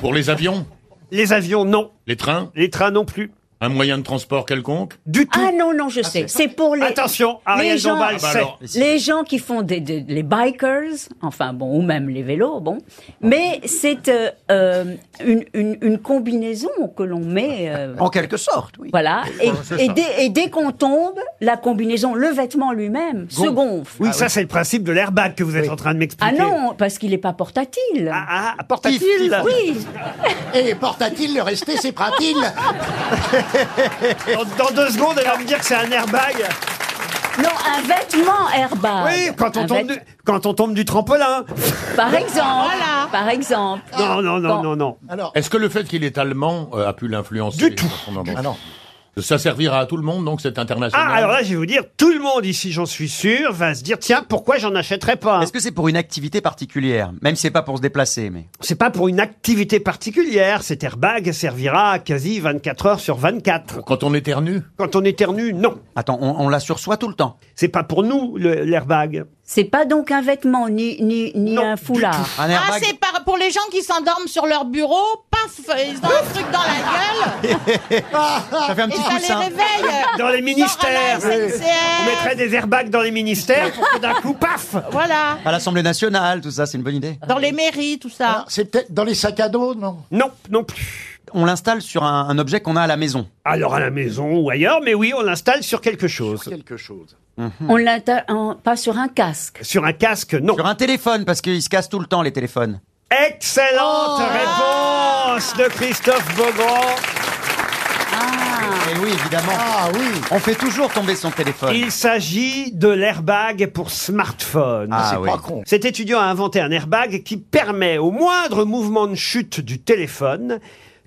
[SPEAKER 2] Pour les avions
[SPEAKER 1] Les avions, non.
[SPEAKER 2] Les trains
[SPEAKER 1] Les trains, non plus.
[SPEAKER 2] Un moyen de transport quelconque
[SPEAKER 1] Du
[SPEAKER 6] Ah non, non, je sais. C'est pour les.
[SPEAKER 1] Attention, Ariel
[SPEAKER 6] les gens,
[SPEAKER 1] Dombal Ah bah sait. alors.
[SPEAKER 6] les gens qui font des, des- les bikers, enfin bon, ou même les vélos, bon. Mais c'est euh, euh, une, une- une combinaison que l'on met. euh,
[SPEAKER 21] En quelque sorte, oui.
[SPEAKER 6] Voilà. Et,
[SPEAKER 21] Voilà, c'est
[SPEAKER 6] et
[SPEAKER 21] ça.
[SPEAKER 6] dès, et dès qu'on tombe, la combinaison, le vêtement lui-même, se gonfle.
[SPEAKER 1] Ah Oui, ça c'est le principe de l'airbag que vous êtes en train de
[SPEAKER 6] Ah
[SPEAKER 1] m'expliquer.
[SPEAKER 6] non, parce qu'il n'est pas portatile.
[SPEAKER 1] Ah, portatile
[SPEAKER 6] Oui.
[SPEAKER 4] Et portatile, le rester, c'est pratique.
[SPEAKER 1] dans, dans deux secondes, elle va me dire que c'est un airbag.
[SPEAKER 6] Non, un vêtement airbag.
[SPEAKER 1] Oui, quand on,
[SPEAKER 6] Un
[SPEAKER 1] tombe
[SPEAKER 6] vêt-
[SPEAKER 1] du, quand on tombe du trampolin.
[SPEAKER 6] Par exemple. Par exemple.
[SPEAKER 1] Ah, Non, non, non,
[SPEAKER 6] Bon.
[SPEAKER 1] non, non.
[SPEAKER 2] Est-ce que le fait qu'il est allemand euh, a pu l'influencer Du tout. Ah non.
[SPEAKER 37] Ça servira à tout le monde, donc c'est international.
[SPEAKER 1] Ah, alors là, je vais vous dire, tout le monde ici, j'en suis sûr, va se dire tiens, pourquoi j'en achèterais pas
[SPEAKER 21] Est-ce que c'est pour une activité particulière Même si c'est pas pour se déplacer, mais.
[SPEAKER 1] C'est pas pour une activité particulière. Cet airbag servira quasi 24 heures sur 24.
[SPEAKER 37] Quand on éternue
[SPEAKER 1] Quand on éternue, non.
[SPEAKER 21] Attends, on, on la sursoit tout le temps.
[SPEAKER 1] C'est pas pour nous, le- l'airbag.
[SPEAKER 6] C'est pas donc un vêtement, ni, ni, ni un foulard.
[SPEAKER 3] Ah, c'est par- pour les gens qui s'endorment sur leur bureau, paf, euh, ils ont un truc dans la gueule.
[SPEAKER 1] Ça
[SPEAKER 3] fait un Et petit ça les coussin. réveille.
[SPEAKER 1] hein. Dans les
[SPEAKER 3] Genre
[SPEAKER 1] ministères.
[SPEAKER 3] à la SNCF.
[SPEAKER 1] On mettrait des airbags dans les ministères pour que d'un coup, paf
[SPEAKER 3] Voilà.
[SPEAKER 21] À l'Assemblée nationale, tout ça, c'est une bonne idée.
[SPEAKER 3] Dans les mairies, tout ça.
[SPEAKER 4] C'est peut-être dans les sacs à dos, non
[SPEAKER 1] Non, non plus.
[SPEAKER 21] On l'installe sur un, un objet qu'on a à la maison.
[SPEAKER 1] Alors à la maison ou ailleurs, mais oui, on l'installe sur quelque chose.
[SPEAKER 21] Quelque chose.
[SPEAKER 6] On l'intègre en- pas sur un casque.
[SPEAKER 1] Sur un casque, non.
[SPEAKER 21] Sur un téléphone, parce qu'ils se cassent tout le temps, les téléphones.
[SPEAKER 1] Excellente
[SPEAKER 21] Oh.
[SPEAKER 1] réponse de Christophe Beaugrand.
[SPEAKER 21] Eh oui, évidemment. On fait toujours tomber son téléphone.
[SPEAKER 1] Il s'agit de l'airbag pour smartphone.
[SPEAKER 21] Ah, C'est oui. pas con.
[SPEAKER 1] Cet étudiant a inventé un airbag qui permet au moindre mouvement de chute du téléphone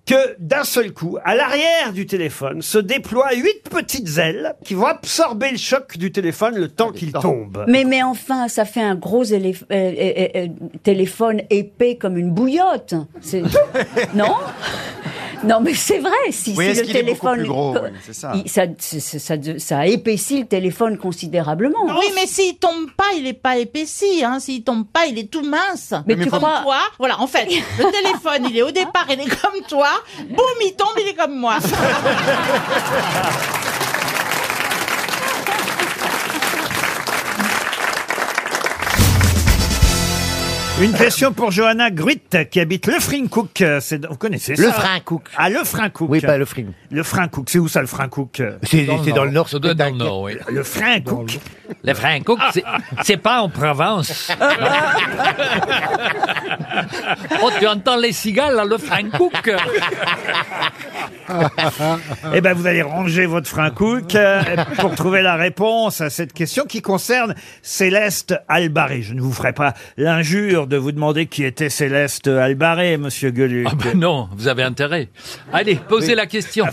[SPEAKER 1] que d'un seul coup, à l'arrière du téléphone, se déploient huit petites ailes qui vont absorber le choc du téléphone le
[SPEAKER 21] Ah,
[SPEAKER 1] temps qu'il tombe.
[SPEAKER 6] Mais, mais enfin, ça fait un gros élé- euh, euh, euh, téléphone épais comme une bouillotte. C'est- non Non, mais c'est vrai. Si,
[SPEAKER 21] Oui,
[SPEAKER 6] si
[SPEAKER 21] est-ce
[SPEAKER 6] le
[SPEAKER 21] qu'il est beaucoup
[SPEAKER 6] téléphone.
[SPEAKER 21] plus gros Oui, c'est ça.
[SPEAKER 6] il- ça, c'est- c'est- ça de- ça épaissit le téléphone considérablement.
[SPEAKER 3] Oui, mais s'il tombe pas, il est pas épaissi. Hein. S'il tombe pas, il est tout mince.
[SPEAKER 6] Mais tu
[SPEAKER 3] comme
[SPEAKER 6] crois-
[SPEAKER 3] toi. Voilà, en fait, le téléphone, il est au départ, il est comme toi. Boum, il tombe, il est comme moi.
[SPEAKER 1] Une question pour Johanna Gruit qui habite Le Frincook. Euh, c'est- Vous connaissez ça
[SPEAKER 34] Le Frincook.
[SPEAKER 1] Ah, Le Frincook.
[SPEAKER 34] Oui, pas Le Fring.
[SPEAKER 1] Le Frincook, c'est où ça le Frincook
[SPEAKER 34] C'est- Dans le c'est dans Nord. le Nord,
[SPEAKER 1] c'est
[SPEAKER 34] Ça doit être dans le
[SPEAKER 1] Nord, oui. Le Frincook.
[SPEAKER 14] Le Frincook, c'est- c'est pas en Provence. oh, tu entends les cigales, là, le Frincook.
[SPEAKER 1] Eh ben, vous allez ranger votre Frincook euh, pour trouver la réponse à cette question qui concerne Céleste Albaré. Je ne vous ferai pas l'injure de vous demander qui était Céleste Albaré, monsieur Gueuluc.
[SPEAKER 14] Ah ben non, vous avez intérêt. Allez, posez la question.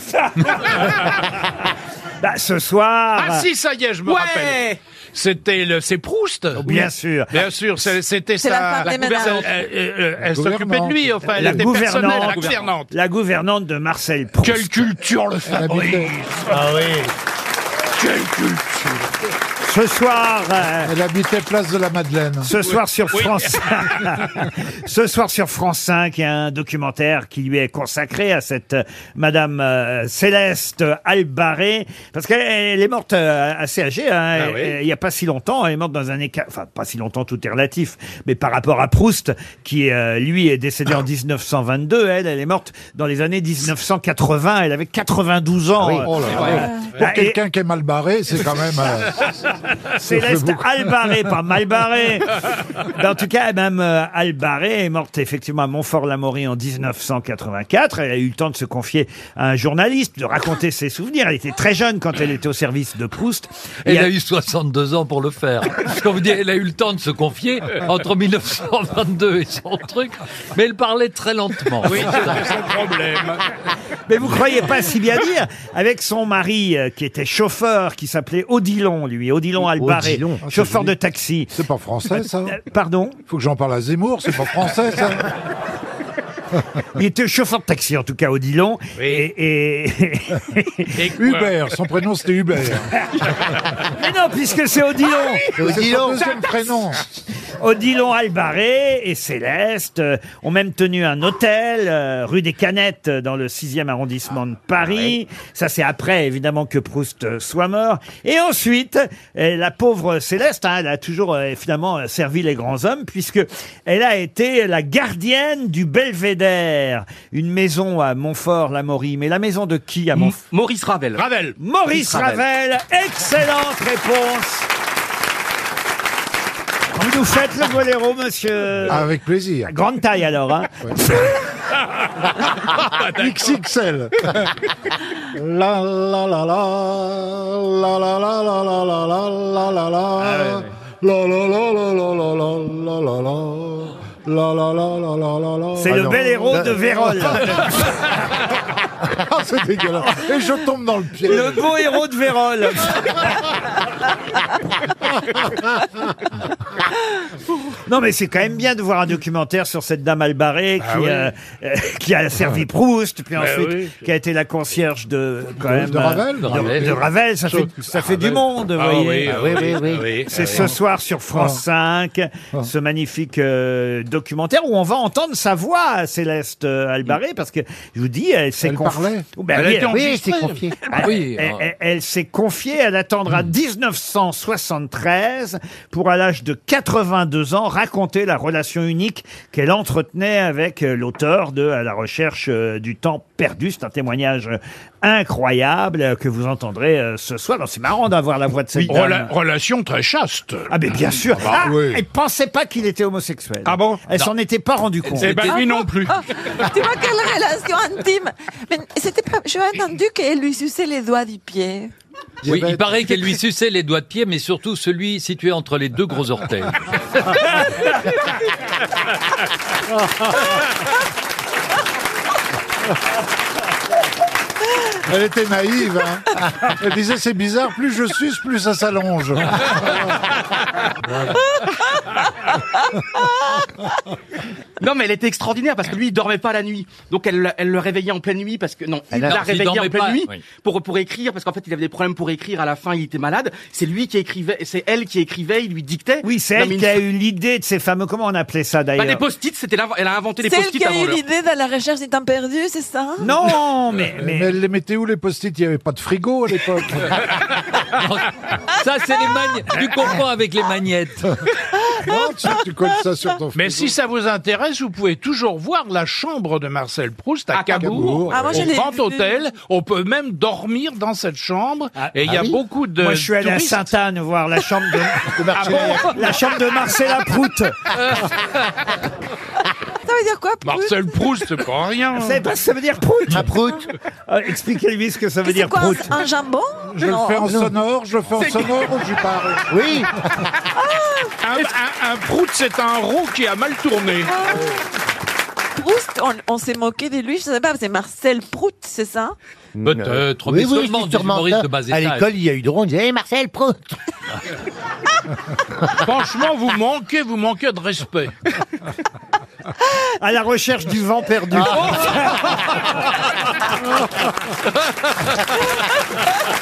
[SPEAKER 1] Bah, ce soir.
[SPEAKER 2] Ah si, ça y est, je me
[SPEAKER 1] Ouais. Oh,
[SPEAKER 2] rappelle. C'était le, c'est Proust.
[SPEAKER 1] bien sûr.
[SPEAKER 2] Bien sûr, c'est- c'était
[SPEAKER 1] C'est la
[SPEAKER 2] ça.
[SPEAKER 1] femme des ménages.
[SPEAKER 2] Elle, euh, elle- elle- elle s'occupait de lui, enfin. Elle
[SPEAKER 1] la
[SPEAKER 2] était
[SPEAKER 1] gouvernante,
[SPEAKER 2] personnelle, la gouvernante.
[SPEAKER 1] La gouvernante de Marcel Proust.
[SPEAKER 2] Quelle culture, le Fabrice.
[SPEAKER 1] Ah oui.
[SPEAKER 2] Quelle culture.
[SPEAKER 1] Ce soir.
[SPEAKER 2] euh,
[SPEAKER 11] Elle habitait place de la Madeleine.
[SPEAKER 1] Ce soir sur
[SPEAKER 11] Oui.
[SPEAKER 1] France, ce soir sur France 5, il y a un documentaire qui lui est consacré à cette euh, Madame euh, Céleste Albaré, parce qu'elle elle est morte euh, assez âgée, hein,
[SPEAKER 2] Ah
[SPEAKER 1] et-
[SPEAKER 2] oui.
[SPEAKER 1] et il y a pas si longtemps, elle est morte dans un écart, enfin pas si longtemps, tout est relatif, mais par rapport à Proust, qui euh, lui est décédé en 1922, elle, elle est morte dans les années 1980, elle avait 92 ans. euh,
[SPEAKER 11] Oh là là.
[SPEAKER 1] voilà.
[SPEAKER 11] Pour
[SPEAKER 1] Ah, et-
[SPEAKER 11] quelqu'un qui est mal barré, c'est quand même. euh,
[SPEAKER 1] Céleste
[SPEAKER 11] beaucoup.
[SPEAKER 1] Albaré, pas Malbaré. Mais en tout cas, Mme euh, Albaré est morte effectivement à Montfort-l'Amaury en 1984. Elle a eu le temps de se confier à un journaliste, de raconter ses souvenirs. Elle était très jeune quand elle était au service de Proust. Et
[SPEAKER 14] Elle
[SPEAKER 1] elle-
[SPEAKER 14] a eu 62 ans pour le faire. Quand vous dites, elle a eu le temps de se confier entre 1922 et son truc, mais elle parlait très lentement.
[SPEAKER 2] Oui, c'est son problème.
[SPEAKER 1] Mais vous croyez pas si bien dire avec son mari euh, qui était chauffeur, qui s'appelait Odilon, lui, Odilon Albaré,
[SPEAKER 11] Odilon. Ah, c'est
[SPEAKER 1] chauffeur de
[SPEAKER 11] joli.
[SPEAKER 1] taxi.
[SPEAKER 11] C'est pas français, ça
[SPEAKER 1] Euh, Pardon
[SPEAKER 11] Faut que j'en parle à Zemmour, c'est pas français, ça
[SPEAKER 1] Il était chauffeur de taxi, en tout cas, Odilon. Et, et-
[SPEAKER 11] Hubert, son prénom c'était Hubert.
[SPEAKER 1] Mais non, puisque c'est Odilon.
[SPEAKER 11] Ah C'est son deuxième prénom.
[SPEAKER 1] Odilon Albaré et Céleste euh, ont même tenu un hôtel euh, rue des Canettes euh, dans le 6e arrondissement de Paris. Ça, c'est après, évidemment, que Proust euh, soit mort. Et ensuite, euh, la pauvre Céleste, hein, elle a toujours euh, finalement euh, servi les grands hommes puisque elle a été la gardienne du Belvédère, une maison à Montfort-l'Amaury. Mais la maison de qui à Montfort
[SPEAKER 2] Maurice Ravel. Ravel.
[SPEAKER 1] Maurice Ravel, excellente réponse. Vous nous faites le boléro, monsieur.
[SPEAKER 11] Avec plaisir.
[SPEAKER 1] Grande taille alors, hein.
[SPEAKER 11] XXL. La la la la la la la la la la la la la
[SPEAKER 4] Ah
[SPEAKER 11] la la la la la la la la la la la Ah Ben, la la la la la la la
[SPEAKER 1] C'est le bel héros de Vérole.
[SPEAKER 4] Oh,
[SPEAKER 11] Ah, c'est dégueulasse. Et je tombe dans le pied.
[SPEAKER 1] Le beau héros de Vérole. Non, mais c'est quand même bien de voir un documentaire sur cette dame Albaré
[SPEAKER 5] Ah
[SPEAKER 1] qui,
[SPEAKER 5] oui.
[SPEAKER 1] euh, euh, qui a servi Proust, puis
[SPEAKER 5] Bah
[SPEAKER 1] ensuite
[SPEAKER 5] oui.
[SPEAKER 1] qui a été la concierge de, quand
[SPEAKER 5] De-
[SPEAKER 1] même,
[SPEAKER 5] de
[SPEAKER 1] euh,
[SPEAKER 5] Ravel
[SPEAKER 1] de,
[SPEAKER 5] De Ravel.
[SPEAKER 1] de Ravel, ça fait,
[SPEAKER 5] Surtout
[SPEAKER 1] ça fait du
[SPEAKER 5] Ravel.
[SPEAKER 1] monde, vous
[SPEAKER 5] Ah oui,
[SPEAKER 1] voyez.
[SPEAKER 5] ah oui, oui, oui. Ah
[SPEAKER 1] C'est
[SPEAKER 5] oui. Ah.
[SPEAKER 1] ce soir sur France 5, ce magnifique euh, documentaire où on va entendre sa voix, Céleste euh, Albaré, parce que je vous dis, elle s'est
[SPEAKER 11] Elle
[SPEAKER 1] conf-
[SPEAKER 11] parlait.
[SPEAKER 1] Oh, ben
[SPEAKER 11] Elle
[SPEAKER 1] oui,
[SPEAKER 11] était
[SPEAKER 1] elle-
[SPEAKER 11] enregistrée. Oui, elle s'est confiée.
[SPEAKER 5] Ah
[SPEAKER 1] Elle-
[SPEAKER 11] Oui,
[SPEAKER 1] elle-
[SPEAKER 11] hein.
[SPEAKER 1] elle- elle s'est confiée, elle
[SPEAKER 2] Hmm.
[SPEAKER 1] attendra 1973 pour, à l'âge de 82 ans, raconter la relation unique qu'elle entretenait avec euh, l'auteur de À la recherche euh, du temps perdu. C'est un témoignage euh, incroyable euh, que vous entendrez euh, ce soir. Non, C'est marrant d'avoir la voix de cette dame.
[SPEAKER 2] Rela- relation très chaste.
[SPEAKER 1] Ah, mais bien sûr.
[SPEAKER 2] Ah bah,
[SPEAKER 1] Ah,
[SPEAKER 2] oui.
[SPEAKER 1] Elle pensait pas qu'il était homosexuel. Ah
[SPEAKER 2] bon
[SPEAKER 1] Elle
[SPEAKER 2] Non.
[SPEAKER 1] s'en était pas rendue compte.
[SPEAKER 2] Eh
[SPEAKER 4] ah
[SPEAKER 2] ben, lui non plus.
[SPEAKER 3] Oh, Tu vois quelle relation intime. Mais c'était pas. J'ai entendu qu'elle lui suçait les doigts du pied.
[SPEAKER 14] Oui, il paraît qu'elle lui suçait les doigts de pied, mais surtout celui situé entre les deux gros orteils.
[SPEAKER 11] Elle était naïve. hein. Elle disait c'est bizarre, plus je suce, plus ça s'allonge.
[SPEAKER 4] Non, mais elle était extraordinaire parce que lui, il dormait pas la nuit. Donc elle, elle le réveillait en pleine nuit parce que non, il Alors, la s'il réveillait en dormait pleine pas, nuit oui. pour pour écrire parce qu'en fait, il avait des problèmes pour écrire. À la fin, il était malade. C'est lui qui écrivait, c'est elle qui écrivait. Il lui dictait.
[SPEAKER 1] Oui, c'est
[SPEAKER 4] Non,
[SPEAKER 1] elle
[SPEAKER 4] mais
[SPEAKER 1] qui a
[SPEAKER 4] une-
[SPEAKER 1] eu l'idée de ces fameux. Comment on appelait ça
[SPEAKER 4] Bah,
[SPEAKER 1] d'ailleurs
[SPEAKER 4] les post-it, c'était l'inv- elle a inventé les
[SPEAKER 3] C'est elle
[SPEAKER 4] post-it
[SPEAKER 3] qui a
[SPEAKER 4] avant
[SPEAKER 3] eu
[SPEAKER 4] l'heure.
[SPEAKER 3] l'idée de la recherche du temps perdu, c'est ça
[SPEAKER 1] Non, mais,
[SPEAKER 11] Euh, mais... elle les mettait où les post-it Il n'y avait pas de frigo à l'époque.
[SPEAKER 14] Ça, c'est les magnettes. Tu confonds avec les magnettes.
[SPEAKER 2] Mais si ça vous intéresse, vous pouvez toujours voir la chambre de Marcel Proust à, Cabourg,
[SPEAKER 3] Ah, moi, je
[SPEAKER 2] au
[SPEAKER 3] l'ai
[SPEAKER 2] Grand
[SPEAKER 3] vu.
[SPEAKER 2] Hôtel. On peut même dormir dans cette chambre. et il y a
[SPEAKER 1] Ah oui
[SPEAKER 2] beaucoup de
[SPEAKER 1] Moi, je suis allé
[SPEAKER 2] touristes.
[SPEAKER 1] à Sainte-Anne voir la chambre de,
[SPEAKER 2] Marcella.
[SPEAKER 1] Ah bon la chambre de Marcella Prout.
[SPEAKER 3] Ça veut dire quoi Proust
[SPEAKER 2] Marcel Proust, c'est pas rien.
[SPEAKER 1] Vous savez pas ce que ça veut dire Prout Prout. Expliquez-lui ce que ça veut
[SPEAKER 3] C'est
[SPEAKER 1] dire
[SPEAKER 3] quoi
[SPEAKER 1] Prout.
[SPEAKER 3] un, un jambon
[SPEAKER 11] Je le
[SPEAKER 3] Non.
[SPEAKER 11] fais en sonore, je le fais en sonore ou je parle. Oui.
[SPEAKER 1] Ah.
[SPEAKER 2] Un, un- un prout, c'est un roux qui a mal tourné.
[SPEAKER 3] Proust, on, on s'est moqué de lui, je sais pas, c'est Marcel Prout, c'est ça
[SPEAKER 14] Peut-être, mais seulement des
[SPEAKER 38] sûrement
[SPEAKER 14] humoristes
[SPEAKER 38] ça.
[SPEAKER 14] de bas
[SPEAKER 38] À
[SPEAKER 14] étage.
[SPEAKER 38] l'école, il y a eu de ronde. Il
[SPEAKER 4] Eh,
[SPEAKER 38] disait, Hey, Marcel Proust
[SPEAKER 2] Franchement, vous manquez, vous manquez de respect.
[SPEAKER 1] À la recherche du vent perdu.
[SPEAKER 4] Ah.
[SPEAKER 2] Oh.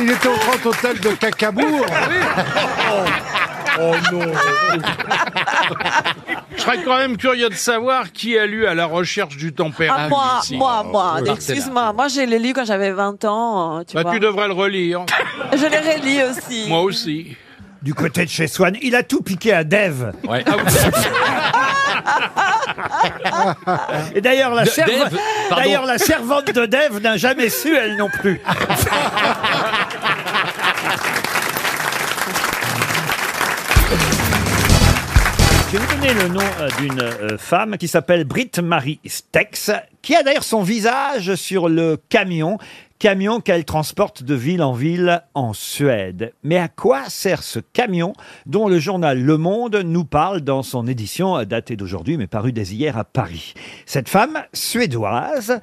[SPEAKER 11] Il était au grand hôtel de Cacabourg.
[SPEAKER 2] Oh non Je serais quand même curieux de savoir qui a lu à la recherche du temps perdu.
[SPEAKER 3] Ah, moi,
[SPEAKER 2] ici.
[SPEAKER 3] moi, moi,
[SPEAKER 2] Marcella.
[SPEAKER 3] excuse-moi, moi je l'ai lu quand j'avais 20 ans, euh, tu
[SPEAKER 2] Bah,
[SPEAKER 3] vois.
[SPEAKER 2] tu devrais le relire.
[SPEAKER 3] Je l'ai relis aussi.
[SPEAKER 2] moi aussi.
[SPEAKER 1] Du côté de chez Swan, il a tout piqué à Dev. Ah Et d'ailleurs, la,
[SPEAKER 5] De-
[SPEAKER 1] serve-
[SPEAKER 5] Dev, pardon.
[SPEAKER 1] d'ailleurs, la servante de Dev n'a jamais su, elle non plus. Je vais vous donner le nom euh, d'une euh, femme qui s'appelle Britt Marie Stex, qui a d'ailleurs son visage sur le camion, camion qu'elle transporte de ville en ville en Suède. Mais à quoi sert ce camion dont le journal Le Monde nous parle dans son édition euh, datée d'aujourd'hui, mais parue dès hier à Paris Cette femme suédoise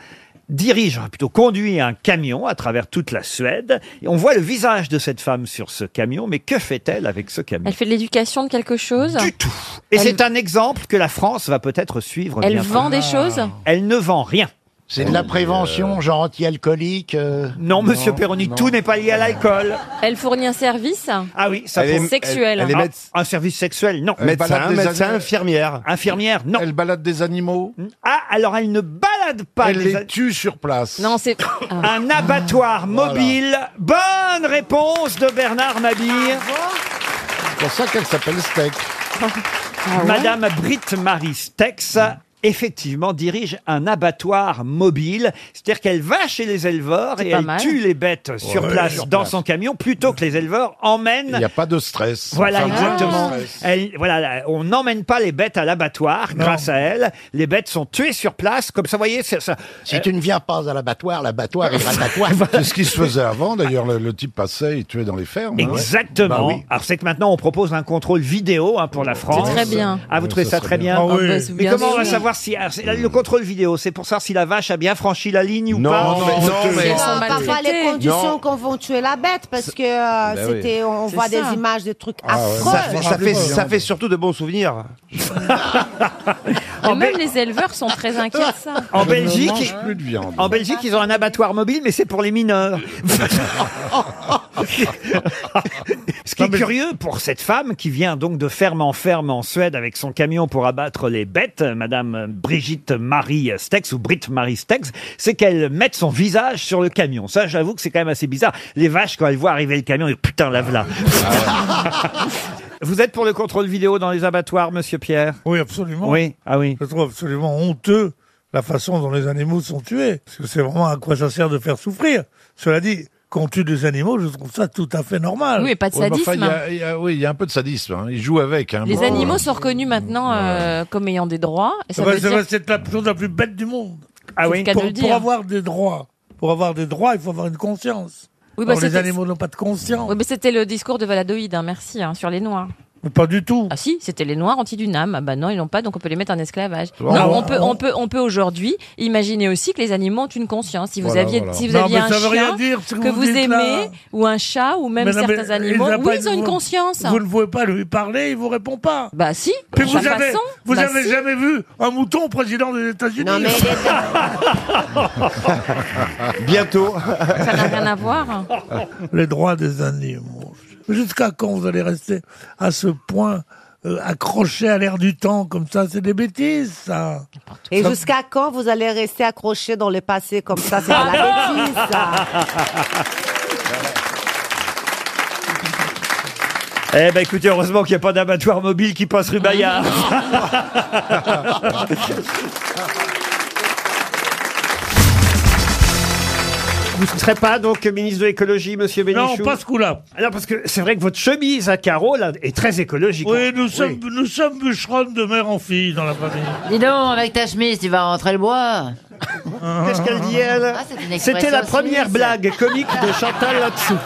[SPEAKER 1] dirige, plutôt conduit un camion à travers toute la Suède. Et on voit le visage de cette femme sur ce camion, mais que fait-elle avec ce camion
[SPEAKER 12] Elle fait de l'éducation de quelque chose Du
[SPEAKER 1] tout. Et c'est un exemple que la France va peut-être suivre.
[SPEAKER 12] Elle
[SPEAKER 1] bien
[SPEAKER 12] vend
[SPEAKER 1] plus.
[SPEAKER 12] des choses
[SPEAKER 1] Elle ne vend rien.
[SPEAKER 38] C'est de la prévention, genre anti-alcoolique.
[SPEAKER 1] Euh.
[SPEAKER 38] euh,
[SPEAKER 1] Non, monsieur Perroni, tout n'est pas lié à l'alcool.
[SPEAKER 12] Elle fournit un service
[SPEAKER 1] Ah oui, ça
[SPEAKER 38] Elle est-
[SPEAKER 1] pour-
[SPEAKER 12] Sexuel. elle est
[SPEAKER 1] Ah,
[SPEAKER 38] médec-
[SPEAKER 1] un service sexuel, non.
[SPEAKER 38] Elle Médecin, balade des médecin, animaux.
[SPEAKER 1] infirmière. Infirmière, non. Elle balade des animaux. Ah, alors elle ne balade pas.
[SPEAKER 11] Elle les
[SPEAKER 1] tue sur place.
[SPEAKER 12] Non, c'est
[SPEAKER 1] Un abattoir mobile. Bonne réponse de Bernard Mabille.
[SPEAKER 11] Ah C'est pour ça qu'elle s'appelle Steak. Ah ouais
[SPEAKER 1] Madame Britt Marie Stex effectivement dirige un abattoir mobile, c'est-à-dire qu'elle va chez les éleveurs
[SPEAKER 11] C'est
[SPEAKER 1] et
[SPEAKER 11] pas
[SPEAKER 1] elle
[SPEAKER 11] mal.
[SPEAKER 1] tue les bêtes sur
[SPEAKER 11] Ouais,
[SPEAKER 1] place
[SPEAKER 11] sur
[SPEAKER 1] dans
[SPEAKER 11] place.
[SPEAKER 1] son camion plutôt que les éleveurs emmènent
[SPEAKER 11] Il n'y a pas de stress.
[SPEAKER 1] voilà,
[SPEAKER 11] Enfin, moins de
[SPEAKER 4] Ah,
[SPEAKER 1] exactement.
[SPEAKER 11] stress.
[SPEAKER 1] Elle- voilà, la- on n'emmène pas les bêtes à l'abattoir grâce à elle. Les bêtes sont tuées sur place. Comme ça, vous voyez, c'est ça.
[SPEAKER 38] Si tu ne viens pas à l'abattoir, l'abattoir ira à toi.
[SPEAKER 11] C'est ce qui se faisait avant, d'ailleurs. Le, le type passait, il tuait dans les fermes. hein.
[SPEAKER 1] Exactement.
[SPEAKER 11] Bah oui.
[SPEAKER 1] Alors c'est que maintenant on propose un contrôle vidéo hein, pour la France.
[SPEAKER 12] très bien.
[SPEAKER 1] Ah vous
[SPEAKER 11] Oui,
[SPEAKER 1] trouvez
[SPEAKER 11] ça
[SPEAKER 1] ça
[SPEAKER 11] serait
[SPEAKER 1] très
[SPEAKER 11] bien.
[SPEAKER 1] bien,
[SPEAKER 11] Ah oui. Ah bah,
[SPEAKER 1] Mais
[SPEAKER 12] bien
[SPEAKER 1] comment on va
[SPEAKER 12] sûr.
[SPEAKER 1] savoir si ah, c'est- le contrôle vidéo, c'est pour savoir si la vache a bien franchi la ligne ou
[SPEAKER 2] Non,
[SPEAKER 1] pas.
[SPEAKER 2] mais- Non, non, mais-
[SPEAKER 39] Non, parfois les conditions
[SPEAKER 1] Non.
[SPEAKER 39] qu'on vont tuer la bête parce que euh,
[SPEAKER 2] Ben oui.
[SPEAKER 39] c'était on
[SPEAKER 2] C'est
[SPEAKER 39] voit
[SPEAKER 2] ça.
[SPEAKER 39] des images de trucs
[SPEAKER 2] Ah ouais.
[SPEAKER 39] affreux.
[SPEAKER 2] Ça fait- ça fait- ça fait
[SPEAKER 40] surtout de bons souvenirs.
[SPEAKER 12] Et même les éleveurs sont très inquiets de ça.
[SPEAKER 1] En
[SPEAKER 41] Je ne
[SPEAKER 1] Belgique,
[SPEAKER 41] mange
[SPEAKER 1] ils- en Belgique, ils ont un abattoir mobile, mais c'est pour les mineurs. Ce qui est curieux pour cette femme qui vient donc de ferme en ferme en Suède avec son camion pour abattre les bêtes, Madame Brigitte Marie Stex ou Britt Marie Stex, c'est qu'elle mette son visage sur le camion. Ça, j'avoue que c'est quand même assez bizarre. Les vaches, quand elles voient arriver le camion, ils disent, putain, lave-la.
[SPEAKER 41] Ah.
[SPEAKER 1] Vous êtes pour le contrôle vidéo dans les abattoirs, Monsieur Pierre
[SPEAKER 2] Oui, absolument.
[SPEAKER 1] Oui, ah oui.
[SPEAKER 2] Je trouve absolument honteux la façon dont les animaux sont tués. Parce que c'est vraiment à quoi ça sert de faire souffrir. Cela dit, qu'on tue des animaux, je trouve ça tout à fait normal.
[SPEAKER 12] Oui, et pas de
[SPEAKER 2] Ouais, mais
[SPEAKER 12] sadisme.
[SPEAKER 2] enfin, il
[SPEAKER 12] hein.
[SPEAKER 2] y a- il y a-
[SPEAKER 11] oui, il y a un peu de sadisme. hein. Il joue avec. hein,
[SPEAKER 12] Les
[SPEAKER 11] beaucoup.
[SPEAKER 12] animaux sont reconnus maintenant euh, comme ayant des droits. Et ça
[SPEAKER 2] Bah,
[SPEAKER 12] veut
[SPEAKER 2] c'est
[SPEAKER 12] dire
[SPEAKER 2] vrai, c'est la chose la plus bête du monde.
[SPEAKER 12] Ah C'est oui. le cas de
[SPEAKER 2] pour,
[SPEAKER 12] le
[SPEAKER 2] pour
[SPEAKER 12] dire.
[SPEAKER 2] avoir des droits, pour avoir des droits, il faut avoir une conscience.
[SPEAKER 12] Oui, bah,
[SPEAKER 2] Or, les
[SPEAKER 12] c'était-
[SPEAKER 2] animaux n'ont pas de conscience.
[SPEAKER 12] Oui, mais c'était le discours de Valadoïde, hein, merci, hein, sur les Noirs.
[SPEAKER 2] Pas du tout.
[SPEAKER 12] Ah si, c'était les Noirs anti-Dunam. Ah bah non, ils l'ont pas, donc on peut les mettre en esclavage.
[SPEAKER 2] Bon,
[SPEAKER 12] non,
[SPEAKER 2] bon,
[SPEAKER 12] on peut,
[SPEAKER 2] bon.
[SPEAKER 12] on peut, on peut aujourd'hui imaginer aussi que les animaux ont une conscience. Si vous
[SPEAKER 2] Voilà,
[SPEAKER 12] aviez,
[SPEAKER 2] voilà.
[SPEAKER 12] si vous
[SPEAKER 2] Non,
[SPEAKER 12] aviez
[SPEAKER 2] mais
[SPEAKER 12] un
[SPEAKER 2] ça veut rien
[SPEAKER 12] chien
[SPEAKER 2] dire, ce que
[SPEAKER 12] que
[SPEAKER 2] vous
[SPEAKER 12] vous,
[SPEAKER 2] dites
[SPEAKER 12] aimez,
[SPEAKER 2] là.
[SPEAKER 12] ou un chat, ou même
[SPEAKER 2] Mais non, mais
[SPEAKER 12] certains
[SPEAKER 2] il
[SPEAKER 12] animaux,
[SPEAKER 2] n'a
[SPEAKER 12] oui,
[SPEAKER 2] pas-
[SPEAKER 12] ils ont une
[SPEAKER 2] vous-
[SPEAKER 12] conscience.
[SPEAKER 2] Vous ne pouvez pas lui parler, il vous répond pas.
[SPEAKER 12] Bah si.
[SPEAKER 2] Puis
[SPEAKER 12] de
[SPEAKER 2] vous
[SPEAKER 12] toute
[SPEAKER 2] avez,
[SPEAKER 12] façon,
[SPEAKER 2] vous
[SPEAKER 12] bah
[SPEAKER 2] avez
[SPEAKER 12] si.
[SPEAKER 2] jamais vu un mouton président des États-Unis.
[SPEAKER 12] Non, mais
[SPEAKER 2] Bientôt.
[SPEAKER 12] Ça n'a rien à voir.
[SPEAKER 2] Les droits des animaux. Jusqu'à quand vous allez rester à ce point euh, accroché à l'air du temps comme ça C'est des bêtises, ça.
[SPEAKER 39] Et
[SPEAKER 2] Ça-
[SPEAKER 39] jusqu'à quand vous allez rester accroché dans le passé comme ça C'est pas la bêtise. ça.
[SPEAKER 1] Eh ben écoutez, heureusement qu'il n'y a pas d'abattoir mobile qui passe rue Bayard. Vous ne serez pas donc ministre de l'écologie, monsieur Bénichou
[SPEAKER 2] pas ce coup-là.
[SPEAKER 1] Alors parce que c'est vrai que votre chemise à carreaux là, est très écologique.
[SPEAKER 2] Oui, nous sommes, nous sommes bûcherons de mère en fille dans la famille.
[SPEAKER 16] Dis donc, avec ta chemise, tu vas rentrer le bois.
[SPEAKER 1] Qu'est-ce qu'elle dit, elle
[SPEAKER 16] Ah, c'est une expression
[SPEAKER 1] C'était la première
[SPEAKER 16] suisse.
[SPEAKER 1] blague comique de Chantal là-dessous.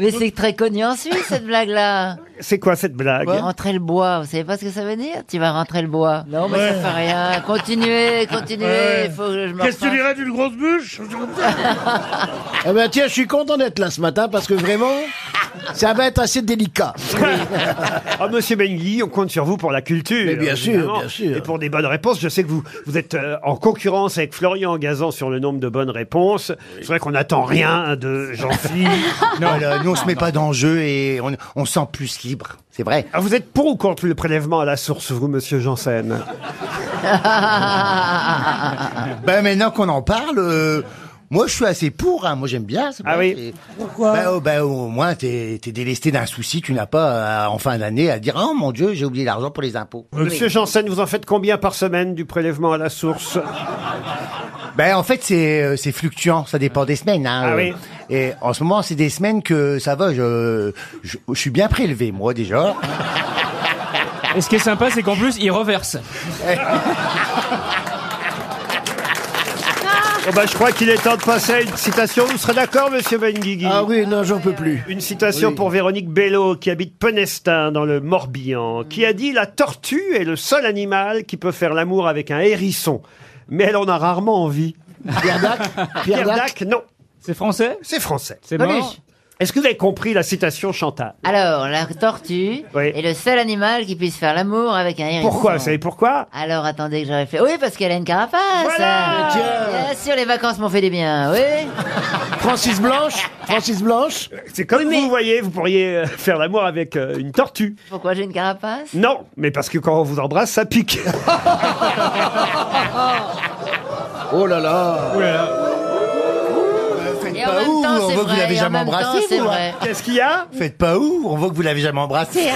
[SPEAKER 16] Mais c'est très connu en Suisse, cette blague-là.
[SPEAKER 1] C'est quoi cette blague
[SPEAKER 16] Rentrer le bois, vous savez pas ce que ça veut dire Tu vas rentrer le bois. Non, mais ça
[SPEAKER 2] Ouais.
[SPEAKER 16] fait rien. Continuez, continuez,
[SPEAKER 2] Ouais.
[SPEAKER 16] il faut que je me
[SPEAKER 2] Qu'est-ce que tu
[SPEAKER 16] refasse.
[SPEAKER 2] dirais d'une grosse bûche
[SPEAKER 4] Eh ben tiens, je suis content d'être là ce matin parce que vraiment, ça va être assez délicat.
[SPEAKER 1] Ah, monsieur Benigni, on compte sur vous pour la culture.
[SPEAKER 4] Mais bien sûr,
[SPEAKER 1] évidemment.
[SPEAKER 4] bien sûr.
[SPEAKER 1] Et pour des bonnes réponses. Je sais que vous, vous êtes euh, en concurrence avec Florian Gazan sur le nombre de bonnes réponses. C'est vrai qu'on n'attend rien de Jean-Philippe.
[SPEAKER 4] Voilà, nous, on se met pas dans le jeu et on, on se sent plus libre. C'est vrai.
[SPEAKER 1] Ah, vous êtes pour ou contre le prélèvement à la source, vous, monsieur Janssen
[SPEAKER 4] Ben maintenant qu'on en parle, euh, moi je suis assez pour. hein. Moi j'aime bien. Ah oui. Pourquoi ben, oh, ben, au moins t'es t'es délesté d'un souci. Tu n'as pas à- en fin d'année à dire oh mon Dieu j'ai oublié l'argent pour les impôts.
[SPEAKER 1] Monsieur Janssen, vous en faites combien par semaine du prélèvement à la source
[SPEAKER 4] Ben en fait c'est euh, c'est fluctuant, ça dépend des semaines. Hein,
[SPEAKER 1] Ah
[SPEAKER 4] euh.
[SPEAKER 1] oui.
[SPEAKER 4] Et en ce moment c'est des semaines que ça va. Je je, je suis bien prélevé moi déjà.
[SPEAKER 5] Et ce qui est sympa, c'est qu'en plus, il reverse.
[SPEAKER 1] Eh ben, je crois qu'il est temps de passer à une citation. Vous serez d'accord, monsieur Benguigui Ah
[SPEAKER 4] oui, non, j'en peux plus.
[SPEAKER 1] Une citation
[SPEAKER 4] Oui.
[SPEAKER 1] pour Véronique Bello, qui habite Penestin, dans le Morbihan, qui a dit « La tortue est le seul animal qui peut faire l'amour avec un hérisson. Mais elle en a rarement envie. » Pierre Dac Pierre Dac, non.
[SPEAKER 5] C'est français
[SPEAKER 1] C'est français.
[SPEAKER 16] C'est mort Coluche.
[SPEAKER 1] Est-ce que vous avez compris la citation, Chantal
[SPEAKER 16] Alors, la tortue est le seul animal qui puisse faire l'amour avec un hérisson.
[SPEAKER 1] Pourquoi Vous savez pourquoi
[SPEAKER 16] Alors, attendez que j'aurais fait. Oui, parce qu'elle a une carapace.
[SPEAKER 4] Voilà
[SPEAKER 16] Ah, Bien sûr, les vacances m'ont fait des biens, oui.
[SPEAKER 4] Francis Blanche, Francis Blanche.
[SPEAKER 1] C'est comme vous voyez, vous pourriez euh, faire l'amour avec euh, une tortue.
[SPEAKER 16] Pourquoi j'ai une carapace
[SPEAKER 1] Non, mais parce que quand on vous embrasse, ça pique.
[SPEAKER 4] Oh là là.
[SPEAKER 16] Et
[SPEAKER 4] Faites
[SPEAKER 16] en
[SPEAKER 4] pas
[SPEAKER 16] même
[SPEAKER 4] où,
[SPEAKER 16] temps,
[SPEAKER 4] on
[SPEAKER 16] c'est
[SPEAKER 4] voit que vous
[SPEAKER 16] vrai,
[SPEAKER 4] l'avez
[SPEAKER 16] et en
[SPEAKER 4] jamais
[SPEAKER 16] même temps,
[SPEAKER 4] embrassé,
[SPEAKER 16] c'est
[SPEAKER 4] vous, hein.
[SPEAKER 16] vrai.
[SPEAKER 1] Qu'est-ce qu'il y a
[SPEAKER 4] Faites pas où, on voit que vous l'avez jamais embrassé.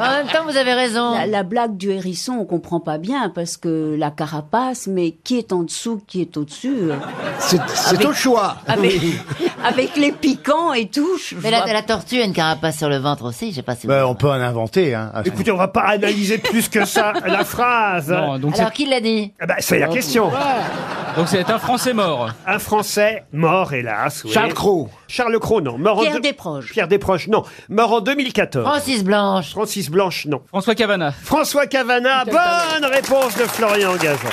[SPEAKER 16] En même temps, vous avez raison.
[SPEAKER 6] La, la blague du hérisson, on comprend pas bien parce que la carapace, mais qui est en dessous, qui est au-dessus euh,
[SPEAKER 4] C'est au choix.
[SPEAKER 6] avec, avec les piquants et tout. je- je
[SPEAKER 16] Mais la,
[SPEAKER 6] vois-
[SPEAKER 16] la tortue a une carapace sur le ventre aussi, je sais pas si vous...
[SPEAKER 4] Ben, on peut en inventer. Hein,
[SPEAKER 1] Écoutez, on va pas analyser plus que ça la phrase. Ah
[SPEAKER 16] Alors, qui l'a dit
[SPEAKER 1] Eh ben, c'est la question. Donc c'est un Français mort. Un Français mort, hélas. oui.
[SPEAKER 9] Charles Cros.
[SPEAKER 1] Charles Cros, non. Mort
[SPEAKER 9] Pierre
[SPEAKER 1] Desproges. Pierre Desproges, non. Mort en 2014.
[SPEAKER 9] Francis
[SPEAKER 1] Blanche. Francis Blanche, non. François Cavana. François Cavana, bonne réponse de Florian Gazan.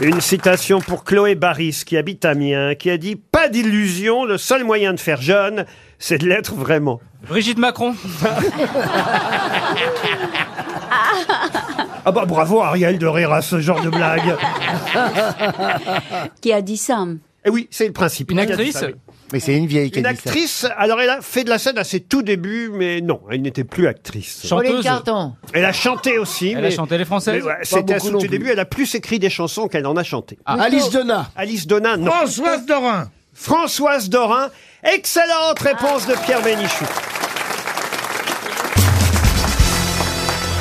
[SPEAKER 1] Une citation pour Chloé Baris, qui habite Amiens, qui a dit « Pas d'illusion, le seul moyen de faire jeune, c'est de l'être vraiment. » Brigitte Macron Ah bah bravo Ariel de rire à ce genre de
[SPEAKER 4] Ah,
[SPEAKER 1] blague
[SPEAKER 18] Qui a dit ça
[SPEAKER 1] Eh oui, c'est le principe.
[SPEAKER 11] Une actrice
[SPEAKER 4] Mais c'est une vieille qui
[SPEAKER 1] Une
[SPEAKER 4] a dit ça.
[SPEAKER 1] actrice, alors elle a fait de la scène à ses tout débuts, mais non, elle n'était plus actrice.
[SPEAKER 16] Pauline Chanteuse Carton.
[SPEAKER 1] Elle a chanté aussi.
[SPEAKER 11] Elle
[SPEAKER 1] mais-
[SPEAKER 11] a chanté les Françaises
[SPEAKER 1] mais ouais,
[SPEAKER 11] Pas
[SPEAKER 1] C'était à
[SPEAKER 11] beaucoup
[SPEAKER 1] son
[SPEAKER 11] non
[SPEAKER 1] tout
[SPEAKER 11] plus.
[SPEAKER 1] début, elle a plus écrit des chansons qu'elle en a chanté.
[SPEAKER 11] Ah. Alice Donna.
[SPEAKER 1] Alice Donna, non. Françoise Dorin. Françoise Dorin. Excellente réponse de Pierre Bénichou.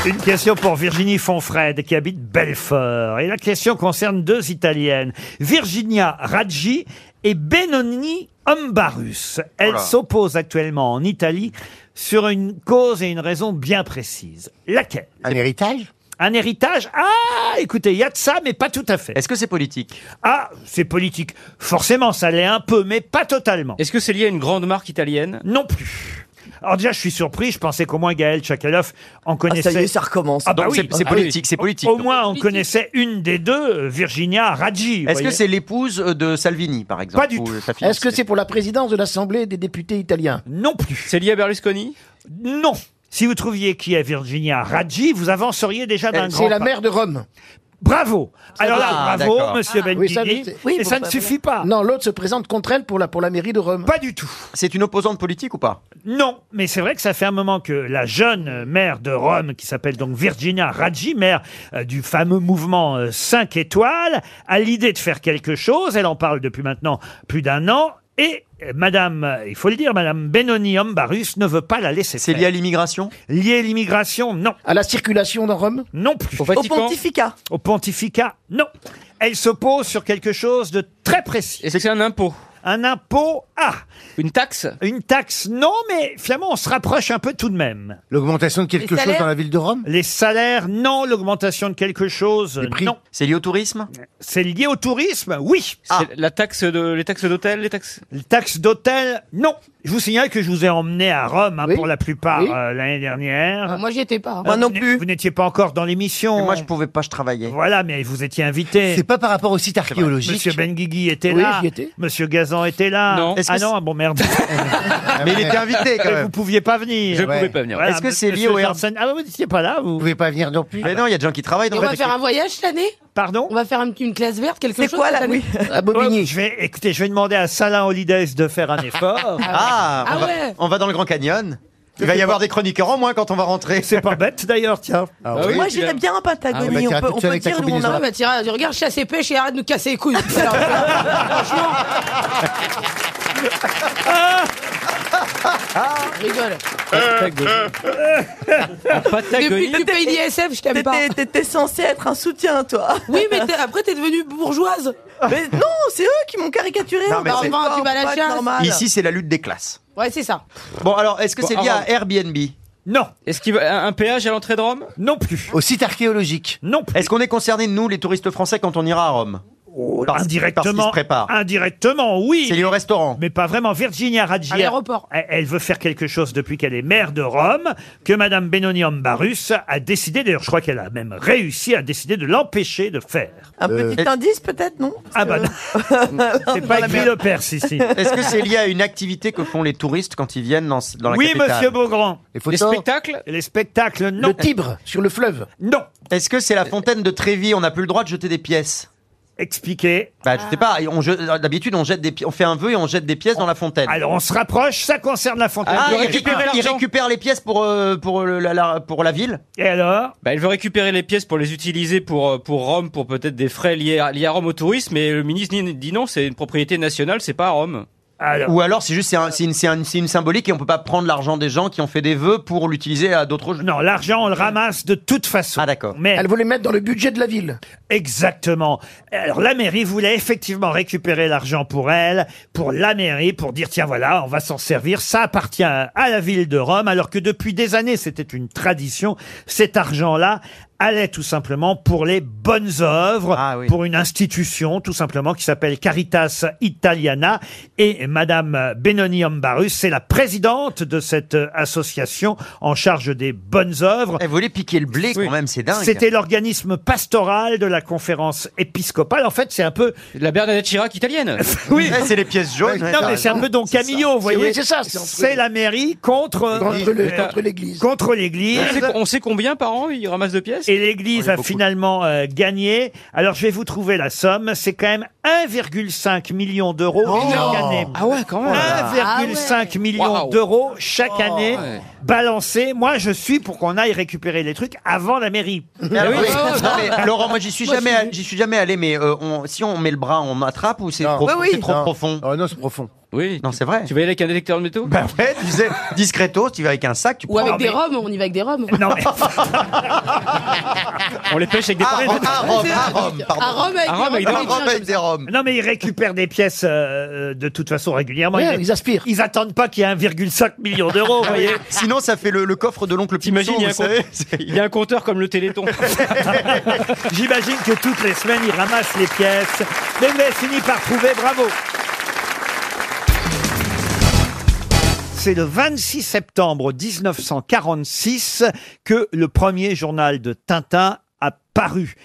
[SPEAKER 1] Une question pour Virginie Fonfred qui habite Belfort. Et la question concerne deux Italiennes, Virginia Raggi et Benoni Ombarus. Elles
[SPEAKER 8] Oula.
[SPEAKER 1] s'opposent actuellement en Italie sur une cause et une raison bien précise. Laquelle Un héritage un héritage Ah, écoutez, il y a de ça, mais pas tout à fait. Est-ce que c'est politique Ah, c'est politique. Forcément, ça l'est un peu, mais pas totalement. Est-ce que c'est lié à une grande marque italienne Non plus. Alors déjà, je suis surpris, je pensais qu'au moins Gaël Tchakaloff en connaissait...
[SPEAKER 9] Ah, ça y est, ça recommence.
[SPEAKER 1] Ah bah
[SPEAKER 9] Donc
[SPEAKER 1] oui.
[SPEAKER 9] c'est- c'est
[SPEAKER 1] Ah oui.
[SPEAKER 9] politique, c'est politique.
[SPEAKER 1] Au
[SPEAKER 9] Donc.
[SPEAKER 1] moins, on connaissait une des deux, euh, Virginia Raggi. vous
[SPEAKER 21] Est-ce que
[SPEAKER 1] voyez.
[SPEAKER 21] c'est l'épouse de Salvini, par exemple
[SPEAKER 1] Pas du
[SPEAKER 21] ou
[SPEAKER 1] tout.
[SPEAKER 21] sa fiancée
[SPEAKER 9] Est-ce que c'est pour la présidence de l'Assemblée des députés italiens
[SPEAKER 1] Non plus.
[SPEAKER 9] C'est lié à Berlusconi
[SPEAKER 1] Non. Si vous trouviez qui est Virginia Raggi, vous avanceriez déjà d'un
[SPEAKER 9] Elle- c'est
[SPEAKER 1] grand
[SPEAKER 9] la
[SPEAKER 1] pas.
[SPEAKER 9] mère de
[SPEAKER 1] Rome. Bravo. Alors
[SPEAKER 4] Ah,
[SPEAKER 9] Ah,
[SPEAKER 1] là, bravo, monsieur Ben
[SPEAKER 9] Oui, ça, oui, bon,
[SPEAKER 1] et ça ne
[SPEAKER 9] bah,
[SPEAKER 1] suffit pas.
[SPEAKER 9] Non, l'autre se présente contre elle pour la, pour la mairie de Rome.
[SPEAKER 1] Pas du tout.
[SPEAKER 21] C'est une opposante politique ou pas
[SPEAKER 1] Non, mais c'est vrai que ça fait un moment que la jeune maire de Rome, qui s'appelle donc Virginia Raggi, maire euh, du fameux mouvement 5 étoiles, a l'idée de faire quelque chose. Elle en parle depuis maintenant plus d'un an. Et euh, Madame, euh, il faut le dire, Madame Benoni Ambarus ne veut pas la laisser C'est lié à l'immigration Lié à l'immigration, non. À la circulation dans Rome Non plus. Au,
[SPEAKER 9] Vatican
[SPEAKER 1] pontificat Au pontificat, non. Elle s'oppose sur quelque chose de très précis. Et c'est un impôt un impôt Ah Une taxe Une taxe, non, mais finalement, on se rapproche un peu tout de même.
[SPEAKER 4] L'augmentation de quelque chose dans la ville de Rome
[SPEAKER 1] Les salaires, non. L'augmentation de quelque chose, euh, non. C'est lié au tourisme C'est lié au tourisme, oui. La taxe de, les taxes d'hôtel, les taxes Les taxes d'hôtel, non. Je vous signale que je vous ai emmené à Rome hein, pour la plupart euh, l'année
[SPEAKER 3] Bah,
[SPEAKER 1] dernière.
[SPEAKER 9] Moi, j'y étais pas.
[SPEAKER 1] Euh, vous n'é- Vous n'étiez pas encore dans l'émission. Moi, je
[SPEAKER 21] pouvais pas, je travaillais.
[SPEAKER 1] Voilà, mais vous étiez invité.
[SPEAKER 4] C'est pas par rapport au site archéologique.
[SPEAKER 1] Monsieur Benguigui était
[SPEAKER 4] Oui,
[SPEAKER 1] là.
[SPEAKER 4] j'y étais.
[SPEAKER 1] Monsieur Gazan était là.
[SPEAKER 4] Non. Est-ce que
[SPEAKER 1] Ah
[SPEAKER 4] c'est-
[SPEAKER 1] non, ah bon merde.
[SPEAKER 9] Ah,
[SPEAKER 4] Mais il était invité, quand
[SPEAKER 1] Mais
[SPEAKER 4] même.
[SPEAKER 1] Vous pouviez pas venir.
[SPEAKER 4] Je pouvais pas venir.
[SPEAKER 1] Voilà,
[SPEAKER 4] Est-ce que c'est lié
[SPEAKER 1] monsieur
[SPEAKER 4] au Air-
[SPEAKER 1] Janssen- Ah vous n'étiez pas là, vous.
[SPEAKER 4] Vous pouvez pas venir non plus.
[SPEAKER 21] Mais non, il y a des gens qui travaillent
[SPEAKER 3] Et on va faire un voyage cette année
[SPEAKER 1] Pardon
[SPEAKER 3] On va faire un- une classe verte, quelque chose cette année
[SPEAKER 1] À Bobigny. Oh, je vais, écoutez, je vais demander à Salin Holidays de faire un effort.
[SPEAKER 21] Ah, on, va, on va dans le Grand Canyon. Il va y avoir des chroniqueurs en moins quand on va rentrer.
[SPEAKER 1] C'est pas bête d'ailleurs, tiens. Ah
[SPEAKER 3] Moi j'irais bien en
[SPEAKER 21] Ah oui,
[SPEAKER 3] Patagonie,
[SPEAKER 21] bah,
[SPEAKER 3] on
[SPEAKER 21] t'iras
[SPEAKER 3] peut,
[SPEAKER 21] toute
[SPEAKER 3] on
[SPEAKER 21] seule
[SPEAKER 3] peut
[SPEAKER 21] avec ta
[SPEAKER 3] dire où on
[SPEAKER 21] combinaison.
[SPEAKER 3] a... Bah, t'iras, tu regardes chasse et pêche et arrête de nous casser les couilles. Alors, franchement. Je rigole. Depuis que tu payes l'ISF, je t'aime pas.
[SPEAKER 9] T'étais censé être un soutien, toi.
[SPEAKER 3] Oui, mais t'es- après t'es devenue bourgeoise.
[SPEAKER 9] Mais non, c'est eux qui m'ont caricaturé.
[SPEAKER 21] Non, mais
[SPEAKER 3] Bah,
[SPEAKER 21] c'est-
[SPEAKER 3] enfin, tu vas à la chasse.
[SPEAKER 21] Ici, c'est la lutte des classes.
[SPEAKER 3] Ouais, c'est ça.
[SPEAKER 21] Bon, alors, est-ce que
[SPEAKER 3] Bon,
[SPEAKER 21] c'est lié
[SPEAKER 3] alors-
[SPEAKER 21] à Airbnb
[SPEAKER 1] Non.
[SPEAKER 21] Est-ce qu'il va un, péage à l'entrée de Rome
[SPEAKER 1] Non plus.
[SPEAKER 21] Au site archéologique
[SPEAKER 1] Non
[SPEAKER 21] Est-ce qu'on est concernés, nous, les touristes français, quand on ira à Rome Parce- Parce qu'ils se
[SPEAKER 1] Oh, Indirectement,
[SPEAKER 21] préparent.
[SPEAKER 1] indirectement, oui.
[SPEAKER 21] C'est lié au restaurant.
[SPEAKER 1] Mais pas vraiment. Virginia Raggi.
[SPEAKER 3] À l'aéroport.
[SPEAKER 1] Elle, elle veut faire quelque chose depuis qu'elle est maire de Rome, que Madame Benoni Ambarus a décidé, d'ailleurs, je crois qu'elle a même réussi à décider de l'empêcher de faire.
[SPEAKER 9] Un petit
[SPEAKER 21] Euh.
[SPEAKER 9] indice, peut-être, non
[SPEAKER 1] Ah bah non. C'est pas écrit le père, si, si.
[SPEAKER 21] Est-ce que c'est lié à une activité que font les touristes quand ils viennent dans, dans la
[SPEAKER 1] Oui,
[SPEAKER 21] capitale
[SPEAKER 1] monsieur Beaugrand.
[SPEAKER 21] Les photos Les spectacles
[SPEAKER 1] Les spectacles, non.
[SPEAKER 21] Le Tibre, sur le fleuve
[SPEAKER 1] Non.
[SPEAKER 21] Est-ce que c'est la fontaine de Trévis On n'a plus le droit de jeter des pièces
[SPEAKER 1] Expliquez.
[SPEAKER 21] Bah, je sais pas. on je- D'habitude, on jette des pi- on fait un vœu et on jette des pièces dans la fontaine.
[SPEAKER 1] Alors, on se rapproche, ça concerne la fontaine.
[SPEAKER 21] Ah,
[SPEAKER 1] de
[SPEAKER 21] il
[SPEAKER 1] Rome.
[SPEAKER 21] récupère, il récupère les pièces pour, euh, pour, le- la, la- pour la ville
[SPEAKER 1] Et alors
[SPEAKER 17] bah, Elle veut récupérer les pièces pour les utiliser pour, euh, pour Rome, pour peut-être des frais liés à, liés à Rome au tourisme, mais le ministre dit- dit non, c'est une propriété nationale, c'est pas à Rome.
[SPEAKER 1] Ah.
[SPEAKER 21] Ou alors c'est juste c'est un- c'est une, c'est un- c'est une symbolique et on peut pas prendre l'argent des gens qui ont fait des vœux pour l'utiliser à d'autres jeux.
[SPEAKER 1] Non, l'argent on le ramasse de toute façon.
[SPEAKER 21] Ah d'accord.
[SPEAKER 1] Mais
[SPEAKER 9] Elle voulait mettre dans le budget de la ville.
[SPEAKER 1] Exactement. Alors la mairie voulait effectivement récupérer l'argent pour elle, pour la mairie, pour dire tiens voilà, on va s'en servir, ça appartient à la ville de Rome, alors que depuis des années c'était une tradition, cet argent-là allait tout simplement pour les bonnes œuvres,
[SPEAKER 9] Ah
[SPEAKER 1] pour une institution tout simplement qui s'appelle Caritas Italiana. Et Madame Benoni Ambarus, c'est la présidente de cette euh, association en charge des bonnes œuvres.
[SPEAKER 9] Eh,
[SPEAKER 21] Elle voulait piquer le blé quand même, c'est dingue.
[SPEAKER 1] C'était l'organisme pastoral de la conférence épiscopale. En fait, c'est un peu...
[SPEAKER 17] La Bernadette Chirac italienne.
[SPEAKER 1] oui.
[SPEAKER 21] Eh, c'est les pièces jaunes.
[SPEAKER 1] Non, mais c'est un peu Don Camillo, vous voyez.
[SPEAKER 17] Oui, c'est ça, c'est entre
[SPEAKER 1] C'est
[SPEAKER 17] les-
[SPEAKER 1] la mairie contre...
[SPEAKER 17] Contre le- contre
[SPEAKER 1] l'église. Contre l'église.
[SPEAKER 17] On sait- On sait combien par an ils ramassent de pièces
[SPEAKER 1] Et l'église a finalement euh, gagné. Alors, je vais vous trouver la somme. C'est quand même 1,5 million d'euros chaque année.
[SPEAKER 17] Ah ouais, quand même.
[SPEAKER 1] 1,5 million
[SPEAKER 17] Waouh.
[SPEAKER 1] d'euros chaque
[SPEAKER 17] Oh,
[SPEAKER 1] année
[SPEAKER 17] ouais.
[SPEAKER 1] balancés. Moi, je suis pour qu'on aille récupérer les trucs avant la mairie.
[SPEAKER 21] Ah oui. Non, mais, Laurent, moi j'y suis jamais, allé- j'y suis jamais allé, mais euh, on- si on met le bras, on attrape ou c'est trop,
[SPEAKER 17] Oui, oui.
[SPEAKER 21] c'est trop
[SPEAKER 17] Non.
[SPEAKER 21] profond Non, c'est profond.
[SPEAKER 17] Oui.
[SPEAKER 21] Non, c'est vrai. Tu
[SPEAKER 17] vas y aller avec un détecteur de métaux
[SPEAKER 21] Bah ouais, tu sais, discretos, tu vas avec un sac, tu
[SPEAKER 3] Ou
[SPEAKER 9] Oh,
[SPEAKER 21] prends-
[SPEAKER 3] avec
[SPEAKER 21] Ah,
[SPEAKER 3] des
[SPEAKER 21] mais-
[SPEAKER 3] roms, on y va avec des roms.
[SPEAKER 1] Non,
[SPEAKER 17] On les pêche avec des
[SPEAKER 21] Ah, Rome, ah, Rome, ah, Rome, pardon.
[SPEAKER 3] À Rome avec des
[SPEAKER 21] Ah, Rome
[SPEAKER 3] roms,
[SPEAKER 21] avec des
[SPEAKER 3] oui,
[SPEAKER 21] roms.
[SPEAKER 3] bien,
[SPEAKER 21] avec des roms.
[SPEAKER 1] Non, mais ils récupèrent des pièces euh, euh, de toute façon régulièrement.
[SPEAKER 21] Ouais,
[SPEAKER 1] ils aspirent. Ils attendent pas qu'il y ait 1,5 million d'euros, vous voyez.
[SPEAKER 21] Sinon, ça fait le, le coffre de l'oncle
[SPEAKER 17] T'imagines,
[SPEAKER 21] Pimagine,
[SPEAKER 17] il y a un compte- il y a un compteur comme le Téléthon.
[SPEAKER 1] J'imagine que toutes les semaines, ils ramassent les pièces. Mais vous avez fini par trouver, bravo C'est le 26 septembre 1946 que le premier journal de Tintin a paru.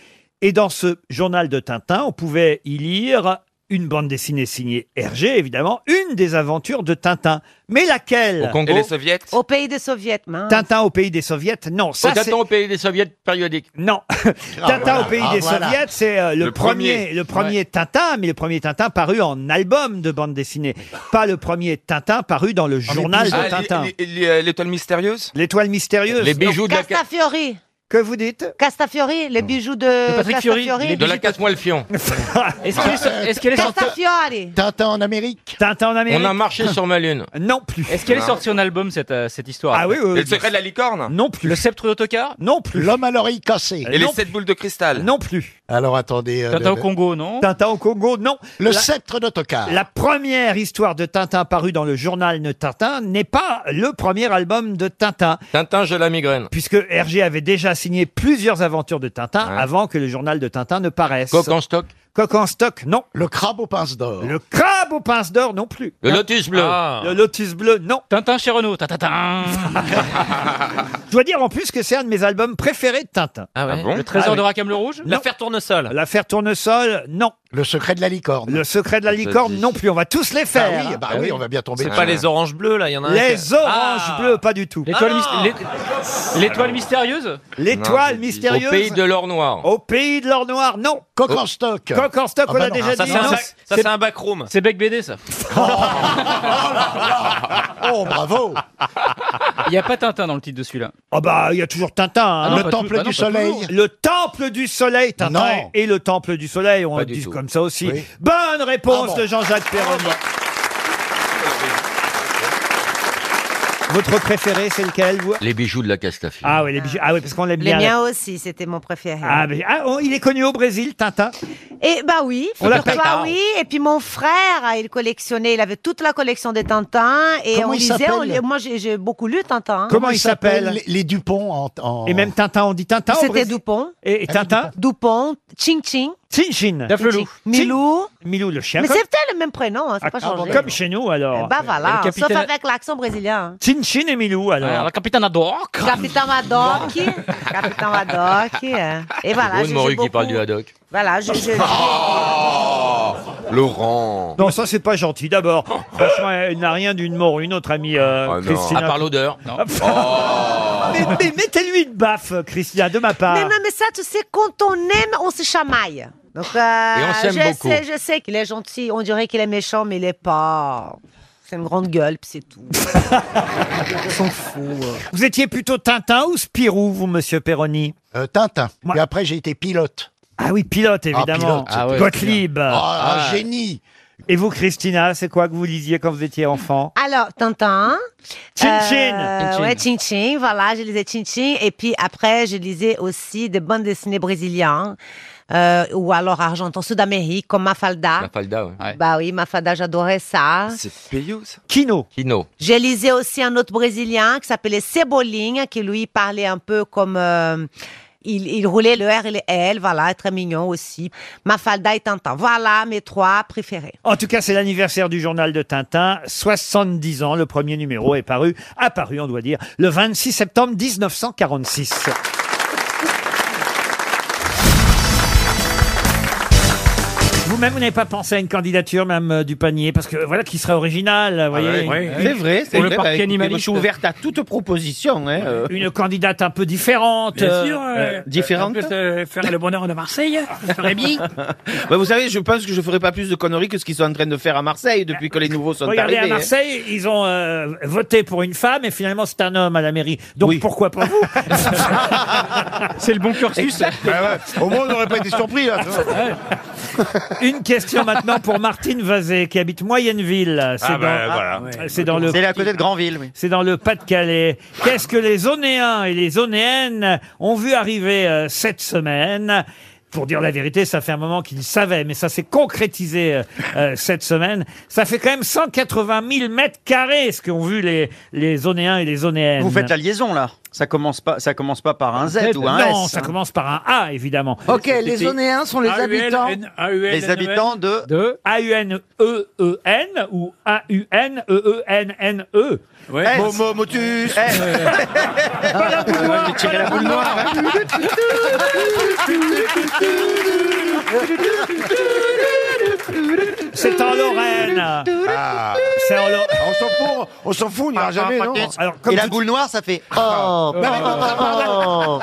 [SPEAKER 1] Et dans ce journal de Tintin, on pouvait y lire une bande dessinée signée Hergé, évidemment, une des aventures de Tintin. Mais laquelle
[SPEAKER 8] soviets
[SPEAKER 39] Au pays des soviets, mince.
[SPEAKER 1] Tintin au pays des soviets Non, ça c'est...
[SPEAKER 8] Tintin au pays des soviets périodiques.
[SPEAKER 1] Non. Tintin au pays des soviets, c'est euh, le,
[SPEAKER 8] Le
[SPEAKER 1] premier,
[SPEAKER 8] premier.
[SPEAKER 1] le premier
[SPEAKER 8] Ouais.
[SPEAKER 1] Tintin, mais le premier Tintin paru en album de bande dessinée, pas le premier Tintin paru dans le journal
[SPEAKER 7] ah,
[SPEAKER 1] de Tintin.
[SPEAKER 7] euh,
[SPEAKER 8] L'étoile mystérieuse
[SPEAKER 1] L'étoile mystérieuse.
[SPEAKER 8] Les bijoux de la ca-
[SPEAKER 39] Castafiori.
[SPEAKER 1] Que vous dites
[SPEAKER 39] Castafiori, les bijoux de, Castafiori.
[SPEAKER 8] De la casse-moi le fion.
[SPEAKER 17] Est-ce qu'elle est- est-ce qu'elle est sortie
[SPEAKER 39] Castafiori.
[SPEAKER 8] Tintin en Amérique.
[SPEAKER 1] Tintin en
[SPEAKER 8] On a marché sur ma lune.
[SPEAKER 1] Non plus.
[SPEAKER 17] Est-ce qu'elle est sortie en album cette, euh, cette histoire
[SPEAKER 8] Ah oui, oui, oui. Et le secret de la licorne
[SPEAKER 1] Non plus.
[SPEAKER 17] Le sceptre d'autocar
[SPEAKER 1] Non plus.
[SPEAKER 8] L'homme à l'oreille cassée. Et les sept boules de cristal
[SPEAKER 1] Non plus.
[SPEAKER 8] Alors
[SPEAKER 15] euh,
[SPEAKER 8] attendez.
[SPEAKER 17] Tintin au Congo, non
[SPEAKER 1] Tintin au Congo, non.
[SPEAKER 8] Le
[SPEAKER 1] sceptre d'autocar. La première histoire de Tintin parue dans le journal de Tintin n'est pas le premier album de Tintin.
[SPEAKER 8] Tintin, j'ai la migraine.
[SPEAKER 1] Puisque Hergé avait déjà signé plusieurs aventures de Tintin avant que le journal de Tintin ne paraisse.
[SPEAKER 8] Coq en stock
[SPEAKER 1] Coq en stock, non.
[SPEAKER 8] Le crabe aux pinces d'or.
[SPEAKER 1] Le crabe aux pinces d'or, non plus.
[SPEAKER 8] Le lotus bleu. Ah.
[SPEAKER 1] Le lotus bleu, non.
[SPEAKER 17] Tintin chez Renault. Tintin.
[SPEAKER 1] Je dois dire en plus que c'est un de mes albums préférés de Tintin.
[SPEAKER 17] Ah ouais Le trésor de Rackham le Rouge
[SPEAKER 1] L'affaire Tournesol. L'affaire Tournesol, non. Le secret de la licorne. Le secret de la licorne, non plus. On va tous les faire.
[SPEAKER 8] Ah oui, bah oui, on va bien tomber.
[SPEAKER 19] C'est
[SPEAKER 8] dessus.
[SPEAKER 19] pas les oranges bleues là, il y en a Ah. un.
[SPEAKER 1] Les
[SPEAKER 19] qui-
[SPEAKER 1] oranges
[SPEAKER 4] Ah.
[SPEAKER 1] bleues, pas du tout.
[SPEAKER 17] L'étoile
[SPEAKER 1] Ah
[SPEAKER 17] mys- l'é- l'étoile mystérieuse
[SPEAKER 1] L'étoile mystérieuse.
[SPEAKER 8] Au pays de l'or noir.
[SPEAKER 1] Au pays de l'or noir, non.
[SPEAKER 8] Coq en stock.
[SPEAKER 1] Coq en stock,
[SPEAKER 8] Ah
[SPEAKER 1] on
[SPEAKER 8] bah
[SPEAKER 1] l'a
[SPEAKER 8] non.
[SPEAKER 1] déjà
[SPEAKER 8] Ah, ça,
[SPEAKER 1] dit.
[SPEAKER 8] c'est un
[SPEAKER 1] non.
[SPEAKER 8] sac-
[SPEAKER 19] Ça, c'est un backroom.
[SPEAKER 17] C'est Bec BD ça.
[SPEAKER 8] Oh, bravo
[SPEAKER 17] Il n'y a pas Tintin dans le titre de celui-là.
[SPEAKER 1] Ah bah, il y a toujours Tintin. hein.
[SPEAKER 17] Ah non, Le pas temple tout- bah non, du pas soleil. toujours.
[SPEAKER 1] Le temple du soleil, Tintin
[SPEAKER 8] Non.
[SPEAKER 1] et le temple du soleil, on
[SPEAKER 8] Pas
[SPEAKER 1] le
[SPEAKER 8] du
[SPEAKER 1] dit
[SPEAKER 8] tout.
[SPEAKER 1] comme ça aussi.
[SPEAKER 8] Oui.
[SPEAKER 1] Bonne réponse
[SPEAKER 8] Ah bon. Ah
[SPEAKER 1] de Jean-Jacques Perron. Votre préféré, c'est lequel vous
[SPEAKER 8] Les bijoux de la Castafiore.
[SPEAKER 1] Ah oui, les bijoux. Ah oui, parce qu'on l'aime
[SPEAKER 39] Les
[SPEAKER 1] bien.
[SPEAKER 39] miens aussi, c'était mon préféré.
[SPEAKER 1] Ah, mais- ah, oh, il est connu au Brésil, Tintin.
[SPEAKER 39] Et bah oui,
[SPEAKER 1] On l'appelle
[SPEAKER 39] figure-toi,
[SPEAKER 1] Tintin.
[SPEAKER 39] oui. Et puis mon frère, il collectionnait, il avait toute la collection des Tintins. Et
[SPEAKER 4] Comment
[SPEAKER 39] on
[SPEAKER 4] il
[SPEAKER 39] lisait, on
[SPEAKER 4] s'appelle
[SPEAKER 39] li- moi j'ai j'ai beaucoup lu Tintin. hein.
[SPEAKER 4] les, les Dupont en, en-
[SPEAKER 1] Et même Tintin, on dit Tintin. au
[SPEAKER 39] C'était
[SPEAKER 1] Brésil.
[SPEAKER 39] Dupont.
[SPEAKER 1] Et, et
[SPEAKER 8] Ah,
[SPEAKER 1] Tintin
[SPEAKER 39] Dupont, Ching Ching.
[SPEAKER 1] Chin Chin.
[SPEAKER 39] Daf le loup. Milou.
[SPEAKER 1] Milou le chien.
[SPEAKER 39] Mais
[SPEAKER 1] Comme-
[SPEAKER 39] c'est peut-être le même prénom, hein, c'est
[SPEAKER 1] Ah,
[SPEAKER 39] pas changé.
[SPEAKER 1] Comme chez nous alors. Euh,
[SPEAKER 39] Bah voilà,
[SPEAKER 1] Le
[SPEAKER 39] sauf
[SPEAKER 1] capitaine-
[SPEAKER 39] avec l'accent brésilien. hein.
[SPEAKER 1] Chin Chin et Milou alors.
[SPEAKER 17] Le capitaine adore.
[SPEAKER 39] Capitaine Madoc, Capitaine Madoc, hein. et voilà,
[SPEAKER 8] Rune
[SPEAKER 39] j'ai- j'ai
[SPEAKER 8] Morue qui
[SPEAKER 39] beaucoup-
[SPEAKER 8] parle du haddock.
[SPEAKER 39] Voilà, je, je-
[SPEAKER 11] Oh.
[SPEAKER 8] Laurent.
[SPEAKER 1] Non, ça c'est pas gentil d'abord. Franchement, elle n'a rien d'une mort, une autre amie euh,
[SPEAKER 8] Oh non. Oh.
[SPEAKER 1] Christina. Ah,
[SPEAKER 8] À part l'odeur. Non.
[SPEAKER 1] mais, mais mettez-lui une baffe, Christina, de ma part.
[SPEAKER 39] Mais non, mais ça, tu sais, quand on aime, on se chamaille. Donc, euh,
[SPEAKER 1] Et on s'aime
[SPEAKER 39] je
[SPEAKER 1] beaucoup.
[SPEAKER 39] sais, je sais qu'il est gentil. On dirait qu'il est méchant, mais il est pas. C'est une grande gueule, puis c'est tout.
[SPEAKER 4] euh.
[SPEAKER 1] Vous étiez plutôt Tintin ou Spirou, vous, monsieur Perroni
[SPEAKER 4] Euh, Tintin. Puis après, j'ai été pilote.
[SPEAKER 1] Ah oui, pilote, évidemment.
[SPEAKER 4] pilote, Ah ouais,
[SPEAKER 1] Gottlieb.
[SPEAKER 4] bien. Ah, un
[SPEAKER 1] génie. Et vous, Christina, c'est quoi que vous lisiez quand vous étiez enfant
[SPEAKER 39] Alors, Tintin. Euh,
[SPEAKER 1] Chin Chin. Chin Chin.
[SPEAKER 39] Ouais, Chin Chin, voilà, je lisais Chin Chin. Et puis après, je lisais aussi des bandes dessinées brésiliennes. euh, ou alors argentins sud-amérique, comme Mafalda.
[SPEAKER 8] Falda, Ah. ouais.
[SPEAKER 39] Bah oui, Mafalda, j'adorais ça.
[SPEAKER 8] C'est payeux, ça
[SPEAKER 1] Kino.
[SPEAKER 8] Kino.
[SPEAKER 39] J'ai lisé aussi un autre Brésilien qui s'appelait Cebolinha, qui lui parlait un peu comme... euh, il, il roulait le R et le L, voilà, très mignon aussi. Mafalda et Tintin, voilà mes trois préférés.
[SPEAKER 1] En tout cas, c'est l'anniversaire du journal de Tintin, 70 ans. Le premier numéro est paru, apparu, on doit dire, le 26 septembre 1946. Vous-même, vous n'avez pas pensé à une candidature, même euh, du panier, parce que voilà, qui serait original, vous voyez.
[SPEAKER 15] C'est vrai, c'est
[SPEAKER 1] Pour le
[SPEAKER 15] vrai. bah, écoutez,
[SPEAKER 1] parquet
[SPEAKER 15] moi,
[SPEAKER 1] animaliste.
[SPEAKER 15] Je suis ouverte à toute proposition. Hein, euh.
[SPEAKER 1] Une candidate un peu différente.
[SPEAKER 15] Bien
[SPEAKER 1] euh,
[SPEAKER 15] sûr,
[SPEAKER 1] euh,
[SPEAKER 15] différente.
[SPEAKER 20] faire le bonheur de Marseille,
[SPEAKER 1] hein,
[SPEAKER 20] ça ferait bien.
[SPEAKER 15] Bah, vous savez, je pense que je ferai pas plus de conneries que ce qu'ils sont en train de faire à Marseille depuis que les nouveaux sont
[SPEAKER 1] Regardez
[SPEAKER 10] hein.
[SPEAKER 15] arrivés. hein.
[SPEAKER 1] à Marseille, ils ont euh, voté pour une femme et finalement c'est un homme à la mairie. Donc pourquoi pas vous C'est le bon cursus.
[SPEAKER 10] Ah Au moins, on n'aurait pas été surpris. Là,
[SPEAKER 1] Une question maintenant pour Martine Vazé qui habite Moyenneville. C'est
[SPEAKER 15] Ah
[SPEAKER 1] dans,
[SPEAKER 15] ben,
[SPEAKER 1] ah,
[SPEAKER 15] voilà.
[SPEAKER 1] c'est dans le.
[SPEAKER 15] C'est à côté de
[SPEAKER 1] Grandville. C'est dans le Pas-de-Calais. Qu'est-ce que les Onéens et les Onéennes ont vu arriver euh, cette semaine pour dire la vérité, ça fait un moment qu'ils savaient, mais ça s'est concrétisé euh, euh, cette semaine. Ça fait quand même 180 000 mètres carrés ce qu'ont vu les, les Onéens et les Onéennes.
[SPEAKER 15] Vous faites la
[SPEAKER 1] liaison là
[SPEAKER 15] Ça commence pas, ça commence pas par un
[SPEAKER 1] Z ou un S, hein. commence par un A, évidemment.
[SPEAKER 15] Ok,
[SPEAKER 1] les Onéens sont les habitants- Les habitants
[SPEAKER 15] de...
[SPEAKER 1] A-U-N-E-E-N E ou E A-U-N-E-E-N-N-E.
[SPEAKER 15] Momo Motus
[SPEAKER 10] Pas la boule noire,
[SPEAKER 15] tiré la boule noire
[SPEAKER 1] C'est en Lorraine. C'est en Lorraine.
[SPEAKER 10] Ah. On s'en fout, on s'en fout, on n'ira jamais, non Ah.
[SPEAKER 1] Alors, comme vous-
[SPEAKER 15] boule noire, ça fait... Oh,
[SPEAKER 1] On parle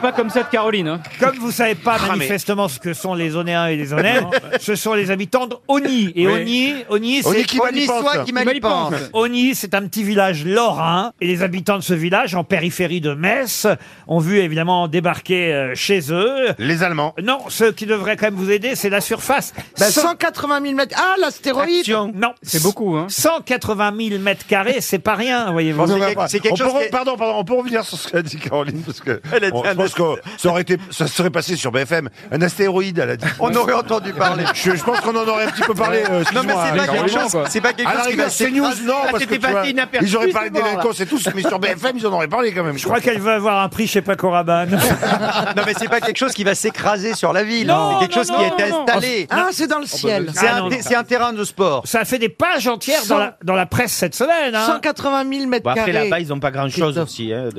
[SPEAKER 1] pas comme ça de Caroline. hein. Comme vous savez pas
[SPEAKER 15] Ah, mais-
[SPEAKER 1] manifestement ce que sont les Onéens et les Onéennes, ce sont les habitants de Oni. Et
[SPEAKER 15] Oui.
[SPEAKER 1] Oni, Oni, c'est
[SPEAKER 15] Oni qui manipense. Oni soit qui manipense.
[SPEAKER 1] Oni, c'est un petit village lorrain. Et les habitants de ce village, en périphérie de Metz, ont vu évidemment débarquer euh, chez eux. Les Allemands. Non, ceux qui devraient quand même vous aider, c'est la surface.
[SPEAKER 9] Bah,
[SPEAKER 1] Cent-
[SPEAKER 9] 180 000 mètres. Ah, l'astéroïde
[SPEAKER 1] Non, c'est beaucoup. 180 000 mètres carrés, c'est pas rien, voyez-vous.
[SPEAKER 10] On peut- on peut- Pardon, pardon, on peut revenir sur ce qu'a dit Caroline, parce que
[SPEAKER 1] Elle a dit
[SPEAKER 10] on-
[SPEAKER 1] un
[SPEAKER 10] je pense que ça aurait été, ça serait passé sur BFM. Un astéroïde, elle a dit.
[SPEAKER 15] On aurait entendu parler.
[SPEAKER 10] Je, je pense qu'on en aurait un petit peu parlé. euh,
[SPEAKER 15] Non, mais
[SPEAKER 10] excuse-moi,
[SPEAKER 15] c'est pas
[SPEAKER 10] hein,
[SPEAKER 15] quelque
[SPEAKER 10] Caroline.
[SPEAKER 15] chose- c'est pas quelque
[SPEAKER 10] À la
[SPEAKER 15] chose qui
[SPEAKER 10] rigueur,
[SPEAKER 15] va s'être
[SPEAKER 10] CNews,
[SPEAKER 15] passé-
[SPEAKER 10] non,
[SPEAKER 15] Ah,
[SPEAKER 10] parce que
[SPEAKER 15] c'était
[SPEAKER 10] tu
[SPEAKER 15] passé
[SPEAKER 10] vois,
[SPEAKER 15] inaperçu,
[SPEAKER 10] ils auraient parlé
[SPEAKER 15] c'est bon,
[SPEAKER 10] délinquance
[SPEAKER 15] là.
[SPEAKER 10] et tout, mais sur BFM, ils en auraient parlé quand même.
[SPEAKER 1] Je crois qu'elle veut avoir un prix chez Paco Rabanne.
[SPEAKER 15] Non, mais c'est pas quelque chose qui va s'écraser sur la ville.
[SPEAKER 1] Non,
[SPEAKER 15] c'est quelque
[SPEAKER 1] non,
[SPEAKER 15] chose
[SPEAKER 1] non,
[SPEAKER 15] qui est
[SPEAKER 1] non.
[SPEAKER 15] installé. bah,
[SPEAKER 1] Ah, c'est dans le ciel.
[SPEAKER 15] C'est
[SPEAKER 1] Ah,
[SPEAKER 15] un,
[SPEAKER 1] non.
[SPEAKER 15] te- c'est un terrain de sport.
[SPEAKER 1] Ça a fait des pages entières dans la, dans la presse cette semaine. hein.
[SPEAKER 9] 180 000 mètres carrés.
[SPEAKER 15] ont pas grand chose aussi.
[SPEAKER 1] Ah ouais,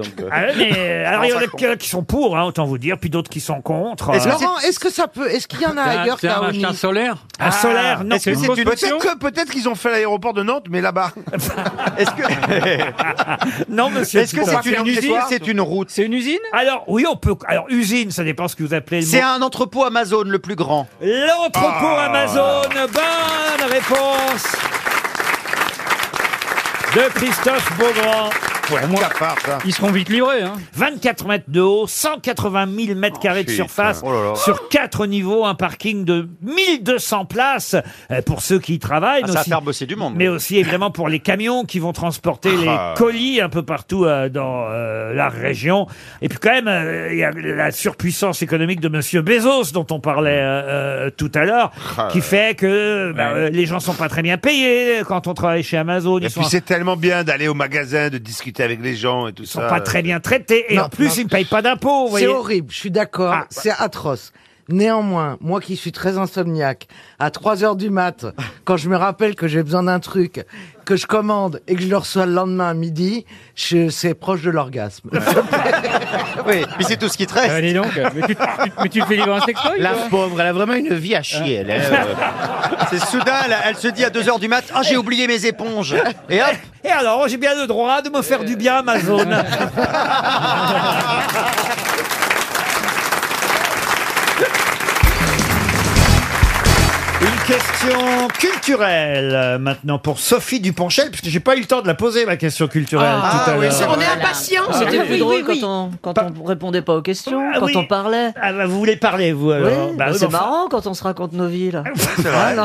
[SPEAKER 1] mais, alors, il y en a qui- qui sont pour, hein, autant vous dire, puis d'autres qui sont contre.
[SPEAKER 9] Est-ce
[SPEAKER 1] Euh,
[SPEAKER 9] Laurent, est-ce que ça peut Est-ce qu'il y en a
[SPEAKER 10] Ah,
[SPEAKER 9] ailleurs qu'à Oni
[SPEAKER 1] solaire Un
[SPEAKER 15] Ah.
[SPEAKER 1] solaire, non.
[SPEAKER 10] Peut-être Ah. que- peut-être qu'ils ont fait l'aéroport de Nantes, mais là-bas.
[SPEAKER 1] Non, monsieur.
[SPEAKER 10] Est-ce que
[SPEAKER 1] Piton.
[SPEAKER 10] c'est une usine, c'est
[SPEAKER 15] une route
[SPEAKER 1] C'est une usine Alors, oui, on peut. Alors, usine, ça dépend ce que vous appelez. le
[SPEAKER 15] C'est
[SPEAKER 1] mot.
[SPEAKER 15] un entrepôt Amazon le plus grand.
[SPEAKER 1] L'entrepôt
[SPEAKER 15] Ah.
[SPEAKER 1] Amazon. Bonne réponse de Christophe Beaugrand.
[SPEAKER 10] Pour moi,
[SPEAKER 1] Ils seront vite livrés. hein. 24 mètres de haut, 180 000 mètres carrés de
[SPEAKER 10] putain.
[SPEAKER 1] surface,
[SPEAKER 10] Oh là là.
[SPEAKER 1] sur quatre niveaux, un parking de 1200 places euh, pour ceux qui y travaillent.
[SPEAKER 15] Ah,
[SPEAKER 1] mais
[SPEAKER 15] ça va
[SPEAKER 1] aussi-
[SPEAKER 15] faire bosser du monde.
[SPEAKER 1] Mais aussi évidemment pour les camions qui vont transporter
[SPEAKER 15] Ah.
[SPEAKER 1] les colis un peu partout euh, dans euh, la région. Et puis quand même, euh, il y a la surpuissance économique de Monsieur Bezos dont on parlait euh, euh, tout à l'heure,
[SPEAKER 10] Ah.
[SPEAKER 1] qui fait que bah, euh, les gens sont pas très bien payés euh, quand on travaille chez Amazon.
[SPEAKER 10] Et
[SPEAKER 1] Ils sont
[SPEAKER 10] puis c'est tellement bien d'aller au magasin, de discuter avec les gens et tout ça.
[SPEAKER 1] pas très bien traités et en plus ils ne payent pas d'impôts. vous
[SPEAKER 9] C'est
[SPEAKER 1] voyez. Ah, bah.
[SPEAKER 9] horrible, je suis d'accord, c'est atroce. Néanmoins, moi qui suis très insomniaque, à 3 heures du mat, quand je me rappelle que j'ai besoin d'un truc, que je commande et que je le reçois le lendemain à midi, je- c'est proche de l'orgasme.
[SPEAKER 15] Oui, mais c'est tout ce qui te reste.
[SPEAKER 17] Ah,
[SPEAKER 9] mais tu- tu- mais tu te fais livrer un sextoy,
[SPEAKER 15] La
[SPEAKER 9] toi
[SPEAKER 15] pauvre, elle a vraiment une vie à chier. elle, hein,
[SPEAKER 5] Ah,
[SPEAKER 15] euh. C'est soudain, elle, elle se dit à 2h du mat, ah j'ai oublié mes éponges. Et hop
[SPEAKER 1] Et alors, j'ai bien le droit de me faire du bien, Amazon. Une question culturelle euh, maintenant pour Sophie Duponchel, puisque j'ai pas eu le temps de la poser ma question culturelle tout à l'heure.
[SPEAKER 7] Ah,
[SPEAKER 1] Ah
[SPEAKER 7] C'était plus drôle quand, on, quand
[SPEAKER 1] Pas-
[SPEAKER 7] on répondait pas aux questions,
[SPEAKER 1] Ah
[SPEAKER 7] quand
[SPEAKER 1] oui.
[SPEAKER 7] on parlait.
[SPEAKER 1] Ah bah, vous voulez parler vous alors
[SPEAKER 7] Oui,
[SPEAKER 1] Bah
[SPEAKER 7] bah
[SPEAKER 1] oui,
[SPEAKER 7] c'est
[SPEAKER 1] mais enfin-
[SPEAKER 7] marrant quand on se raconte nos vies là.
[SPEAKER 1] vrai.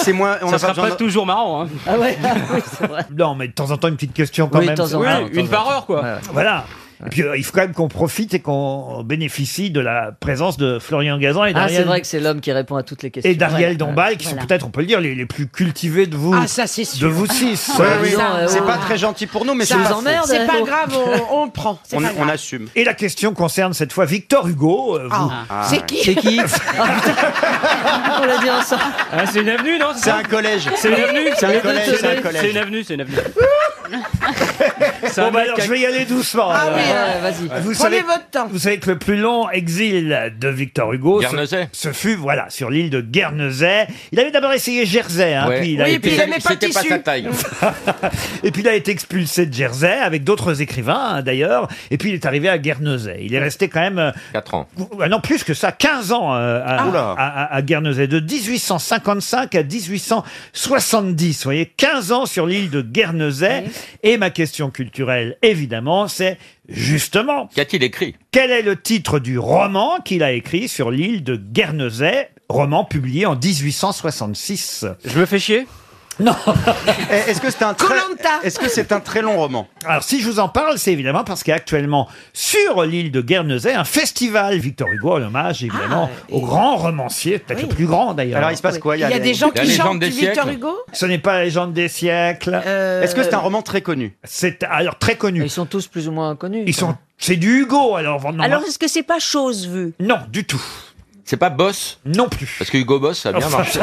[SPEAKER 15] C'est moins.
[SPEAKER 17] Ça sera pas toujours marrant. hein.
[SPEAKER 7] Ah ouais.
[SPEAKER 1] Non, mais de temps en temps, une petite question quand
[SPEAKER 7] Oui, de
[SPEAKER 1] même.
[SPEAKER 7] temps en Oui, temps, de temps
[SPEAKER 17] une en par temps. heure, quoi.
[SPEAKER 1] Voilà. Et puis, euh, il faut quand même qu'on profite et qu'on bénéficie de la présence de Florian Gazan et
[SPEAKER 7] Ah, c'est
[SPEAKER 1] d'Ariel
[SPEAKER 7] vrai que c'est l'homme qui répond à toutes les questions.
[SPEAKER 1] et d'Ariel
[SPEAKER 7] Ouais.
[SPEAKER 1] Dombal, qui sont
[SPEAKER 7] Voilà.
[SPEAKER 1] peut-être, on peut le dire, les, les plus cultivés de vous.
[SPEAKER 7] Ah, ça, c'est sûr.
[SPEAKER 1] De vous six.
[SPEAKER 7] Ouais, oui, Ça,
[SPEAKER 4] Ah,
[SPEAKER 7] non, euh,
[SPEAKER 21] c'est pas très gentil pour nous, mais
[SPEAKER 1] Ça
[SPEAKER 21] c'est
[SPEAKER 1] vous
[SPEAKER 21] pas-
[SPEAKER 1] emmerde,
[SPEAKER 3] C'est
[SPEAKER 1] hein.
[SPEAKER 3] pas grave, on, on le prend. C'est pas grave.
[SPEAKER 21] assume.
[SPEAKER 1] Et la question concerne cette fois Victor Hugo. euh, vous-
[SPEAKER 3] Ah. Ah, C'est qui C'est qui
[SPEAKER 7] On l'a dit ensemble.
[SPEAKER 21] Ah
[SPEAKER 17] c'est une avenue, non
[SPEAKER 21] C'est un collège.
[SPEAKER 17] C'est une avenue
[SPEAKER 21] C'est un
[SPEAKER 17] Les deux
[SPEAKER 21] collège.
[SPEAKER 17] tenez.
[SPEAKER 21] C'est un collège.
[SPEAKER 17] C'est une avenue, c'est une avenue.
[SPEAKER 1] Bon, bah alors, je vais y aller doucement.
[SPEAKER 3] Ah
[SPEAKER 1] alors.
[SPEAKER 3] oui, euh,
[SPEAKER 1] Vous
[SPEAKER 3] Prenez
[SPEAKER 1] savez,
[SPEAKER 3] votre temps.
[SPEAKER 1] vous savez que le plus long exil de Victor Hugo, ce-
[SPEAKER 19] Guernesey.
[SPEAKER 1] ce, fut voilà sur l'île de Guernesey. Il avait d'abord essayé Jersey, hein,
[SPEAKER 19] Ouais.
[SPEAKER 1] puis il a
[SPEAKER 19] Oui, et
[SPEAKER 1] été-
[SPEAKER 19] puis il aimait pas le C'était pas tissu. sa taille.
[SPEAKER 1] et puis il a été expulsé de Jersey avec d'autres écrivains hein, d'ailleurs. Et puis il est arrivé à Guernesey. Il est resté quand même
[SPEAKER 8] 4 ans.
[SPEAKER 1] euh, non plus que ça, 15 ans euh, à,
[SPEAKER 8] Ah. Oula.
[SPEAKER 1] à, à- à Guernesey, de 1855 à 1870. Vous voyez, 15 ans sur l'île de Guernesey. Et ma question culturelle, évidemment, c'est justement,
[SPEAKER 8] Qu'a-t-il écrit
[SPEAKER 1] quel est le titre du roman qu'il a écrit sur l'île de Guernesey, roman publié en 1866
[SPEAKER 17] Je me fais chier
[SPEAKER 1] Non
[SPEAKER 21] Et- Est-ce que c'est un très, est-ce que c'est un très long roman
[SPEAKER 1] Alors, si je vous en parle, c'est évidemment parce qu'il y a actuellement, sur l'île de Guernesey, un festival Victor Hugo, en hommage évidemment
[SPEAKER 3] Ah,
[SPEAKER 1] au grand romancier, peut-être le plus grand d'ailleurs.
[SPEAKER 21] Alors, il se passe quoi
[SPEAKER 3] Il y a des gens qui chantent du Victor Hugo Euh,
[SPEAKER 1] Ce n'est pas la légende des siècles.
[SPEAKER 21] Est-ce que c'est un roman très connu
[SPEAKER 1] C'est alors très connu.
[SPEAKER 7] Ils sont tous plus ou moins connus.
[SPEAKER 1] Ils sont, c'est du Hugo alors. normalement.
[SPEAKER 18] Alors, est-ce que c'est pas chose vue
[SPEAKER 1] non, du tout.
[SPEAKER 8] C'est pas Boss
[SPEAKER 1] Non plus.
[SPEAKER 8] Parce que Hugo Boss, ça a bien
[SPEAKER 1] Enfin,
[SPEAKER 8] marché.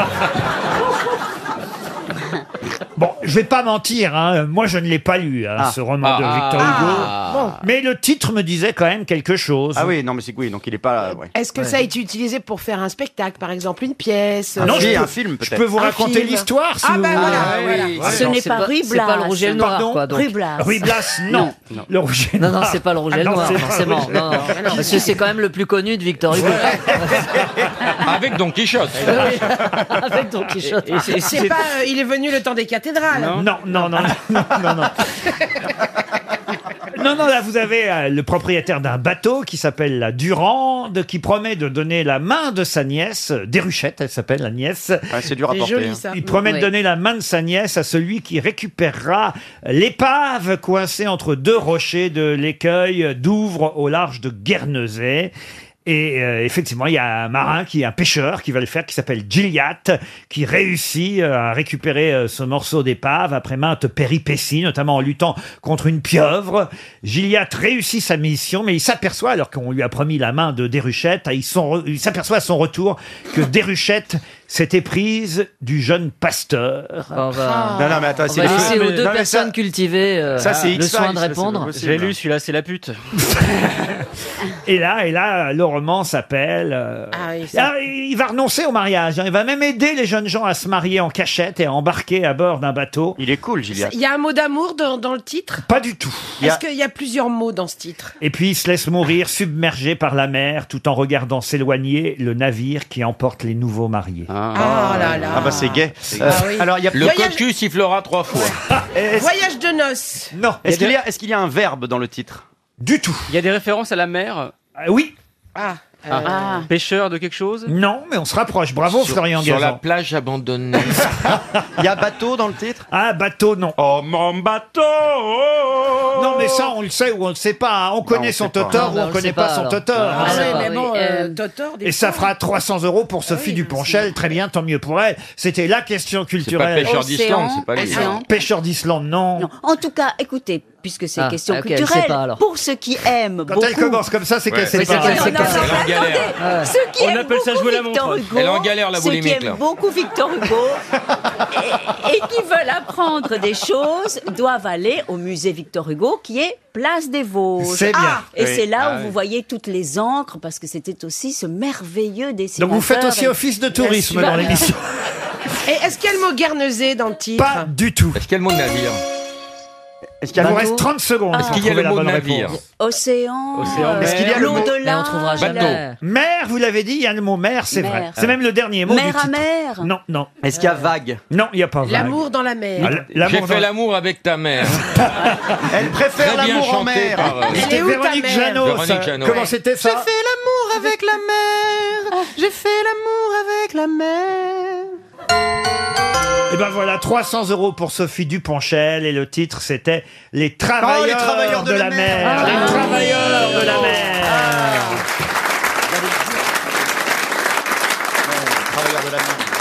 [SPEAKER 1] Bon, je vais pas mentir, hein, moi je ne l'ai pas lu, hein,
[SPEAKER 21] Ah.
[SPEAKER 1] ce roman de
[SPEAKER 21] Ah.
[SPEAKER 1] Victor Hugo.
[SPEAKER 21] Ah.
[SPEAKER 1] Mais le titre me disait quand même quelque chose.
[SPEAKER 21] Ah oui, non, mais c'est oui, donc il est pas. euh, ouais.
[SPEAKER 3] Est-ce que ça a été utilisé pour faire un spectacle, par exemple, une pièce
[SPEAKER 21] Ah non,
[SPEAKER 3] euh,
[SPEAKER 21] je
[SPEAKER 3] je
[SPEAKER 21] peux-
[SPEAKER 3] peux-
[SPEAKER 21] film,
[SPEAKER 1] je
[SPEAKER 21] peut-être.
[SPEAKER 1] peux vous
[SPEAKER 3] Un
[SPEAKER 1] raconter
[SPEAKER 3] film.
[SPEAKER 1] l'histoire si
[SPEAKER 3] Ah,
[SPEAKER 1] vous
[SPEAKER 3] bah,
[SPEAKER 1] voulez.
[SPEAKER 3] voilà, Ah, voilà. oui.
[SPEAKER 7] Ce
[SPEAKER 1] Non,
[SPEAKER 7] n'est
[SPEAKER 1] c'est
[SPEAKER 7] pas C'est pas le rouge et le noir,
[SPEAKER 1] Pardon
[SPEAKER 7] quoi. Donc.
[SPEAKER 1] Ruy Blas. Ruy Blas, non. Le rouge et
[SPEAKER 7] Non, non,
[SPEAKER 1] noir.
[SPEAKER 7] c'est pas le rouge et
[SPEAKER 1] Ah
[SPEAKER 7] le
[SPEAKER 1] non,
[SPEAKER 7] noir,
[SPEAKER 1] c'est pas
[SPEAKER 7] forcément.
[SPEAKER 1] rouge et
[SPEAKER 7] Non,
[SPEAKER 1] noir.
[SPEAKER 7] non, parce que c'est quand même le plus connu de Victor Hugo.
[SPEAKER 8] Avec Don Quichotte.
[SPEAKER 7] Avec Don Quichotte.
[SPEAKER 3] C'est pas euh, Il est venu le temps des cathédrales.
[SPEAKER 1] Non, non, non, non, non, non. Non, non, là, vous avez euh, le propriétaire d'un bateau qui s'appelle la Durande, qui promet de donner la main de sa nièce, euh, Déruchette, elle s'appelle la nièce.
[SPEAKER 21] c'est dur à C'est porter, joli, hein. ça.
[SPEAKER 1] Il promet de
[SPEAKER 21] Oui.
[SPEAKER 1] donner la main de sa nièce à celui qui récupérera l'épave coincée entre deux rochers de l'écueil d'Ouvre au large de Guernesey. Et euh, effectivement, il y a un marin qui est un pêcheur qui va le faire, qui s'appelle Gilliatt, qui réussit euh, à récupérer euh, ce morceau d'épave après maintes péripéties, notamment en luttant contre une pieuvre. Gilliatt réussit sa mission, mais il s'aperçoit, alors qu'on lui a promis la main de Déruchette, il s'en- il s'aperçoit à son retour que Déruchette s'était prise du jeune pasteur.
[SPEAKER 3] Ah.
[SPEAKER 21] Non, non, mais attends,
[SPEAKER 7] Ah, On va laisser aux deux personnes cultivées euh,
[SPEAKER 21] ça, c'est
[SPEAKER 7] le soin de
[SPEAKER 21] X-Files, ça, c'est
[SPEAKER 7] répondre.
[SPEAKER 21] pas
[SPEAKER 17] J'ai lu celui-là, c'est la pute.
[SPEAKER 1] Et là, et là, le roman s'appelle. euh,
[SPEAKER 3] Ah oui, ça-
[SPEAKER 1] ah, il va renoncer au mariage. hein. Il va même aider les jeunes gens à se marier en cachette et à embarquer à bord d'un bateau.
[SPEAKER 21] Il est cool, Gilliatt.
[SPEAKER 3] Il y a un mot d'amour dans, dans le titre
[SPEAKER 1] Pas du tout.
[SPEAKER 3] Est-ce qu'il y a plusieurs mots dans ce titre
[SPEAKER 1] Et puis il se laisse mourir submergé par la mer tout en regardant s'éloigner le navire qui emporte les nouveaux mariés.
[SPEAKER 3] Ah là là.
[SPEAKER 21] Ah bah c'est gay.
[SPEAKER 3] Ah oui.
[SPEAKER 21] Alors il y a
[SPEAKER 3] Le Voyage-
[SPEAKER 8] Tu siffleras trois fois.
[SPEAKER 3] Voyage de noces.
[SPEAKER 1] Non.
[SPEAKER 21] Est-ce qu'il y, a- est-ce qu'il y a un verbe dans le titre
[SPEAKER 1] Du tout.
[SPEAKER 17] Il y a des références à la mer
[SPEAKER 1] oui.
[SPEAKER 3] Ah.
[SPEAKER 17] Ah.
[SPEAKER 3] Ah.
[SPEAKER 17] Pêcheur de quelque chose
[SPEAKER 1] Non, mais on se rapproche. Bravo
[SPEAKER 8] sur,
[SPEAKER 1] Florian
[SPEAKER 8] Sur la
[SPEAKER 1] Gazan.
[SPEAKER 8] plage abandonnée.
[SPEAKER 21] Il y a bateau dans le titre
[SPEAKER 1] Ah bateau non.
[SPEAKER 8] Oh mon bateau oh.
[SPEAKER 1] Non mais ça on le sait ou on le sait pas. hein. On connaît
[SPEAKER 21] on
[SPEAKER 1] son
[SPEAKER 21] sait pas.
[SPEAKER 1] toteur
[SPEAKER 21] Ah,
[SPEAKER 1] ou
[SPEAKER 21] bah,
[SPEAKER 1] on,
[SPEAKER 21] on
[SPEAKER 1] connaît
[SPEAKER 21] sait
[SPEAKER 1] pas,
[SPEAKER 21] pas,
[SPEAKER 1] son
[SPEAKER 21] alors.
[SPEAKER 1] toteur.
[SPEAKER 3] Ah, ouais, mais
[SPEAKER 7] oui,
[SPEAKER 3] bon,
[SPEAKER 7] euh,
[SPEAKER 3] euh, Totor, des
[SPEAKER 1] Et ça
[SPEAKER 3] fois,
[SPEAKER 1] fera 300 euros pour Sophie Duponchel. Très bien, tant mieux pour elle. C'était la question culturelle.
[SPEAKER 8] pêcheur d'Islande, c'est pas lui.
[SPEAKER 1] Océan. Pêcheur d'Islande, non.
[SPEAKER 18] Non. En tout cas, écoutez, puisque c'est
[SPEAKER 1] Ah,
[SPEAKER 18] question
[SPEAKER 1] ok, elle sait
[SPEAKER 18] culturelle,
[SPEAKER 1] pas, alors.
[SPEAKER 18] pour ceux qui aiment
[SPEAKER 1] Quand
[SPEAKER 18] beaucoup...
[SPEAKER 1] elle commence comme ça, c'est qu'elle
[SPEAKER 8] Ouais.
[SPEAKER 1] sait
[SPEAKER 8] Oui, c'est
[SPEAKER 1] pas.
[SPEAKER 8] qu'elle sait
[SPEAKER 18] Non, non,
[SPEAKER 8] Elle est en
[SPEAKER 18] mais
[SPEAKER 8] galère.
[SPEAKER 18] attendez, ceux qui
[SPEAKER 8] On
[SPEAKER 18] aiment
[SPEAKER 8] appelle ça
[SPEAKER 18] beaucoup
[SPEAKER 8] jouer la
[SPEAKER 18] Victor
[SPEAKER 8] montre.
[SPEAKER 18] Hugo,
[SPEAKER 8] Elle est en galère, la
[SPEAKER 18] ceux qui
[SPEAKER 8] boulimique,
[SPEAKER 18] aiment
[SPEAKER 8] là.
[SPEAKER 18] beaucoup Victor Hugo et, et qui veulent apprendre des choses doivent aller au musée Victor Hugo qui est place des Vosges.
[SPEAKER 1] C'est bien.
[SPEAKER 18] Ah, et
[SPEAKER 1] Oui.
[SPEAKER 18] c'est là
[SPEAKER 1] Ah,
[SPEAKER 18] où
[SPEAKER 1] oui.
[SPEAKER 18] vous voyez toutes les encres parce que c'était aussi ce merveilleux dessinateur.
[SPEAKER 1] Donc vous faites aussi
[SPEAKER 18] et-
[SPEAKER 1] office de tourisme
[SPEAKER 18] Bah,
[SPEAKER 1] dans l'émission.
[SPEAKER 3] Et est-ce qu'il y a le mot Guernesey dans le titre
[SPEAKER 1] Pas du tout.
[SPEAKER 8] Est-ce qu'il y a le mot navire
[SPEAKER 21] Est-ce
[SPEAKER 1] Il vous reste 30 secondes.
[SPEAKER 8] Est-ce qu'il y a le mot navire
[SPEAKER 18] Ah. Océan,
[SPEAKER 8] Océan,
[SPEAKER 18] euh,
[SPEAKER 8] Est-ce qu'il y a le mot-
[SPEAKER 18] l'au-delà.
[SPEAKER 8] Mais on trouvera jamais.
[SPEAKER 18] la-
[SPEAKER 1] Mer, vous l'avez dit, il y a le mot mer, c'est
[SPEAKER 18] Mer.
[SPEAKER 1] vrai. C'est même le dernier mot.
[SPEAKER 18] Mer
[SPEAKER 1] du
[SPEAKER 18] à
[SPEAKER 1] titre.
[SPEAKER 18] mer.
[SPEAKER 1] Non, non. Euh,
[SPEAKER 21] Est-ce qu'il y a vague
[SPEAKER 1] Non, il n'y a pas vague.
[SPEAKER 3] L'amour dans la
[SPEAKER 1] Ah,
[SPEAKER 3] mer.
[SPEAKER 1] l- l'amour
[SPEAKER 8] J'ai fait
[SPEAKER 1] dans-
[SPEAKER 8] l'amour avec ta mère.
[SPEAKER 21] Elle
[SPEAKER 8] Très
[SPEAKER 21] préfère
[SPEAKER 8] bien
[SPEAKER 21] l'amour en
[SPEAKER 8] chanté
[SPEAKER 21] mer.
[SPEAKER 8] par, euh,
[SPEAKER 3] Elle est où ta
[SPEAKER 1] Véronique
[SPEAKER 3] mère
[SPEAKER 1] Jeannot,
[SPEAKER 8] Véronique
[SPEAKER 1] ça.
[SPEAKER 8] Jeannot.
[SPEAKER 1] Comment
[SPEAKER 8] Ouais.
[SPEAKER 1] c'était
[SPEAKER 3] J'ai
[SPEAKER 1] ça
[SPEAKER 3] fait l'amour avec la mer. J'ai fait l'amour avec la mer.
[SPEAKER 1] Et ben voilà, 300 euros pour Sophie Duponchel et le titre c'était Les Travailleurs,
[SPEAKER 15] travailleurs
[SPEAKER 1] de, la, mer.
[SPEAKER 4] Ah.
[SPEAKER 1] Les Travailleurs de la mer.
[SPEAKER 15] Travailleurs de la mer.